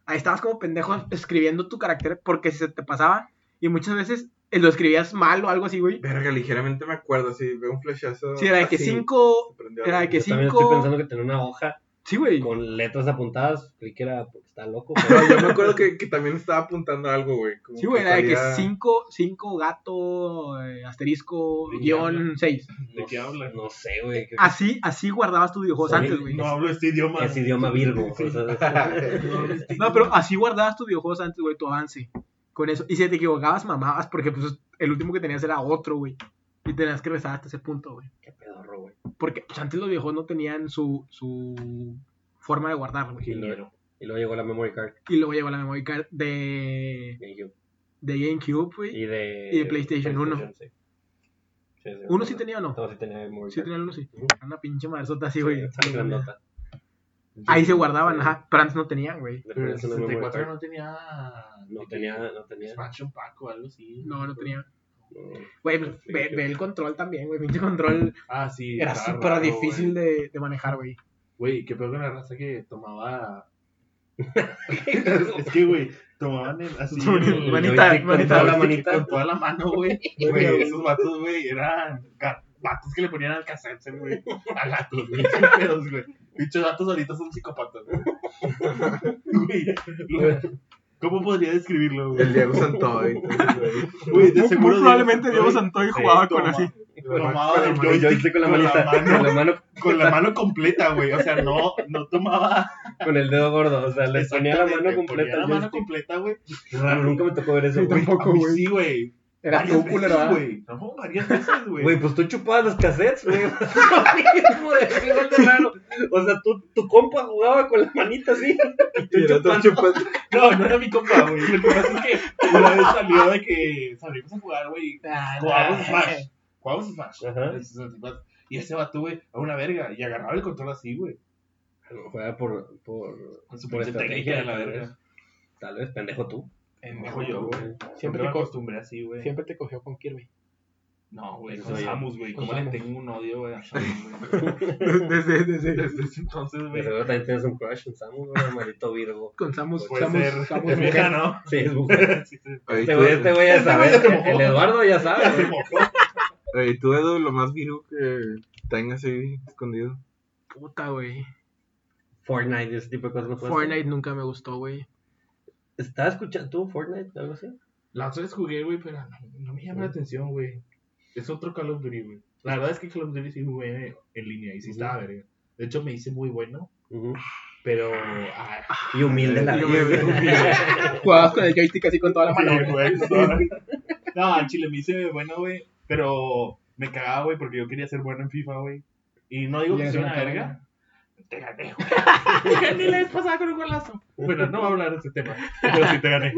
[SPEAKER 2] ahí estabas como pendejo escribiendo tu carácter porque se te pasaba y muchas veces eh, lo escribías mal o algo así, güey.
[SPEAKER 5] Verga, ligeramente me acuerdo, sí, veo un flechazo.
[SPEAKER 2] Sí, era de que
[SPEAKER 5] así,
[SPEAKER 2] cinco...
[SPEAKER 5] se prendió
[SPEAKER 2] era de
[SPEAKER 5] algo.
[SPEAKER 1] Yo
[SPEAKER 2] Ah, que
[SPEAKER 1] también
[SPEAKER 2] cinco-
[SPEAKER 1] estoy pensando que tenía una hoja
[SPEAKER 2] Sí, güey.
[SPEAKER 1] con letras apuntadas. Creí que era porque está loco.
[SPEAKER 5] Pero
[SPEAKER 1] Pero...
[SPEAKER 5] yo me acuerdo que, que también estaba apuntando algo, güey. como
[SPEAKER 2] Sí, güey, era de que
[SPEAKER 5] traía-
[SPEAKER 2] cinco, cinco gato, eh, asterisco,
[SPEAKER 3] Venga,
[SPEAKER 2] guión, seis.
[SPEAKER 3] ¿De qué hablas?
[SPEAKER 1] No sé, güey. creo que
[SPEAKER 2] Así, así guardabas tus videojuegos
[SPEAKER 1] Son-
[SPEAKER 2] antes, güey.
[SPEAKER 3] No
[SPEAKER 2] No,
[SPEAKER 3] hablo este idioma.
[SPEAKER 1] Es idioma virgo. o sea,
[SPEAKER 3] No hablo este
[SPEAKER 2] pero así guardabas tus videojuegos antes, güey, tu avance. Con eso. Y si te equivocabas, mamabas, porque pues el último que tenías era otro, güey. Y tenías que regresar hasta ese punto, güey.
[SPEAKER 1] Qué pedorro, güey.
[SPEAKER 2] Porque pues, antes los videojuegos no tenían su, su forma de guardar,
[SPEAKER 1] Y
[SPEAKER 2] güey.
[SPEAKER 1] luego, y luego llegó la memory card
[SPEAKER 2] Y luego llegó la memory card de,
[SPEAKER 1] de GameCube.
[SPEAKER 2] de GameCube, güey.
[SPEAKER 1] Y de,
[SPEAKER 2] Y de PlayStation uno.
[SPEAKER 1] sí. Sí, sí,
[SPEAKER 2] ¿Uno sí
[SPEAKER 1] no,
[SPEAKER 2] tenía o no?
[SPEAKER 1] No, sí tenía memory
[SPEAKER 2] Sí,
[SPEAKER 1] card.
[SPEAKER 2] tenía uno, sí.
[SPEAKER 1] Ujú.
[SPEAKER 2] Una pinche marzota así, güey.
[SPEAKER 1] Esa grandota.
[SPEAKER 2] Ahí se guardaban,
[SPEAKER 1] Sí.
[SPEAKER 2] ajá. Pero antes no tenían, güey.
[SPEAKER 1] Le
[SPEAKER 3] Pero el
[SPEAKER 1] ponías una memory
[SPEAKER 3] 64
[SPEAKER 1] card.
[SPEAKER 3] no tenía.
[SPEAKER 1] No tenía, no tenía.
[SPEAKER 3] Expansion Pack o algo así.
[SPEAKER 2] No, no tenían.
[SPEAKER 1] no.
[SPEAKER 2] Güey, pues, ve, ve el control también, güey. Pinche control
[SPEAKER 3] Ah, sí.
[SPEAKER 2] era
[SPEAKER 3] estaba
[SPEAKER 2] súper
[SPEAKER 3] raro,
[SPEAKER 2] difícil
[SPEAKER 3] güey.
[SPEAKER 2] de, de manejar, güey.
[SPEAKER 3] Güey, qué peor con la raza que tomaba. es que, güey, tomaban el, así. el-
[SPEAKER 2] Manita,
[SPEAKER 1] joystick con
[SPEAKER 2] manita,
[SPEAKER 1] toda la
[SPEAKER 2] manita.
[SPEAKER 1] manita.
[SPEAKER 3] Con toda la mano, güey. Güey, esos vatos, güey, eran ga- vatos que le ponían al cassette, güey. A gatos, güey. sin pedos, güey. Dichos gatos ahorita son psicópatas, güey. Güey, lo- ¿Cómo podría describirlo, güey?
[SPEAKER 5] El Diego Santoy. entonces, güey.
[SPEAKER 3] Güey, de
[SPEAKER 2] Muy-
[SPEAKER 3] seguro.
[SPEAKER 2] muy probablemente Diego Santoy
[SPEAKER 3] sí,
[SPEAKER 2] jugaba con
[SPEAKER 3] toma-
[SPEAKER 2] así.
[SPEAKER 3] Tomaba el
[SPEAKER 1] Yo
[SPEAKER 3] joystick
[SPEAKER 1] con la manita. Con
[SPEAKER 3] mano,
[SPEAKER 1] la mano,
[SPEAKER 3] con la mano completa, güey. O sea, no, no tomaba.
[SPEAKER 1] con el dedo gordo. O sea, le ponía la mano
[SPEAKER 3] Exactamente,
[SPEAKER 1] completa.
[SPEAKER 3] Ponía la
[SPEAKER 1] al
[SPEAKER 3] mano
[SPEAKER 1] joystick.
[SPEAKER 3] completa, güey.
[SPEAKER 1] Raro, nunca me tocó ver eso,
[SPEAKER 2] Sí,
[SPEAKER 1] güey.
[SPEAKER 2] Tampoco,
[SPEAKER 3] A mí
[SPEAKER 2] güey.
[SPEAKER 3] Sí, güey.
[SPEAKER 2] Era
[SPEAKER 3] Varias
[SPEAKER 2] tu culero,
[SPEAKER 3] veces,
[SPEAKER 2] ¿verdad?
[SPEAKER 3] güey. No, varias veces, güey.
[SPEAKER 1] Güey, pues tú chupabas los cassettes, güey. Lo mismo de igual de raro. O sea, tú, tu compa jugaba con la manita así. Y tú
[SPEAKER 5] Y el otro
[SPEAKER 1] chupando.
[SPEAKER 5] chupando.
[SPEAKER 3] No, no era mi compa, güey. Lo que pasa es que una vez salió de que salimos a jugar, güey.
[SPEAKER 2] Ah,
[SPEAKER 3] Jugamos
[SPEAKER 2] nah.
[SPEAKER 3] Smash. Jugamos Smash.
[SPEAKER 1] Ajá.
[SPEAKER 3] El 64. Y ese vato, güey, a una verga. Y agarraba el control así, güey.
[SPEAKER 1] Juega por, por,
[SPEAKER 3] Con su
[SPEAKER 1] por
[SPEAKER 3] pinche
[SPEAKER 1] estrategia.
[SPEAKER 3] técnica de la
[SPEAKER 1] tal vez.
[SPEAKER 3] verga.
[SPEAKER 1] Tal vez, pendejo tú.
[SPEAKER 3] Pendejo yo, güey. Siempre
[SPEAKER 6] Siempre
[SPEAKER 3] me
[SPEAKER 6] te, co-
[SPEAKER 3] acostumbré así, güey.
[SPEAKER 6] siempre te cogió con Kirby.
[SPEAKER 3] No, güey,
[SPEAKER 1] Eso
[SPEAKER 3] con
[SPEAKER 1] soy yo.
[SPEAKER 3] Samus, güey.
[SPEAKER 6] Con
[SPEAKER 3] ¿Cómo le
[SPEAKER 6] Samus.
[SPEAKER 3] tengo un odio, güey, a Samus, güey?
[SPEAKER 2] Desde, desde,
[SPEAKER 3] Desde ese entonces,
[SPEAKER 1] De
[SPEAKER 3] güey.
[SPEAKER 1] seguro también tienes un crush en Samu, güey, maldito Virgo.
[SPEAKER 2] con Samus.
[SPEAKER 3] Puede
[SPEAKER 2] Samus,
[SPEAKER 3] ser.
[SPEAKER 2] Samus
[SPEAKER 3] es
[SPEAKER 2] mujer.
[SPEAKER 3] vieja, ¿no?
[SPEAKER 1] Sí, es mujer.
[SPEAKER 3] Sí, sí.
[SPEAKER 5] Oye,
[SPEAKER 1] Este
[SPEAKER 5] tú,
[SPEAKER 1] güey, este güey ya
[SPEAKER 3] Este güey
[SPEAKER 1] sabe.
[SPEAKER 3] ya se mojó.
[SPEAKER 1] El Eduardo ya
[SPEAKER 3] Ya se
[SPEAKER 1] sabe.
[SPEAKER 3] mojó.
[SPEAKER 5] oye, tú, Edu, lo más viru que tengas ahí escondido.
[SPEAKER 2] Puta, güey.
[SPEAKER 1] Fortnite y ese tipo de cosas no puedes.
[SPEAKER 2] Fortnite nunca me gustó, güey.
[SPEAKER 1] ¿Estás escuchando tú Fortnite o algo así?
[SPEAKER 3] La otra vez jugué, güey, pero no, no me llama la atención, güey. Es otro Call of Duty, güey. La verdad es que Call of Duty sí jugué en línea y sí
[SPEAKER 1] Ujú.
[SPEAKER 3] estaba verga. De hecho, me hice muy bueno,
[SPEAKER 1] Ujú.
[SPEAKER 3] pero. ah,
[SPEAKER 1] Y humilde la
[SPEAKER 2] Y
[SPEAKER 1] vida.
[SPEAKER 2] humilde. Jugabas con el joystick así con toda la mano,
[SPEAKER 3] sí,
[SPEAKER 2] güey.
[SPEAKER 3] güey, sorry. No, al chile me hice bueno, güey. Pero me cagaba, güey, porque yo quería ser bueno en FIFA, güey. Y no digo
[SPEAKER 2] Ya
[SPEAKER 3] que soy
[SPEAKER 2] se
[SPEAKER 3] una
[SPEAKER 2] me
[SPEAKER 3] verga. Te gané, güey. Te gané la vez pasada con un golazo. Bueno, no voy a hablar de ese tema. Pero sí te gané.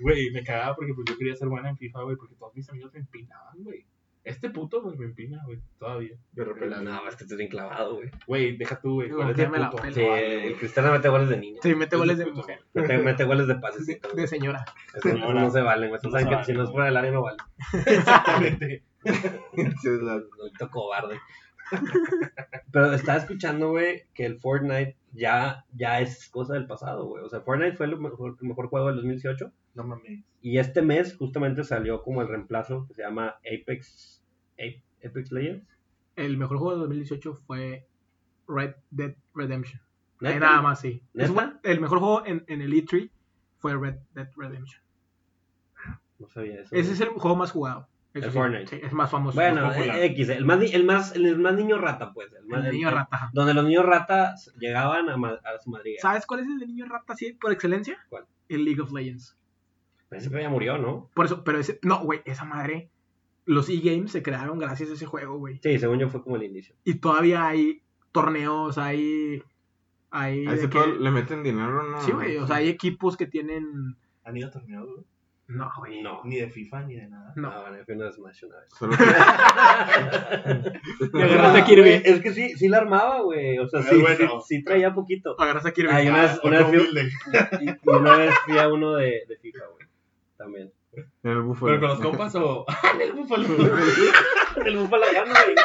[SPEAKER 3] Güey, me cagaba porque pues, yo quería ser buena en FIFA, güey. Porque todos mis amigos me empinaban, güey. Este puto, güey, me empina, güey. Todavía. De repente.
[SPEAKER 1] No, es que estás bien clavado, güey.
[SPEAKER 3] Güey, deja tú, güey.
[SPEAKER 2] Digo,
[SPEAKER 3] ¿Cuál es
[SPEAKER 2] ya
[SPEAKER 3] el
[SPEAKER 2] me la
[SPEAKER 3] puto?
[SPEAKER 2] pela.
[SPEAKER 1] Sí, el Cristiano mete goles de niño.
[SPEAKER 2] Sí, mete goles de mujer.
[SPEAKER 1] Mete, mete goles de
[SPEAKER 2] De,
[SPEAKER 1] pasecito.
[SPEAKER 2] de
[SPEAKER 1] güey.
[SPEAKER 2] señora.
[SPEAKER 1] Eso no, no se valen, güey. Tú
[SPEAKER 3] No se
[SPEAKER 1] sabes que
[SPEAKER 3] vale,
[SPEAKER 1] si no es
[SPEAKER 3] güey.
[SPEAKER 1] fuera del área no vale.
[SPEAKER 3] Exactamente.
[SPEAKER 5] Entonces, la-
[SPEAKER 1] Maldito cobarde. Pero estaba escuchando, güey, que el Fortnite ya, ya es cosa del pasado, güey. O sea, Fortnite fue el mejor, el mejor juego del 2018.
[SPEAKER 3] No mames.
[SPEAKER 1] Y este mes justamente salió como el reemplazo que se llama Apex, Ape- Apex Legends.
[SPEAKER 2] El mejor juego de 2018 fue Red Dead Redemption.
[SPEAKER 1] ¿Neta?
[SPEAKER 2] Nada más, sí.
[SPEAKER 1] ¿Neta?
[SPEAKER 2] Es- El mejor juego en, en el E3 fue Red Dead Redemption.
[SPEAKER 1] No sabía eso.
[SPEAKER 2] Ese
[SPEAKER 1] güey.
[SPEAKER 2] es el juego más jugado. Eso
[SPEAKER 1] El
[SPEAKER 2] sí.
[SPEAKER 1] Fortnite.
[SPEAKER 2] Sí, es más famoso.
[SPEAKER 1] Bueno,
[SPEAKER 2] El
[SPEAKER 3] popular.
[SPEAKER 1] eh, X, el más, ni- el, más, el más niño rata, pues. El, más,
[SPEAKER 2] niño
[SPEAKER 1] el-
[SPEAKER 2] rata. ajá.
[SPEAKER 1] Donde los niños ratas llegaban a, ma- a su madriguera.
[SPEAKER 2] ¿Sabes cuál es el de niño rata así por excelencia?
[SPEAKER 1] ¿Cuál?
[SPEAKER 2] El League of Legends.
[SPEAKER 1] Pero ese ya murió, ¿no?
[SPEAKER 2] Por eso, pero ese, no, güey, esa madre. Los e-games se crearon gracias a ese juego, güey.
[SPEAKER 1] Sí, según yo fue como el inicio.
[SPEAKER 2] Y todavía hay torneos, hay. Hay.
[SPEAKER 5] a
[SPEAKER 2] de
[SPEAKER 5] ese
[SPEAKER 2] que-
[SPEAKER 5] pedo le meten dinero, ¿no?
[SPEAKER 2] sí, güey, o sea, hay equipos que tienen.
[SPEAKER 3] ¿Han ido a torneos, güey?
[SPEAKER 2] No, güey.
[SPEAKER 1] No.
[SPEAKER 3] Ni de FIFA ni de nada.
[SPEAKER 2] No.
[SPEAKER 1] Ah, bueno, fui una Smash una vez.
[SPEAKER 5] Solo que-
[SPEAKER 2] Y agarraste a Kirby.
[SPEAKER 1] Es que sí, sí la armaba, güey. O sea,
[SPEAKER 3] Es
[SPEAKER 1] sí,
[SPEAKER 3] bueno.
[SPEAKER 1] sí, sí traía poquito.
[SPEAKER 2] Agarras a Kirby.
[SPEAKER 1] Ay, una vez,
[SPEAKER 3] Ah,
[SPEAKER 1] una vez
[SPEAKER 3] otro
[SPEAKER 1] fui,
[SPEAKER 3] humilde.
[SPEAKER 1] y- y una vez fui a uno de, de FIFA, güey. También.
[SPEAKER 5] En el búfalo.
[SPEAKER 3] ¿Pero con los compas o...? en el búfalo.
[SPEAKER 1] El búfalo gana, güey.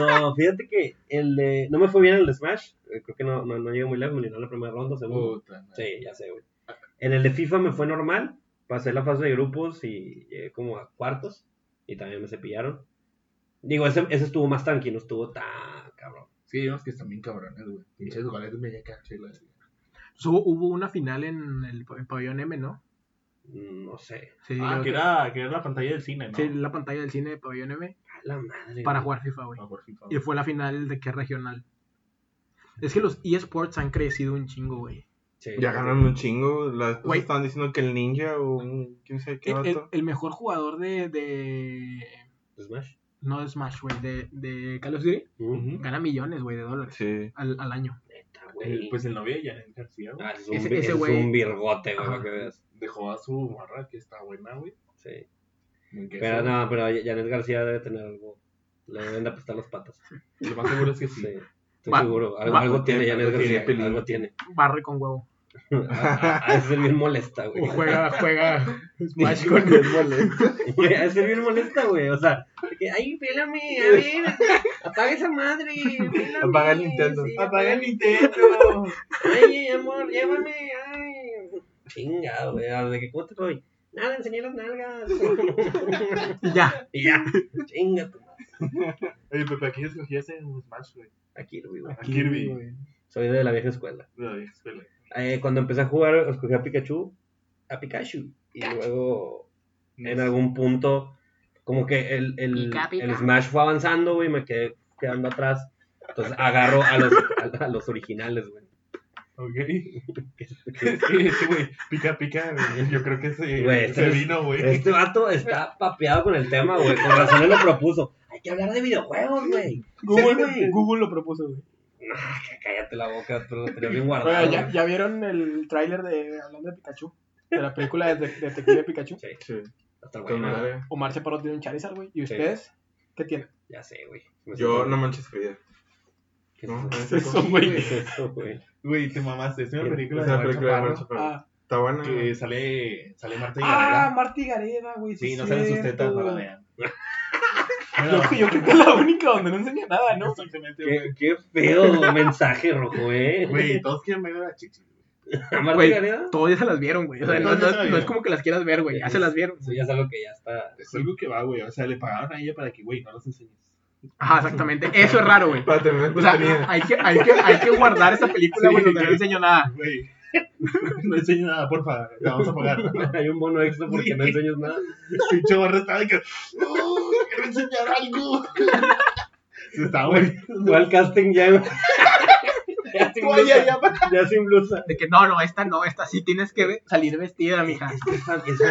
[SPEAKER 1] No, fíjate que el de... No me fue bien el de Smash. eh, Creo que no, no, no llegué muy lejos, me eliminaron la primera ronda, segundo.
[SPEAKER 3] Puta, madre.
[SPEAKER 1] Sí, ya sé, güey. En el de FIFA me fue normal. Pasé la fase de grupos y llegué como a cuartos. Y también me cepillaron. Digo, ese, ese estuvo más tanqui, no estuvo tan cabrón.
[SPEAKER 3] Sí, hay unos que están bien cabrones, güey. Pinches goles me llegan chilas.
[SPEAKER 2] Pues hubo, hubo una final en el pa- en pabellón M, ¿no?
[SPEAKER 1] No sé.
[SPEAKER 2] Sí,
[SPEAKER 3] Ah,
[SPEAKER 2] creo
[SPEAKER 3] que
[SPEAKER 2] que-
[SPEAKER 3] era, que era la pantalla del cine, ¿no?
[SPEAKER 2] sí, la pantalla del cine de pabellón M
[SPEAKER 1] A la madre.
[SPEAKER 2] para
[SPEAKER 1] güey.
[SPEAKER 2] jugar FIFA, güey.
[SPEAKER 3] No, por FIFA,
[SPEAKER 2] Y fue la final de qué regional. Es que los eSports han crecido un chingo, güey.
[SPEAKER 1] Sí.
[SPEAKER 5] Ya ganaron un chingo. Las
[SPEAKER 2] Güey.
[SPEAKER 5] cosas estaban diciendo que el ninja o un, quién sabe qué
[SPEAKER 2] El, el-
[SPEAKER 5] vato.
[SPEAKER 2] el mejor jugador de, de-
[SPEAKER 1] Smash.
[SPEAKER 2] No de Smash, güey. De, de Call of Duty.
[SPEAKER 1] Ujú. Eh,
[SPEAKER 2] Gana millones, güey, de dólares
[SPEAKER 5] Sí.
[SPEAKER 2] al, al año.
[SPEAKER 1] Neta,
[SPEAKER 3] güey. El-
[SPEAKER 1] güey.
[SPEAKER 3] pues el novio de Janet García, güey.
[SPEAKER 1] Ah, es un,
[SPEAKER 2] ese-
[SPEAKER 1] vi-
[SPEAKER 2] ese
[SPEAKER 1] es
[SPEAKER 2] güey-
[SPEAKER 1] un virgote, güey, para
[SPEAKER 2] Ajá.
[SPEAKER 1] que veas.
[SPEAKER 3] Dejó a su morra, que está buena, güey.
[SPEAKER 1] Sí.
[SPEAKER 3] Muy que
[SPEAKER 1] Pero
[SPEAKER 3] eso.
[SPEAKER 1] no, pero Janet García debe tener algo. Le deben de apestar las patas.
[SPEAKER 3] Lo más seguro es que
[SPEAKER 1] Sí.
[SPEAKER 3] sí.
[SPEAKER 1] Estoy
[SPEAKER 2] Va-
[SPEAKER 1] seguro. Algo,
[SPEAKER 2] va-
[SPEAKER 1] algo tiene
[SPEAKER 5] tiene,
[SPEAKER 1] Janet
[SPEAKER 5] algo tiene,
[SPEAKER 1] García.
[SPEAKER 5] pelín.
[SPEAKER 1] algo tiene. Ah,
[SPEAKER 2] Barre con huevo.
[SPEAKER 1] A, a- a ser bien molesta, güey.
[SPEAKER 2] O juega, juega Smash con
[SPEAKER 1] Güey, a ser bien molesta, güey. O sea, de que, ay, pélame, a ver. Apaga esa madre. pélame,
[SPEAKER 5] Apaga el Nintendo.
[SPEAKER 1] sí,
[SPEAKER 3] ¡Apaga el Nintendo!
[SPEAKER 1] Ay, amor, llévame. Ay. Chinga, güey. a ver, ¿De qué cómo te voy? Nada, enseñé las nalgas.
[SPEAKER 2] Y ya.
[SPEAKER 1] y ya. Chinga tu madre.
[SPEAKER 3] Oye, Pepe, ¿a quién escogías en Smash, güey?
[SPEAKER 1] Aquí, güey.
[SPEAKER 3] A Kirby.
[SPEAKER 2] güey.
[SPEAKER 1] Soy de la vieja escuela.
[SPEAKER 3] Lo dije, espera.
[SPEAKER 1] Eh, cuando empecé a jugar, escogí a Pikachu, a Pikachu. Y luego, en algún punto, como que el, el,
[SPEAKER 4] Pica, pica.
[SPEAKER 1] el Smash fue avanzando, güey, me quedé quedando atrás. Entonces agarro a los, a, a los originales, güey.
[SPEAKER 3] Ok. Es que ese güey, pica, pica, güey, yo creo que se,
[SPEAKER 1] Güey, este
[SPEAKER 3] se
[SPEAKER 1] es-
[SPEAKER 3] vino, güey.
[SPEAKER 1] Este vato está papeado con el tema, güey. Con razón él lo propuso. Hay que hablar de videojuegos, güey.
[SPEAKER 2] Google, Google lo propuso, güey.
[SPEAKER 1] Cállate la boca, pero lo tenías bien
[SPEAKER 2] Oiga,
[SPEAKER 3] Ah,
[SPEAKER 1] guardado.
[SPEAKER 2] ¿ya,
[SPEAKER 1] güey.
[SPEAKER 2] ya vieron el tráiler de Hablando de Pikachu? De la película de de Detective Pikachu.
[SPEAKER 1] Sí,
[SPEAKER 5] Sí.
[SPEAKER 1] hasta el güey.
[SPEAKER 5] Con
[SPEAKER 1] ¿no?
[SPEAKER 5] madre.
[SPEAKER 2] Omar Chaparro tiene un Charizard, güey. ¿Y
[SPEAKER 1] Sí.
[SPEAKER 2] ustedes? ¿Qué tienen?
[SPEAKER 1] Ya sé, güey.
[SPEAKER 5] Yo no manches Frida.
[SPEAKER 1] ¿Qué Pues es
[SPEAKER 5] ¿no?
[SPEAKER 1] eso?
[SPEAKER 3] Eso,
[SPEAKER 1] ¿Qué
[SPEAKER 3] güey.
[SPEAKER 1] es eso, güey?
[SPEAKER 3] Güey, te mamaste. Es una
[SPEAKER 1] Sí,
[SPEAKER 3] película
[SPEAKER 5] es una
[SPEAKER 3] de Omar
[SPEAKER 5] película de
[SPEAKER 3] Chaparro
[SPEAKER 5] Omar Chaparro. Pero-
[SPEAKER 2] Ah,
[SPEAKER 5] Está buena.
[SPEAKER 3] que sale, sale Marta y
[SPEAKER 2] ah
[SPEAKER 3] Gareda.
[SPEAKER 2] Marty Gareda, güey.
[SPEAKER 3] Sí, no
[SPEAKER 2] es
[SPEAKER 3] salen sus
[SPEAKER 2] cierto.
[SPEAKER 3] tetas, no la vean.
[SPEAKER 2] Yo, yo creo que es la única donde no enseña nada, ¿no?
[SPEAKER 3] Exactamente, güey.
[SPEAKER 1] Qué, qué feo mensaje rojo, eh.
[SPEAKER 3] Güey, todos quieren ver a Chichi, güey.
[SPEAKER 1] ¿Marta
[SPEAKER 2] Güey,
[SPEAKER 1] Gareda?
[SPEAKER 2] Todos ya se las vieron, güey. O sea, no,
[SPEAKER 3] Todos ya
[SPEAKER 2] no-
[SPEAKER 3] se las
[SPEAKER 2] no
[SPEAKER 3] vieron.
[SPEAKER 2] es como que las quieras ver, güey. Ya se las vieron.
[SPEAKER 1] Eso ya es algo que ya está.
[SPEAKER 3] Es algo que va, güey. O sea, le pagaron a ella para que, güey, no los enseñes.
[SPEAKER 2] Ajá, exactamente. Eso es raro, güey.
[SPEAKER 5] Para tener
[SPEAKER 2] O sea,
[SPEAKER 5] contenido.
[SPEAKER 2] hay que, hay que, hay que guardar esa película,
[SPEAKER 3] Sí,
[SPEAKER 2] güey, donde no
[SPEAKER 3] güey.
[SPEAKER 2] enseñó nada.
[SPEAKER 3] Güey, no enseño nada, porfa. La vamos a pagar.
[SPEAKER 1] Hay un bono extra porque no enseñas nada.
[SPEAKER 3] Pinche barra estaba de que. ¡Oh! ¡Quiero enseñar algo! Se estaba
[SPEAKER 1] Fue al casting ya. ya, sin blusa, ya, sin blusa.
[SPEAKER 2] De que no, no, esta no, esta sí tienes que ve- salir vestida, mija.
[SPEAKER 1] Es, que es fam- es
[SPEAKER 2] Es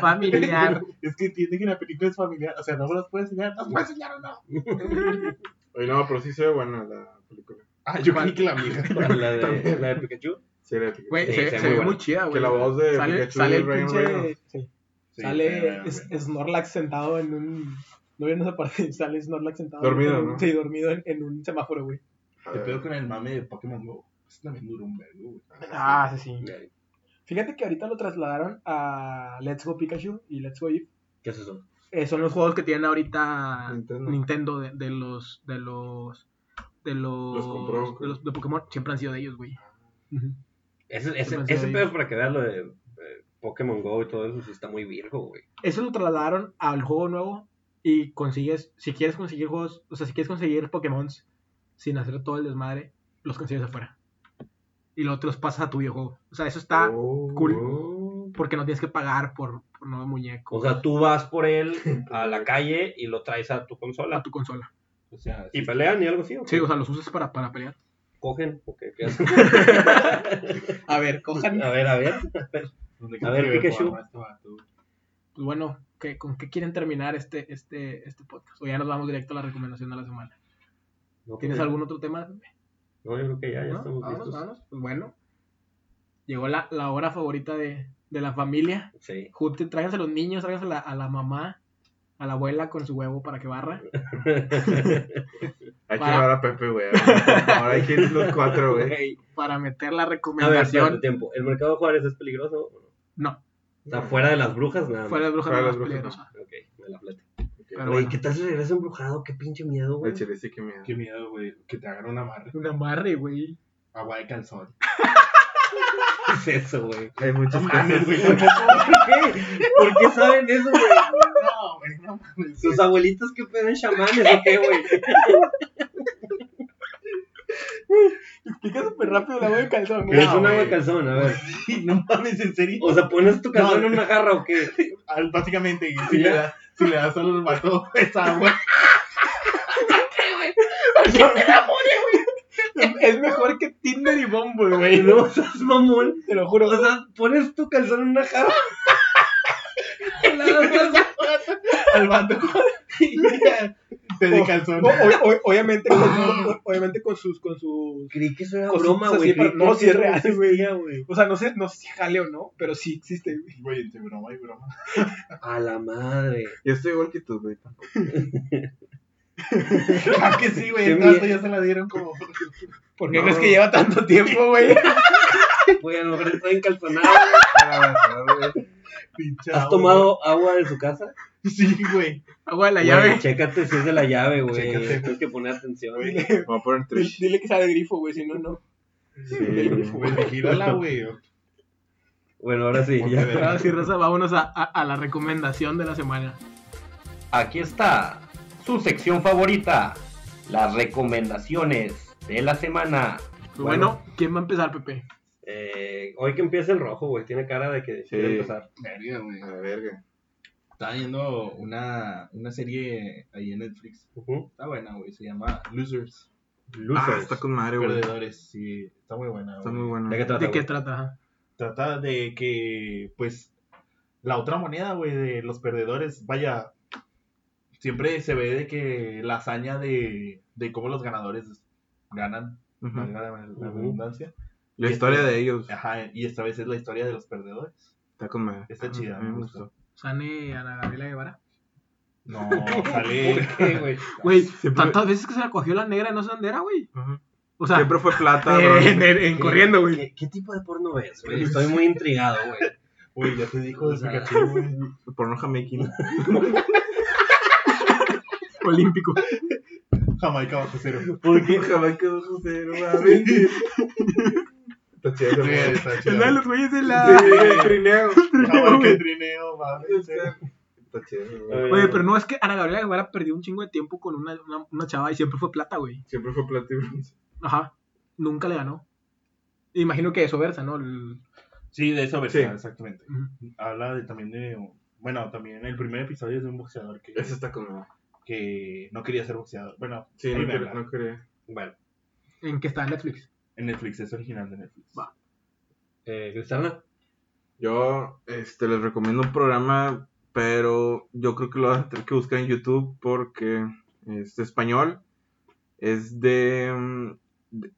[SPEAKER 1] familiar.
[SPEAKER 2] familiar.
[SPEAKER 3] Es que entiende que la película es familiar. O sea, no me las puede enseñar. ¿Las puede enseñar o no?
[SPEAKER 5] Oye, no, pero sí se ve buena la película.
[SPEAKER 3] Ah, yo creí que la mija.
[SPEAKER 1] la, de, la de Pikachu.
[SPEAKER 5] Sí, la película.
[SPEAKER 2] Güey,
[SPEAKER 1] Sí, se ve
[SPEAKER 2] se, se
[SPEAKER 1] muy
[SPEAKER 2] ve
[SPEAKER 1] bueno.
[SPEAKER 2] muy chida, güey.
[SPEAKER 5] Que la voz de
[SPEAKER 2] sale,
[SPEAKER 5] Pikachu
[SPEAKER 2] sale
[SPEAKER 5] es
[SPEAKER 2] el
[SPEAKER 5] Ryan
[SPEAKER 2] pinche.
[SPEAKER 5] Reynolds.
[SPEAKER 2] sí.
[SPEAKER 3] Sí, sí,
[SPEAKER 2] sale
[SPEAKER 3] güey,
[SPEAKER 2] S-
[SPEAKER 3] güey.
[SPEAKER 2] Snorlax sentado en un. No vieron esa parte, sale Snorlax sentado.
[SPEAKER 5] Dormido,
[SPEAKER 2] en un-
[SPEAKER 5] ¿no?
[SPEAKER 2] Sí, dormido en, en un semáforo, güey.
[SPEAKER 5] A
[SPEAKER 3] Te
[SPEAKER 5] ver.
[SPEAKER 3] pedo con el mame de Pokémon Go. Es también duro un vergo, güey.
[SPEAKER 2] Ah, sí, sí.
[SPEAKER 1] ¿Qué
[SPEAKER 2] Fíjate que ahorita lo trasladaron a Let's Go Pikachu y Let's Go Eevee.
[SPEAKER 1] es eso?
[SPEAKER 2] Eh, son los juegos que tienen ahorita
[SPEAKER 5] Nintendo.
[SPEAKER 2] Nintendo, de, de los de los de los,
[SPEAKER 5] Los compró,
[SPEAKER 2] de, los- de Pokémon siempre han sido de ellos, güey. Ujú.
[SPEAKER 1] Ese, ese,
[SPEAKER 2] Yo pensé
[SPEAKER 1] ese
[SPEAKER 2] ahí.
[SPEAKER 1] pedo es para que veas lo de eh, Pokémon Go y todo eso. Sí, está muy virgo, güey.
[SPEAKER 2] Eso lo trasladaron al juego nuevo y consigues si quieres conseguir juegos, o sea, si quieres conseguir Pokémon sin hacer todo el desmadre, los consigues afuera. Y luego te los pasas a tu videojuego. O sea, eso está
[SPEAKER 5] Oh,
[SPEAKER 2] cool.
[SPEAKER 5] oh.
[SPEAKER 2] porque no tienes que pagar por, por nuevo muñeco
[SPEAKER 1] O sea, tú vas por él a la calle y lo traes a tu
[SPEAKER 2] a
[SPEAKER 1] consola.
[SPEAKER 2] tu consola.
[SPEAKER 3] O sea,
[SPEAKER 1] ¿Y pelean y algo así? ¿o qué?
[SPEAKER 2] Sí, o sea, los usas para, para pelear.
[SPEAKER 1] ¿Cogen? ¿O qué, qué hacen?
[SPEAKER 2] A ver, cojan.
[SPEAKER 1] A ver, a ver.
[SPEAKER 3] donde
[SPEAKER 1] A ver,
[SPEAKER 3] quiera que
[SPEAKER 1] Pikachu.
[SPEAKER 3] vea, toma, tú.
[SPEAKER 2] Pues bueno, ¿qué- ¿con qué quieren terminar este, este, este podcast? O ya nos vamos directo a la recomendación de la semana.
[SPEAKER 1] No,
[SPEAKER 2] ¿Tienes
[SPEAKER 1] pues,
[SPEAKER 2] algún otro tema?
[SPEAKER 1] No, yo creo que ya, ya
[SPEAKER 2] ¿No?
[SPEAKER 1] estamos
[SPEAKER 2] Vámonos,
[SPEAKER 1] listos.
[SPEAKER 2] vámonos. Pues bueno, llegó la, la hora favorita de, de la familia.
[SPEAKER 1] Sí.
[SPEAKER 2] Junte- Tráiganse a los niños, tráiganse a la, a la mamá, a la abuela con su huevo para que barra.
[SPEAKER 5] Hay que
[SPEAKER 2] Para-
[SPEAKER 5] llevar a Pepe, güey. Ahora hay que ir los cuatro, güey.
[SPEAKER 2] Para meter la
[SPEAKER 1] A ver,
[SPEAKER 2] recomendación.
[SPEAKER 1] espérate, tiempo. ¿El mercado de Juárez es peligroso?
[SPEAKER 2] No,
[SPEAKER 1] sea, fuera de las brujas, nada más.
[SPEAKER 2] Fuera de brujas
[SPEAKER 5] Fuera de
[SPEAKER 2] más
[SPEAKER 5] las brujas,
[SPEAKER 2] peligrosa.
[SPEAKER 1] Ok, me la plata.
[SPEAKER 2] Pero
[SPEAKER 1] Güey,
[SPEAKER 2] bueno.
[SPEAKER 1] ¿qué tal si regresa embrujado? Qué pinche miedo, güey.
[SPEAKER 5] El chile sí que miedo.
[SPEAKER 3] Qué miedo, güey. Que te hagan una amarre.
[SPEAKER 2] Un amarre, güey.
[SPEAKER 3] Agua de calzón.
[SPEAKER 1] ¿Qué es eso, güey?
[SPEAKER 5] Hay muchas cosas.
[SPEAKER 3] güey.
[SPEAKER 1] Ah, ¿Por qué? ¿Por qué saben eso, güey?
[SPEAKER 3] No, güey, no mames.
[SPEAKER 1] ¿Sus abuelitos qué pedo en chamanes o qué, güey?
[SPEAKER 2] Explica súper rápido el agua de calzón,
[SPEAKER 1] ¿Qué
[SPEAKER 2] güey.
[SPEAKER 1] es un agua
[SPEAKER 3] güey.
[SPEAKER 1] de calzón? A ver.
[SPEAKER 3] Sí, No mames, en serio.
[SPEAKER 1] O sea, ¿pones tu calzón
[SPEAKER 3] No.
[SPEAKER 1] en una jarra o qué?
[SPEAKER 3] Ah, Básicamente, si le, das, si le das solo al vato esa agua.
[SPEAKER 2] Es mejor que Tinder y Bumble, güey.
[SPEAKER 1] No, seas mamón.
[SPEAKER 2] Te lo juro.
[SPEAKER 1] O sea, ¿pones tu calzón en una jarra? La lanzas-
[SPEAKER 3] Al vato. Y ya, te de calzón.
[SPEAKER 2] O- o- o- obviamente, con, o- obviamente con sus, con sus
[SPEAKER 1] Creí que eso era
[SPEAKER 2] Cositas
[SPEAKER 1] broma,
[SPEAKER 2] así,
[SPEAKER 1] güey.
[SPEAKER 2] pero
[SPEAKER 1] Creí
[SPEAKER 2] no,
[SPEAKER 1] que
[SPEAKER 2] sí es
[SPEAKER 1] eso
[SPEAKER 2] real,
[SPEAKER 1] existía, güey.
[SPEAKER 2] O sea, no sé, no sé si jale o no, pero sí existe, güey.
[SPEAKER 3] Güey, entre broma y broma.
[SPEAKER 1] A la madre.
[SPEAKER 5] Yo estoy igual que tú, güey.
[SPEAKER 3] Ah, que sí, güey.
[SPEAKER 1] Qué
[SPEAKER 3] El vato
[SPEAKER 1] miedo.
[SPEAKER 3] ya se la dieron como.
[SPEAKER 2] ¿Por qué
[SPEAKER 5] No.
[SPEAKER 2] crees que lleva tanto tiempo, güey?
[SPEAKER 1] Güey, a lo mejor estoy encalzonado.
[SPEAKER 5] Ah, ah, güey.
[SPEAKER 3] pinche
[SPEAKER 1] ¿Has
[SPEAKER 3] agua,
[SPEAKER 1] tomado agua de su casa?
[SPEAKER 3] güey. Sí, güey.
[SPEAKER 2] Agua de la
[SPEAKER 1] Güey,
[SPEAKER 2] llave.
[SPEAKER 1] Chécate si es de la llave, güey.
[SPEAKER 3] Chécate.
[SPEAKER 1] Tienes que poner atención.
[SPEAKER 3] Güey,
[SPEAKER 5] Me voy a poner
[SPEAKER 2] Dile,
[SPEAKER 5] trish.
[SPEAKER 2] dile que sabe grifo, güey, si no, no.
[SPEAKER 5] Sí.
[SPEAKER 3] Güey, vigílala, güey.
[SPEAKER 1] Bueno, ahora sí.
[SPEAKER 3] Ponte
[SPEAKER 1] ya.
[SPEAKER 3] verga.
[SPEAKER 2] Pero ahora sí, Rosa, vámonos a, a- a la recomendación de la semana.
[SPEAKER 6] Aquí está su sección favorita, las recomendaciones de la semana.
[SPEAKER 2] Pues bueno, ¿quién va a empezar, Pepe?
[SPEAKER 1] Eh, hoy que empieza el rojo, güey. Tiene cara de que
[SPEAKER 5] Sí.
[SPEAKER 1] quiere empezar.
[SPEAKER 7] Verga, güey.
[SPEAKER 5] A la verga.
[SPEAKER 7] Estaba viendo una, una serie ahí en Netflix.
[SPEAKER 1] Ujú.
[SPEAKER 7] Está buena, güey. Se llama Losers.
[SPEAKER 5] Ah,
[SPEAKER 1] Losers.
[SPEAKER 5] está con madre, güey.
[SPEAKER 7] Perdedores. Sí, está muy buena.
[SPEAKER 5] Está
[SPEAKER 7] güey.
[SPEAKER 5] muy bueno.
[SPEAKER 1] ¿De qué trata?
[SPEAKER 2] ¿De qué
[SPEAKER 1] güey?
[SPEAKER 2] trata?
[SPEAKER 3] Trata de que, pues, la otra moneda, güey, de los perdedores, vaya, siempre se ve de que la hazaña de, de cómo los ganadores ganan,
[SPEAKER 5] Ujú.
[SPEAKER 3] valga la, la
[SPEAKER 1] Ujú.
[SPEAKER 3] redundancia.
[SPEAKER 5] La historia de ellos
[SPEAKER 3] Ajá, y esta vez es la historia de los perdedores.
[SPEAKER 5] está con madre.
[SPEAKER 3] Está
[SPEAKER 5] Ah,
[SPEAKER 3] chida,
[SPEAKER 5] a mí
[SPEAKER 3] me
[SPEAKER 5] me
[SPEAKER 3] gustó.
[SPEAKER 5] gustó.
[SPEAKER 2] ¿Sane Ana Gabriela Guevara?
[SPEAKER 3] No, sale.
[SPEAKER 1] ¿Qué, güey?
[SPEAKER 2] Güey,
[SPEAKER 5] Siempre-
[SPEAKER 2] tantas veces que se la cogió la negra y no sé dónde era, güey.
[SPEAKER 5] Ujú.
[SPEAKER 2] O sea,
[SPEAKER 5] Siempre fue plata,
[SPEAKER 2] eh,
[SPEAKER 5] bro.
[SPEAKER 2] en, en- en corriendo, güey.
[SPEAKER 1] ¿Qué, qué tipo de porno ves, güey? Estoy muy intrigado, güey.
[SPEAKER 3] Uy, ya te dijo de
[SPEAKER 1] O sea,
[SPEAKER 3] Pikachu, güey.
[SPEAKER 5] Porno jamaiquino.
[SPEAKER 2] Olímpico.
[SPEAKER 3] Jamaica bajo cero.
[SPEAKER 5] ¿Por qué jamaica bajo cero, mami? Está chida
[SPEAKER 3] Sí,
[SPEAKER 5] esa madre.
[SPEAKER 3] está
[SPEAKER 2] Es la de
[SPEAKER 3] chido.
[SPEAKER 2] los güeyes de
[SPEAKER 5] Sí,
[SPEAKER 2] la.
[SPEAKER 5] el trineo. Ah,
[SPEAKER 3] Jamaica trineo, va.
[SPEAKER 5] Está chido.
[SPEAKER 2] Güey, pero no, es que Ana Gabriela Guevara perdió un chingo de tiempo con una, una, una chava y siempre fue plata, güey.
[SPEAKER 5] Siempre fue plata y bronce.
[SPEAKER 2] Ajá. Nunca le ganó. Imagino que eso versa, ¿no? El-
[SPEAKER 3] Sí, de eso,
[SPEAKER 5] Sí.
[SPEAKER 3] ¿verdad? Exactamente. Habla de, también de. Bueno, también el primer episodio es de un boxeador que.
[SPEAKER 5] Eso está con madre.
[SPEAKER 3] que no quería ser boxeador. Bueno,
[SPEAKER 5] Sí,
[SPEAKER 3] ahí
[SPEAKER 5] no
[SPEAKER 3] me
[SPEAKER 5] quería,
[SPEAKER 3] hablan.
[SPEAKER 5] no quería.
[SPEAKER 1] Bueno,
[SPEAKER 2] En que está en Netflix.
[SPEAKER 3] en Netflix, es original de Netflix.
[SPEAKER 2] Va.
[SPEAKER 1] eh, Cristalna.
[SPEAKER 5] Yo este, les recomiendo un programa, pero yo creo que lo van a tener que buscar en YouTube porque es español. Es de, mm, de-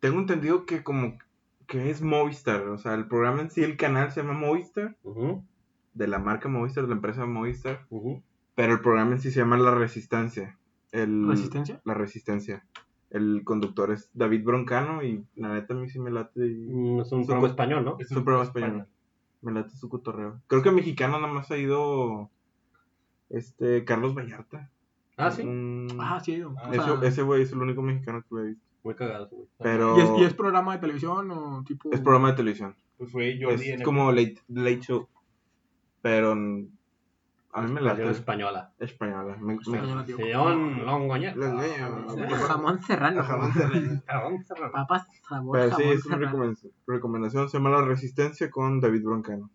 [SPEAKER 5] Tengo entendido que como que es Movistar. O sea, el programa en sí, el canal se llama Movistar,
[SPEAKER 1] Ujú,
[SPEAKER 5] de la marca Movistar, de la empresa Movistar.
[SPEAKER 1] ujú.
[SPEAKER 5] Pero el programa en sí se llama La Resistencia. El,
[SPEAKER 2] ¿Resistencia?
[SPEAKER 5] La Resistencia. El conductor es David Broncano y la neta a mí sí me late. y-
[SPEAKER 1] Mm, Es un
[SPEAKER 5] Su-
[SPEAKER 1] programa español, ¿no?
[SPEAKER 5] Es un programa español. Me late su cotorreo. Creo que mexicano nada más ha ido este Carlos Vallarta.
[SPEAKER 1] Ah, sí.
[SPEAKER 5] Un-
[SPEAKER 2] Ah, sí, o
[SPEAKER 3] Ah,
[SPEAKER 5] Ese-
[SPEAKER 2] sea,
[SPEAKER 5] ese güey Mm. es el único mexicano que lo he visto.
[SPEAKER 1] Muy cagado, güey.
[SPEAKER 5] Pero
[SPEAKER 2] ¿y, es,
[SPEAKER 5] es,
[SPEAKER 2] y es programa de televisión o tipo.?
[SPEAKER 5] programa de televisión.
[SPEAKER 3] Pues fue Jordi en
[SPEAKER 5] Es
[SPEAKER 3] el-
[SPEAKER 5] como late, late show. Pero mm, a mí me
[SPEAKER 1] Español
[SPEAKER 5] late
[SPEAKER 1] española.
[SPEAKER 5] española. Me, me-
[SPEAKER 2] Española, tío.
[SPEAKER 1] León Ah, Longoña.
[SPEAKER 5] La leña.
[SPEAKER 2] Jamón serrano.
[SPEAKER 5] Jamón serrano.
[SPEAKER 1] Cabrón, cerrado.
[SPEAKER 2] Papas sabor
[SPEAKER 5] Pero sí,
[SPEAKER 2] jamón
[SPEAKER 5] es una
[SPEAKER 2] serrano.
[SPEAKER 5] recomendación, recomendación. Se llama La Resistencia con David Broncano.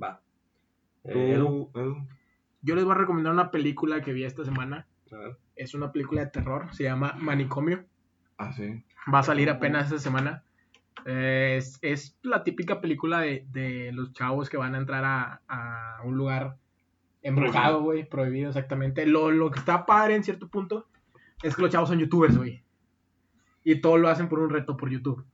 [SPEAKER 1] Va.
[SPEAKER 5] Tú,
[SPEAKER 1] Eh, Edu.
[SPEAKER 5] Edu,
[SPEAKER 2] Yo les voy a recomendar una película que vi esta semana.
[SPEAKER 1] A ver.
[SPEAKER 2] Es una película de terror. Se llama Manicomio.
[SPEAKER 5] Ah, sí.
[SPEAKER 2] Va a salir apenas esta semana. Eh, Es, es la típica película de, de los chavos que van a entrar a, a un lugar embrujado, güey, prohibido exactamente. Lo, lo que está padre en cierto punto es que los chavos son youtubers, güey. Y todo lo hacen por un reto por YouTube.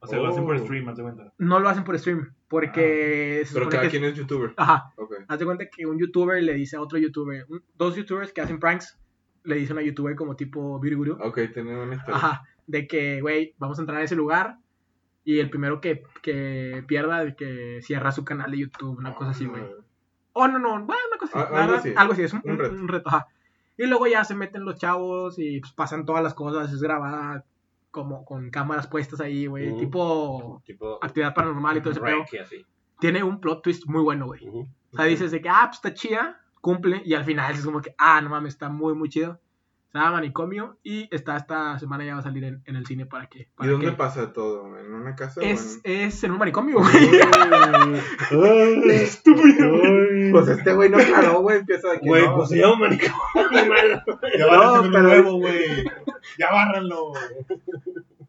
[SPEAKER 3] O sea, lo hacen
[SPEAKER 1] Oh.
[SPEAKER 3] por stream, haz de cuenta.
[SPEAKER 2] No lo hacen por stream, porque... se
[SPEAKER 5] Ah, Pero
[SPEAKER 2] supone
[SPEAKER 5] cada
[SPEAKER 2] que-
[SPEAKER 5] quien es youtuber.
[SPEAKER 2] Ajá,
[SPEAKER 5] Ok.
[SPEAKER 2] Haz de cuenta que un youtuber le dice a otro youtuber, un- dos youtubers que hacen pranks, le dicen a youtuber como tipo Virguru,
[SPEAKER 5] Ok, tiene una historia.
[SPEAKER 2] ajá, de que, güey, vamos a entrar a ese lugar, Y el primero que, que pierda, el que cierra su canal de YouTube, una cosa así, güey. Oh, no, no, bueno, una cosa así.
[SPEAKER 5] Ah,
[SPEAKER 2] la
[SPEAKER 5] algo
[SPEAKER 2] verdad,
[SPEAKER 5] así.
[SPEAKER 2] algo así, es un,
[SPEAKER 5] Un
[SPEAKER 2] un- un
[SPEAKER 5] reto.
[SPEAKER 2] reto. ajá. Y luego ya se meten los chavos y pues, pasan todas las cosas, es grabada como con cámaras puestas ahí, güey.
[SPEAKER 5] Uh.
[SPEAKER 1] Ujú.
[SPEAKER 2] Tipo
[SPEAKER 1] Tipo,
[SPEAKER 2] actividad paranormal y todo ese pedo.
[SPEAKER 1] Wreck y así.
[SPEAKER 2] Tiene un plot twist muy bueno, güey.
[SPEAKER 1] Ujú.
[SPEAKER 2] O sea, dices de que, ah, pues está chida, cumple, y al final es como que, ah, no mames, está muy, muy chido. Se llama Manicomio y está esta semana ya va a salir en, en el cine para que.
[SPEAKER 5] ¿Y
[SPEAKER 2] para
[SPEAKER 5] dónde
[SPEAKER 2] que-
[SPEAKER 5] pasa todo? ¿En una casa? o
[SPEAKER 2] Es,
[SPEAKER 5] en-
[SPEAKER 2] es en un manicomio, güey.
[SPEAKER 1] Ay,
[SPEAKER 5] Pues este güey no aclaró, güey. Empieza de que
[SPEAKER 1] Güey,
[SPEAKER 5] no.
[SPEAKER 1] pues se llama manicomio, malo.
[SPEAKER 3] Ya van a
[SPEAKER 5] No,
[SPEAKER 3] hacer un
[SPEAKER 5] pero-
[SPEAKER 3] nuevo, güey. Ya bárralo.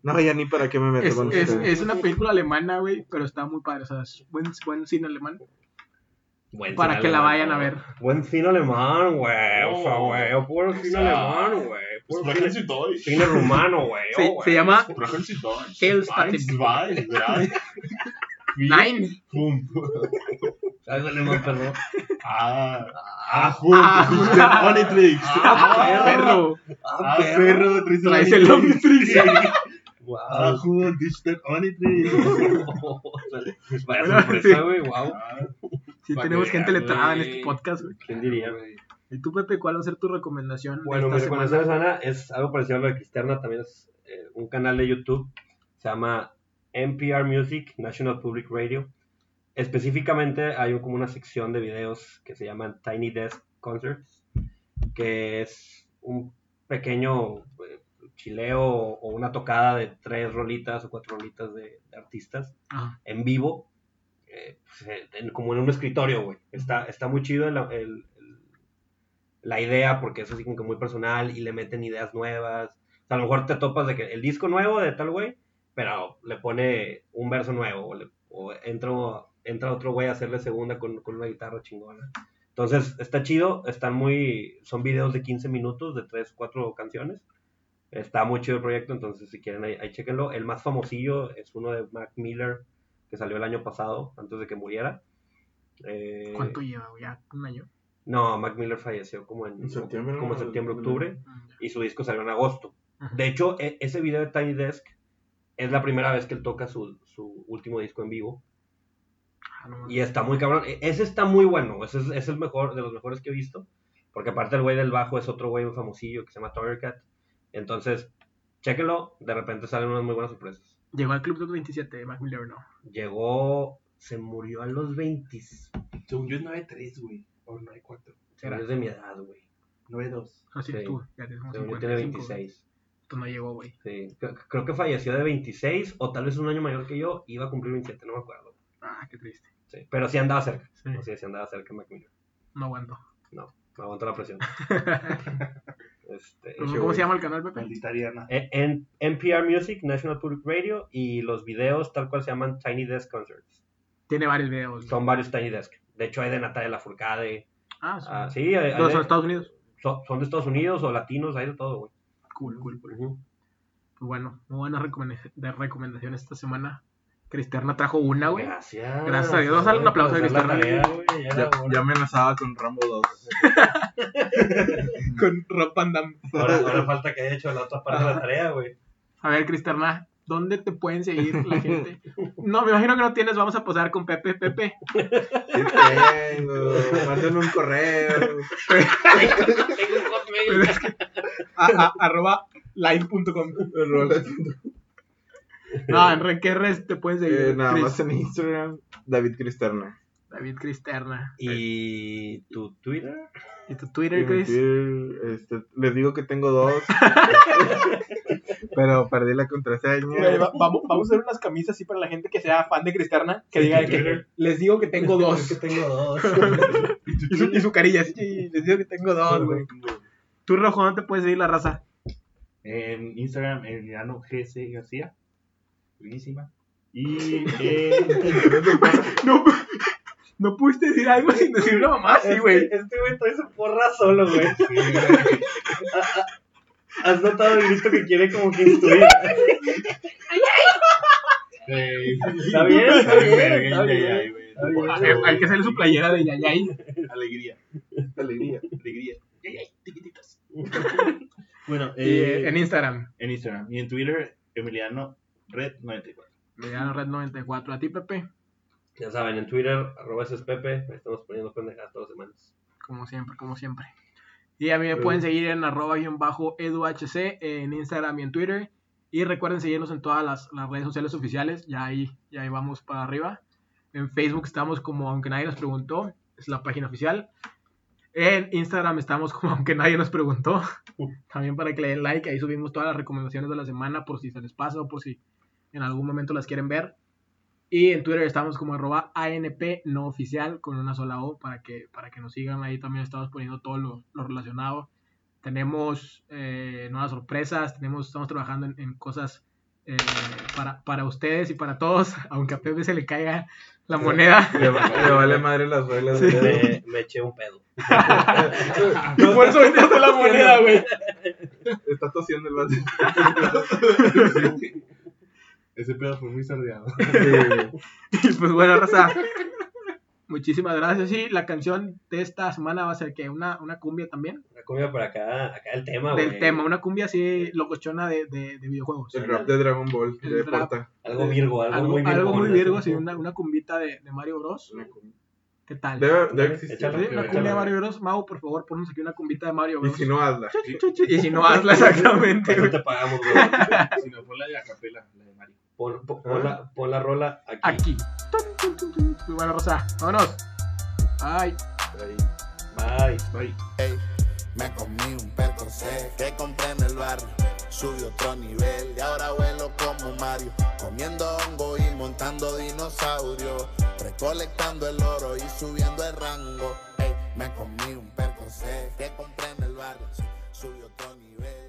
[SPEAKER 5] No, ya ni para qué me meto
[SPEAKER 2] Es,
[SPEAKER 5] con
[SPEAKER 2] es,
[SPEAKER 5] ustedes.
[SPEAKER 2] es una película alemana, güey, pero está muy padre. O sea, es buen, buen cine alemán.
[SPEAKER 1] Buen
[SPEAKER 2] Para
[SPEAKER 1] cine
[SPEAKER 2] que la
[SPEAKER 1] alemán,
[SPEAKER 2] vayan a
[SPEAKER 1] güey.
[SPEAKER 2] ver.
[SPEAKER 1] Buen cine alemán, güey. O sea, güey. Puro cine
[SPEAKER 3] sea,
[SPEAKER 1] alemán, güey. Puro
[SPEAKER 3] Pues
[SPEAKER 1] cine,
[SPEAKER 3] Sprechensi Deutsch.
[SPEAKER 1] cine rumano, güey.
[SPEAKER 2] Se,
[SPEAKER 1] oh, güey.
[SPEAKER 2] se llama
[SPEAKER 3] Sprechensi Deutsch.
[SPEAKER 2] Hell's
[SPEAKER 3] Eins, zwei, drei. vier,
[SPEAKER 2] Nine.
[SPEAKER 3] Pum.
[SPEAKER 1] Ay, dale más, perdón.
[SPEAKER 3] Ah, ah,
[SPEAKER 2] Ah.
[SPEAKER 3] ah, Omnitrix.
[SPEAKER 2] Ah, perro.
[SPEAKER 3] Ah, perro, traes el
[SPEAKER 2] Traes el
[SPEAKER 3] Omnitrix.
[SPEAKER 2] Omnitrix.
[SPEAKER 1] Wow.
[SPEAKER 3] Ah, Juan, Digital Omnitrix.
[SPEAKER 1] Vaya
[SPEAKER 2] Bueno,
[SPEAKER 1] sorpresa,
[SPEAKER 2] sí.
[SPEAKER 1] güey. Wow.
[SPEAKER 2] Sí,
[SPEAKER 7] Pa'
[SPEAKER 2] tenemos
[SPEAKER 7] que
[SPEAKER 2] gente
[SPEAKER 7] vean,
[SPEAKER 2] letrada en
[SPEAKER 7] güey.
[SPEAKER 2] este podcast, güey.
[SPEAKER 1] ¿Quién diría?
[SPEAKER 2] ¿Y tú, Pepe, cuál va a ser tu recomendación? de
[SPEAKER 1] Bueno,
[SPEAKER 2] esta
[SPEAKER 1] mi recomendación
[SPEAKER 2] semana?
[SPEAKER 1] de semana es algo parecido a lo de Cristerna, también es eh, un canal de YouTube, se llama NPR Music, National Public Radio. Específicamente hay un- como una sección de videos que se llaman Tiny Desk Concerts, que es un pequeño eh, chileo o una tocada de tres rolitas o cuatro rolitas de- de artistas
[SPEAKER 2] Ajá.
[SPEAKER 1] en vivo, eh, pues, eh, en- como en un escritorio, güey. Está, está muy chido el- el- el- la idea porque es así como que muy personal y le meten ideas nuevas. O sea, a lo mejor te topas de que el disco nuevo de tal güey, pero le pone un verso nuevo o, le- o entra, entra otro güey a hacerle segunda con, con una guitarra chingona. Entonces, está chido, están muy, son videos de 15 minutos, de 3, 4 canciones. Está muy chido el proyecto, entonces si quieren ahí, ahí chéquenlo. El más famosillo es uno de Mac Miller, que salió el año pasado, antes de que muriera. Eh,
[SPEAKER 2] ¿Cuánto lleva, güey? ¿Ya un año?
[SPEAKER 1] No, Mac Miller falleció como en,
[SPEAKER 5] En septiembre,
[SPEAKER 1] como en
[SPEAKER 5] ¿no?
[SPEAKER 1] septiembre, octubre,
[SPEAKER 2] Mm,
[SPEAKER 1] y su disco salió en agosto.
[SPEAKER 2] Ajá.
[SPEAKER 1] De hecho, e- ese video de Tiny Desk es la primera vez que él toca su, su último disco en vivo.
[SPEAKER 2] ah, no,
[SPEAKER 1] Y está muy cabrón. E- Ese está muy bueno. Ese es, es el mejor, de los mejores que he visto. Porque aparte el güey del bajo es otro güey un famosillo que se llama Tigercat. Entonces, chéquelo. De repente salen unas muy buenas sorpresas.
[SPEAKER 2] Llegó al Club 27, Mac Miller, ¿no?
[SPEAKER 1] Llegó, se murió a los 20.
[SPEAKER 3] Según yo es 9-3, güey. O 9-4.
[SPEAKER 1] Será es de mi edad, güey.
[SPEAKER 3] 9-2.
[SPEAKER 2] Así
[SPEAKER 1] Sí.
[SPEAKER 2] tú, ya tenemos
[SPEAKER 1] Según yo tiene
[SPEAKER 2] 55.
[SPEAKER 1] 26.
[SPEAKER 2] Tú no llegó, güey.
[SPEAKER 1] Sí. Cre- Creo que falleció de 26 o tal vez un año mayor que yo. Iba a cumplir 27, no me acuerdo.
[SPEAKER 2] Ah, qué triste.
[SPEAKER 1] Sí, Pero sí andaba cerca.
[SPEAKER 2] Sí.
[SPEAKER 1] O sea, sí andaba cerca Mac Miller.
[SPEAKER 2] No aguanto.
[SPEAKER 1] Me aguantó la presión. este,
[SPEAKER 2] ¿Cómo, cómo se llama el canal, Pepe?
[SPEAKER 3] Maldita Ariana.
[SPEAKER 1] Eh, en NPR Music, National Public Radio y los videos tal cual se llaman Tiny Desk Concerts.
[SPEAKER 2] Tiene varios videos. güey.
[SPEAKER 1] Son varios Tiny Desk. De hecho hay de Natalia Lafourcade.
[SPEAKER 2] Ah, sí.
[SPEAKER 1] Ah, sí, hay- hay
[SPEAKER 2] ¿Los
[SPEAKER 1] de-
[SPEAKER 2] son Estados Unidos?
[SPEAKER 1] son- son de Estados Unidos o latinos, hay de todo, güey.
[SPEAKER 2] Cool, cool, cool.
[SPEAKER 1] Ujú.
[SPEAKER 2] Pues bueno, muy buenas recomendaciones de recomendaciones esta semana. Cristerna trajo una, Ah, güey.
[SPEAKER 1] Gracias.
[SPEAKER 2] Gracias a Dios. Vamos a darle un aplauso a
[SPEAKER 1] Por hacer la
[SPEAKER 2] Cristiano.
[SPEAKER 1] tarea, güey, ya
[SPEAKER 5] Ya,
[SPEAKER 1] era hora.
[SPEAKER 5] ya amenazaba con Rambo 2.
[SPEAKER 2] Con Rob Van Damme.
[SPEAKER 1] Ahora, ahora falta que haya hecho la otra parte de la tarea, güey.
[SPEAKER 2] A ver, Cristerna, ¿dónde te pueden seguir la gente? No, me imagino que no tienes. Vamos a posar con Pepe. Pepe,
[SPEAKER 5] Sí tengo. Manden un correo.
[SPEAKER 2] a- a- arroba line.com. No, en qué res te pueden seguir.
[SPEAKER 5] Eh, nada
[SPEAKER 2] Cris-
[SPEAKER 5] más en Instagram, David Cristerna.
[SPEAKER 2] David Cristerna.
[SPEAKER 1] Y tu Twitter.
[SPEAKER 2] ¿Y tu
[SPEAKER 5] Y
[SPEAKER 2] Twitter,
[SPEAKER 5] en
[SPEAKER 2] Chris?
[SPEAKER 5] Twitter, este, les digo que tengo dos. pero perdí la
[SPEAKER 2] Güey,
[SPEAKER 5] contraseña.
[SPEAKER 2] va- vamos, vamos a hacer unas camisas así para la gente que sea fan de Cristerna, que
[SPEAKER 1] Sí,
[SPEAKER 2] diga
[SPEAKER 1] tu
[SPEAKER 2] de que
[SPEAKER 1] Twitter.
[SPEAKER 2] les digo que tengo
[SPEAKER 1] Es que
[SPEAKER 2] dos.
[SPEAKER 1] tengo dos.
[SPEAKER 2] Y su, y su carilla, sí, les digo que tengo dos, güey. Tú, Rojo, ¿dónde te puedes seguir la raza?
[SPEAKER 3] En Instagram, en Ariano GC García. Buenísima. Y eh, en.
[SPEAKER 2] No, no pudiste decir algo sin decir una mamá, sí, güey.
[SPEAKER 1] Este este güey trae su porra solo, güey. Ah, ah, Has notado el grito que quiere como que instruir.
[SPEAKER 3] Güey,
[SPEAKER 1] Está bien, está
[SPEAKER 3] ay,
[SPEAKER 1] bien,
[SPEAKER 3] verga,
[SPEAKER 1] está
[SPEAKER 3] ay,
[SPEAKER 1] bien.
[SPEAKER 3] ay, güey.
[SPEAKER 1] Está bien.
[SPEAKER 2] Hay, hay que hacerle su playera de Yayay.
[SPEAKER 3] Alegría.
[SPEAKER 5] Alegría.
[SPEAKER 3] Alegría. Ay, ay, tiquititas. Bueno,
[SPEAKER 2] Y,
[SPEAKER 3] eh,
[SPEAKER 2] eh, en Instagram.
[SPEAKER 3] en Instagram y en Twitter, Emiliano Red 94.
[SPEAKER 2] Mediano Red 94. A ti, Pepe,
[SPEAKER 1] Ya saben, en Twitter, arroba ese es Pepe, ahí estamos poniendo pendejadas todas las semanas.
[SPEAKER 2] como siempre, como siempre. Y a mí me pueden seguir en arroba guión bajo eduhc en Instagram y en Twitter. Y recuerden seguirnos en todas las, las redes sociales oficiales. Ya ahí, ya ahí vamos para arriba. En Facebook estamos como Aunque Nadie Nos Preguntó. Es la página oficial. En Instagram estamos como Aunque Nadie Nos Preguntó. También para que le den like. Ahí subimos todas las recomendaciones de la semana por si se les pasa o por si en algún momento las quieren ver. Y en Twitter estamos como arroba ANP no oficial con una sola O para que, para que nos sigan. Ahí también estamos poniendo todo lo, lo relacionado. Tenemos eh, nuevas sorpresas, tenemos, estamos trabajando en, en cosas eh, para, para ustedes y para todos, aunque a Pepe se le caiga la moneda.
[SPEAKER 5] Le, va- le vale madre las reglas.
[SPEAKER 2] Sí.
[SPEAKER 5] güey.
[SPEAKER 1] Me, me eché un pedo.
[SPEAKER 2] Y por eso vendiste la moneda, güey.
[SPEAKER 5] Está tosiendo el vato.
[SPEAKER 3] Ese pedo fue muy sardeado.
[SPEAKER 2] Y pues bueno, Raza. Muchísimas gracias. Sí, la canción de esta semana va a ser que una, una cumbia también.
[SPEAKER 1] Una comida para acá, acá el tema, güey.
[SPEAKER 2] del tema, una cumbia así locochona de, de, de videojuegos.
[SPEAKER 5] El rap de Dragon Ball.
[SPEAKER 2] El
[SPEAKER 5] de
[SPEAKER 2] rap.
[SPEAKER 5] Porta.
[SPEAKER 1] Algo virgo, algo,
[SPEAKER 2] Algo,
[SPEAKER 1] muy virgo.
[SPEAKER 2] algo muy virgo, sí, una, una cumbita de, de Mario Bros. ¿Qué tal?
[SPEAKER 5] Debe, debe existir.
[SPEAKER 1] Échale,
[SPEAKER 2] Sí,
[SPEAKER 1] échale.
[SPEAKER 2] una cumbia de Mario Bros. Mau, por favor, ponnos aquí una cumbita de Mario
[SPEAKER 5] Y
[SPEAKER 2] Bros.
[SPEAKER 5] si no, hazla.
[SPEAKER 2] Chu, chu, chu. Y si no, hazla exactamente.
[SPEAKER 1] Eso
[SPEAKER 2] güey.
[SPEAKER 1] te pagamos, güey.
[SPEAKER 3] Si no fue la de Acapela, la de Mario.
[SPEAKER 1] Pon, pon- pon la, pon la rola aquí.
[SPEAKER 2] Aquí. Tun, tun, tun, tun. Muy buena, Rosa. Vámonos. Ay.
[SPEAKER 1] Bye.
[SPEAKER 3] Bye.
[SPEAKER 8] Me comí un peto sé que compré en el barrio. Subí otro nivel y ahora vuelo como Mario. Comiendo hongo y montando dinosaurio. Recolectando el oro y subiendo el rango. Ey, me comí un peto sé que compré en el barrio. Subí otro nivel.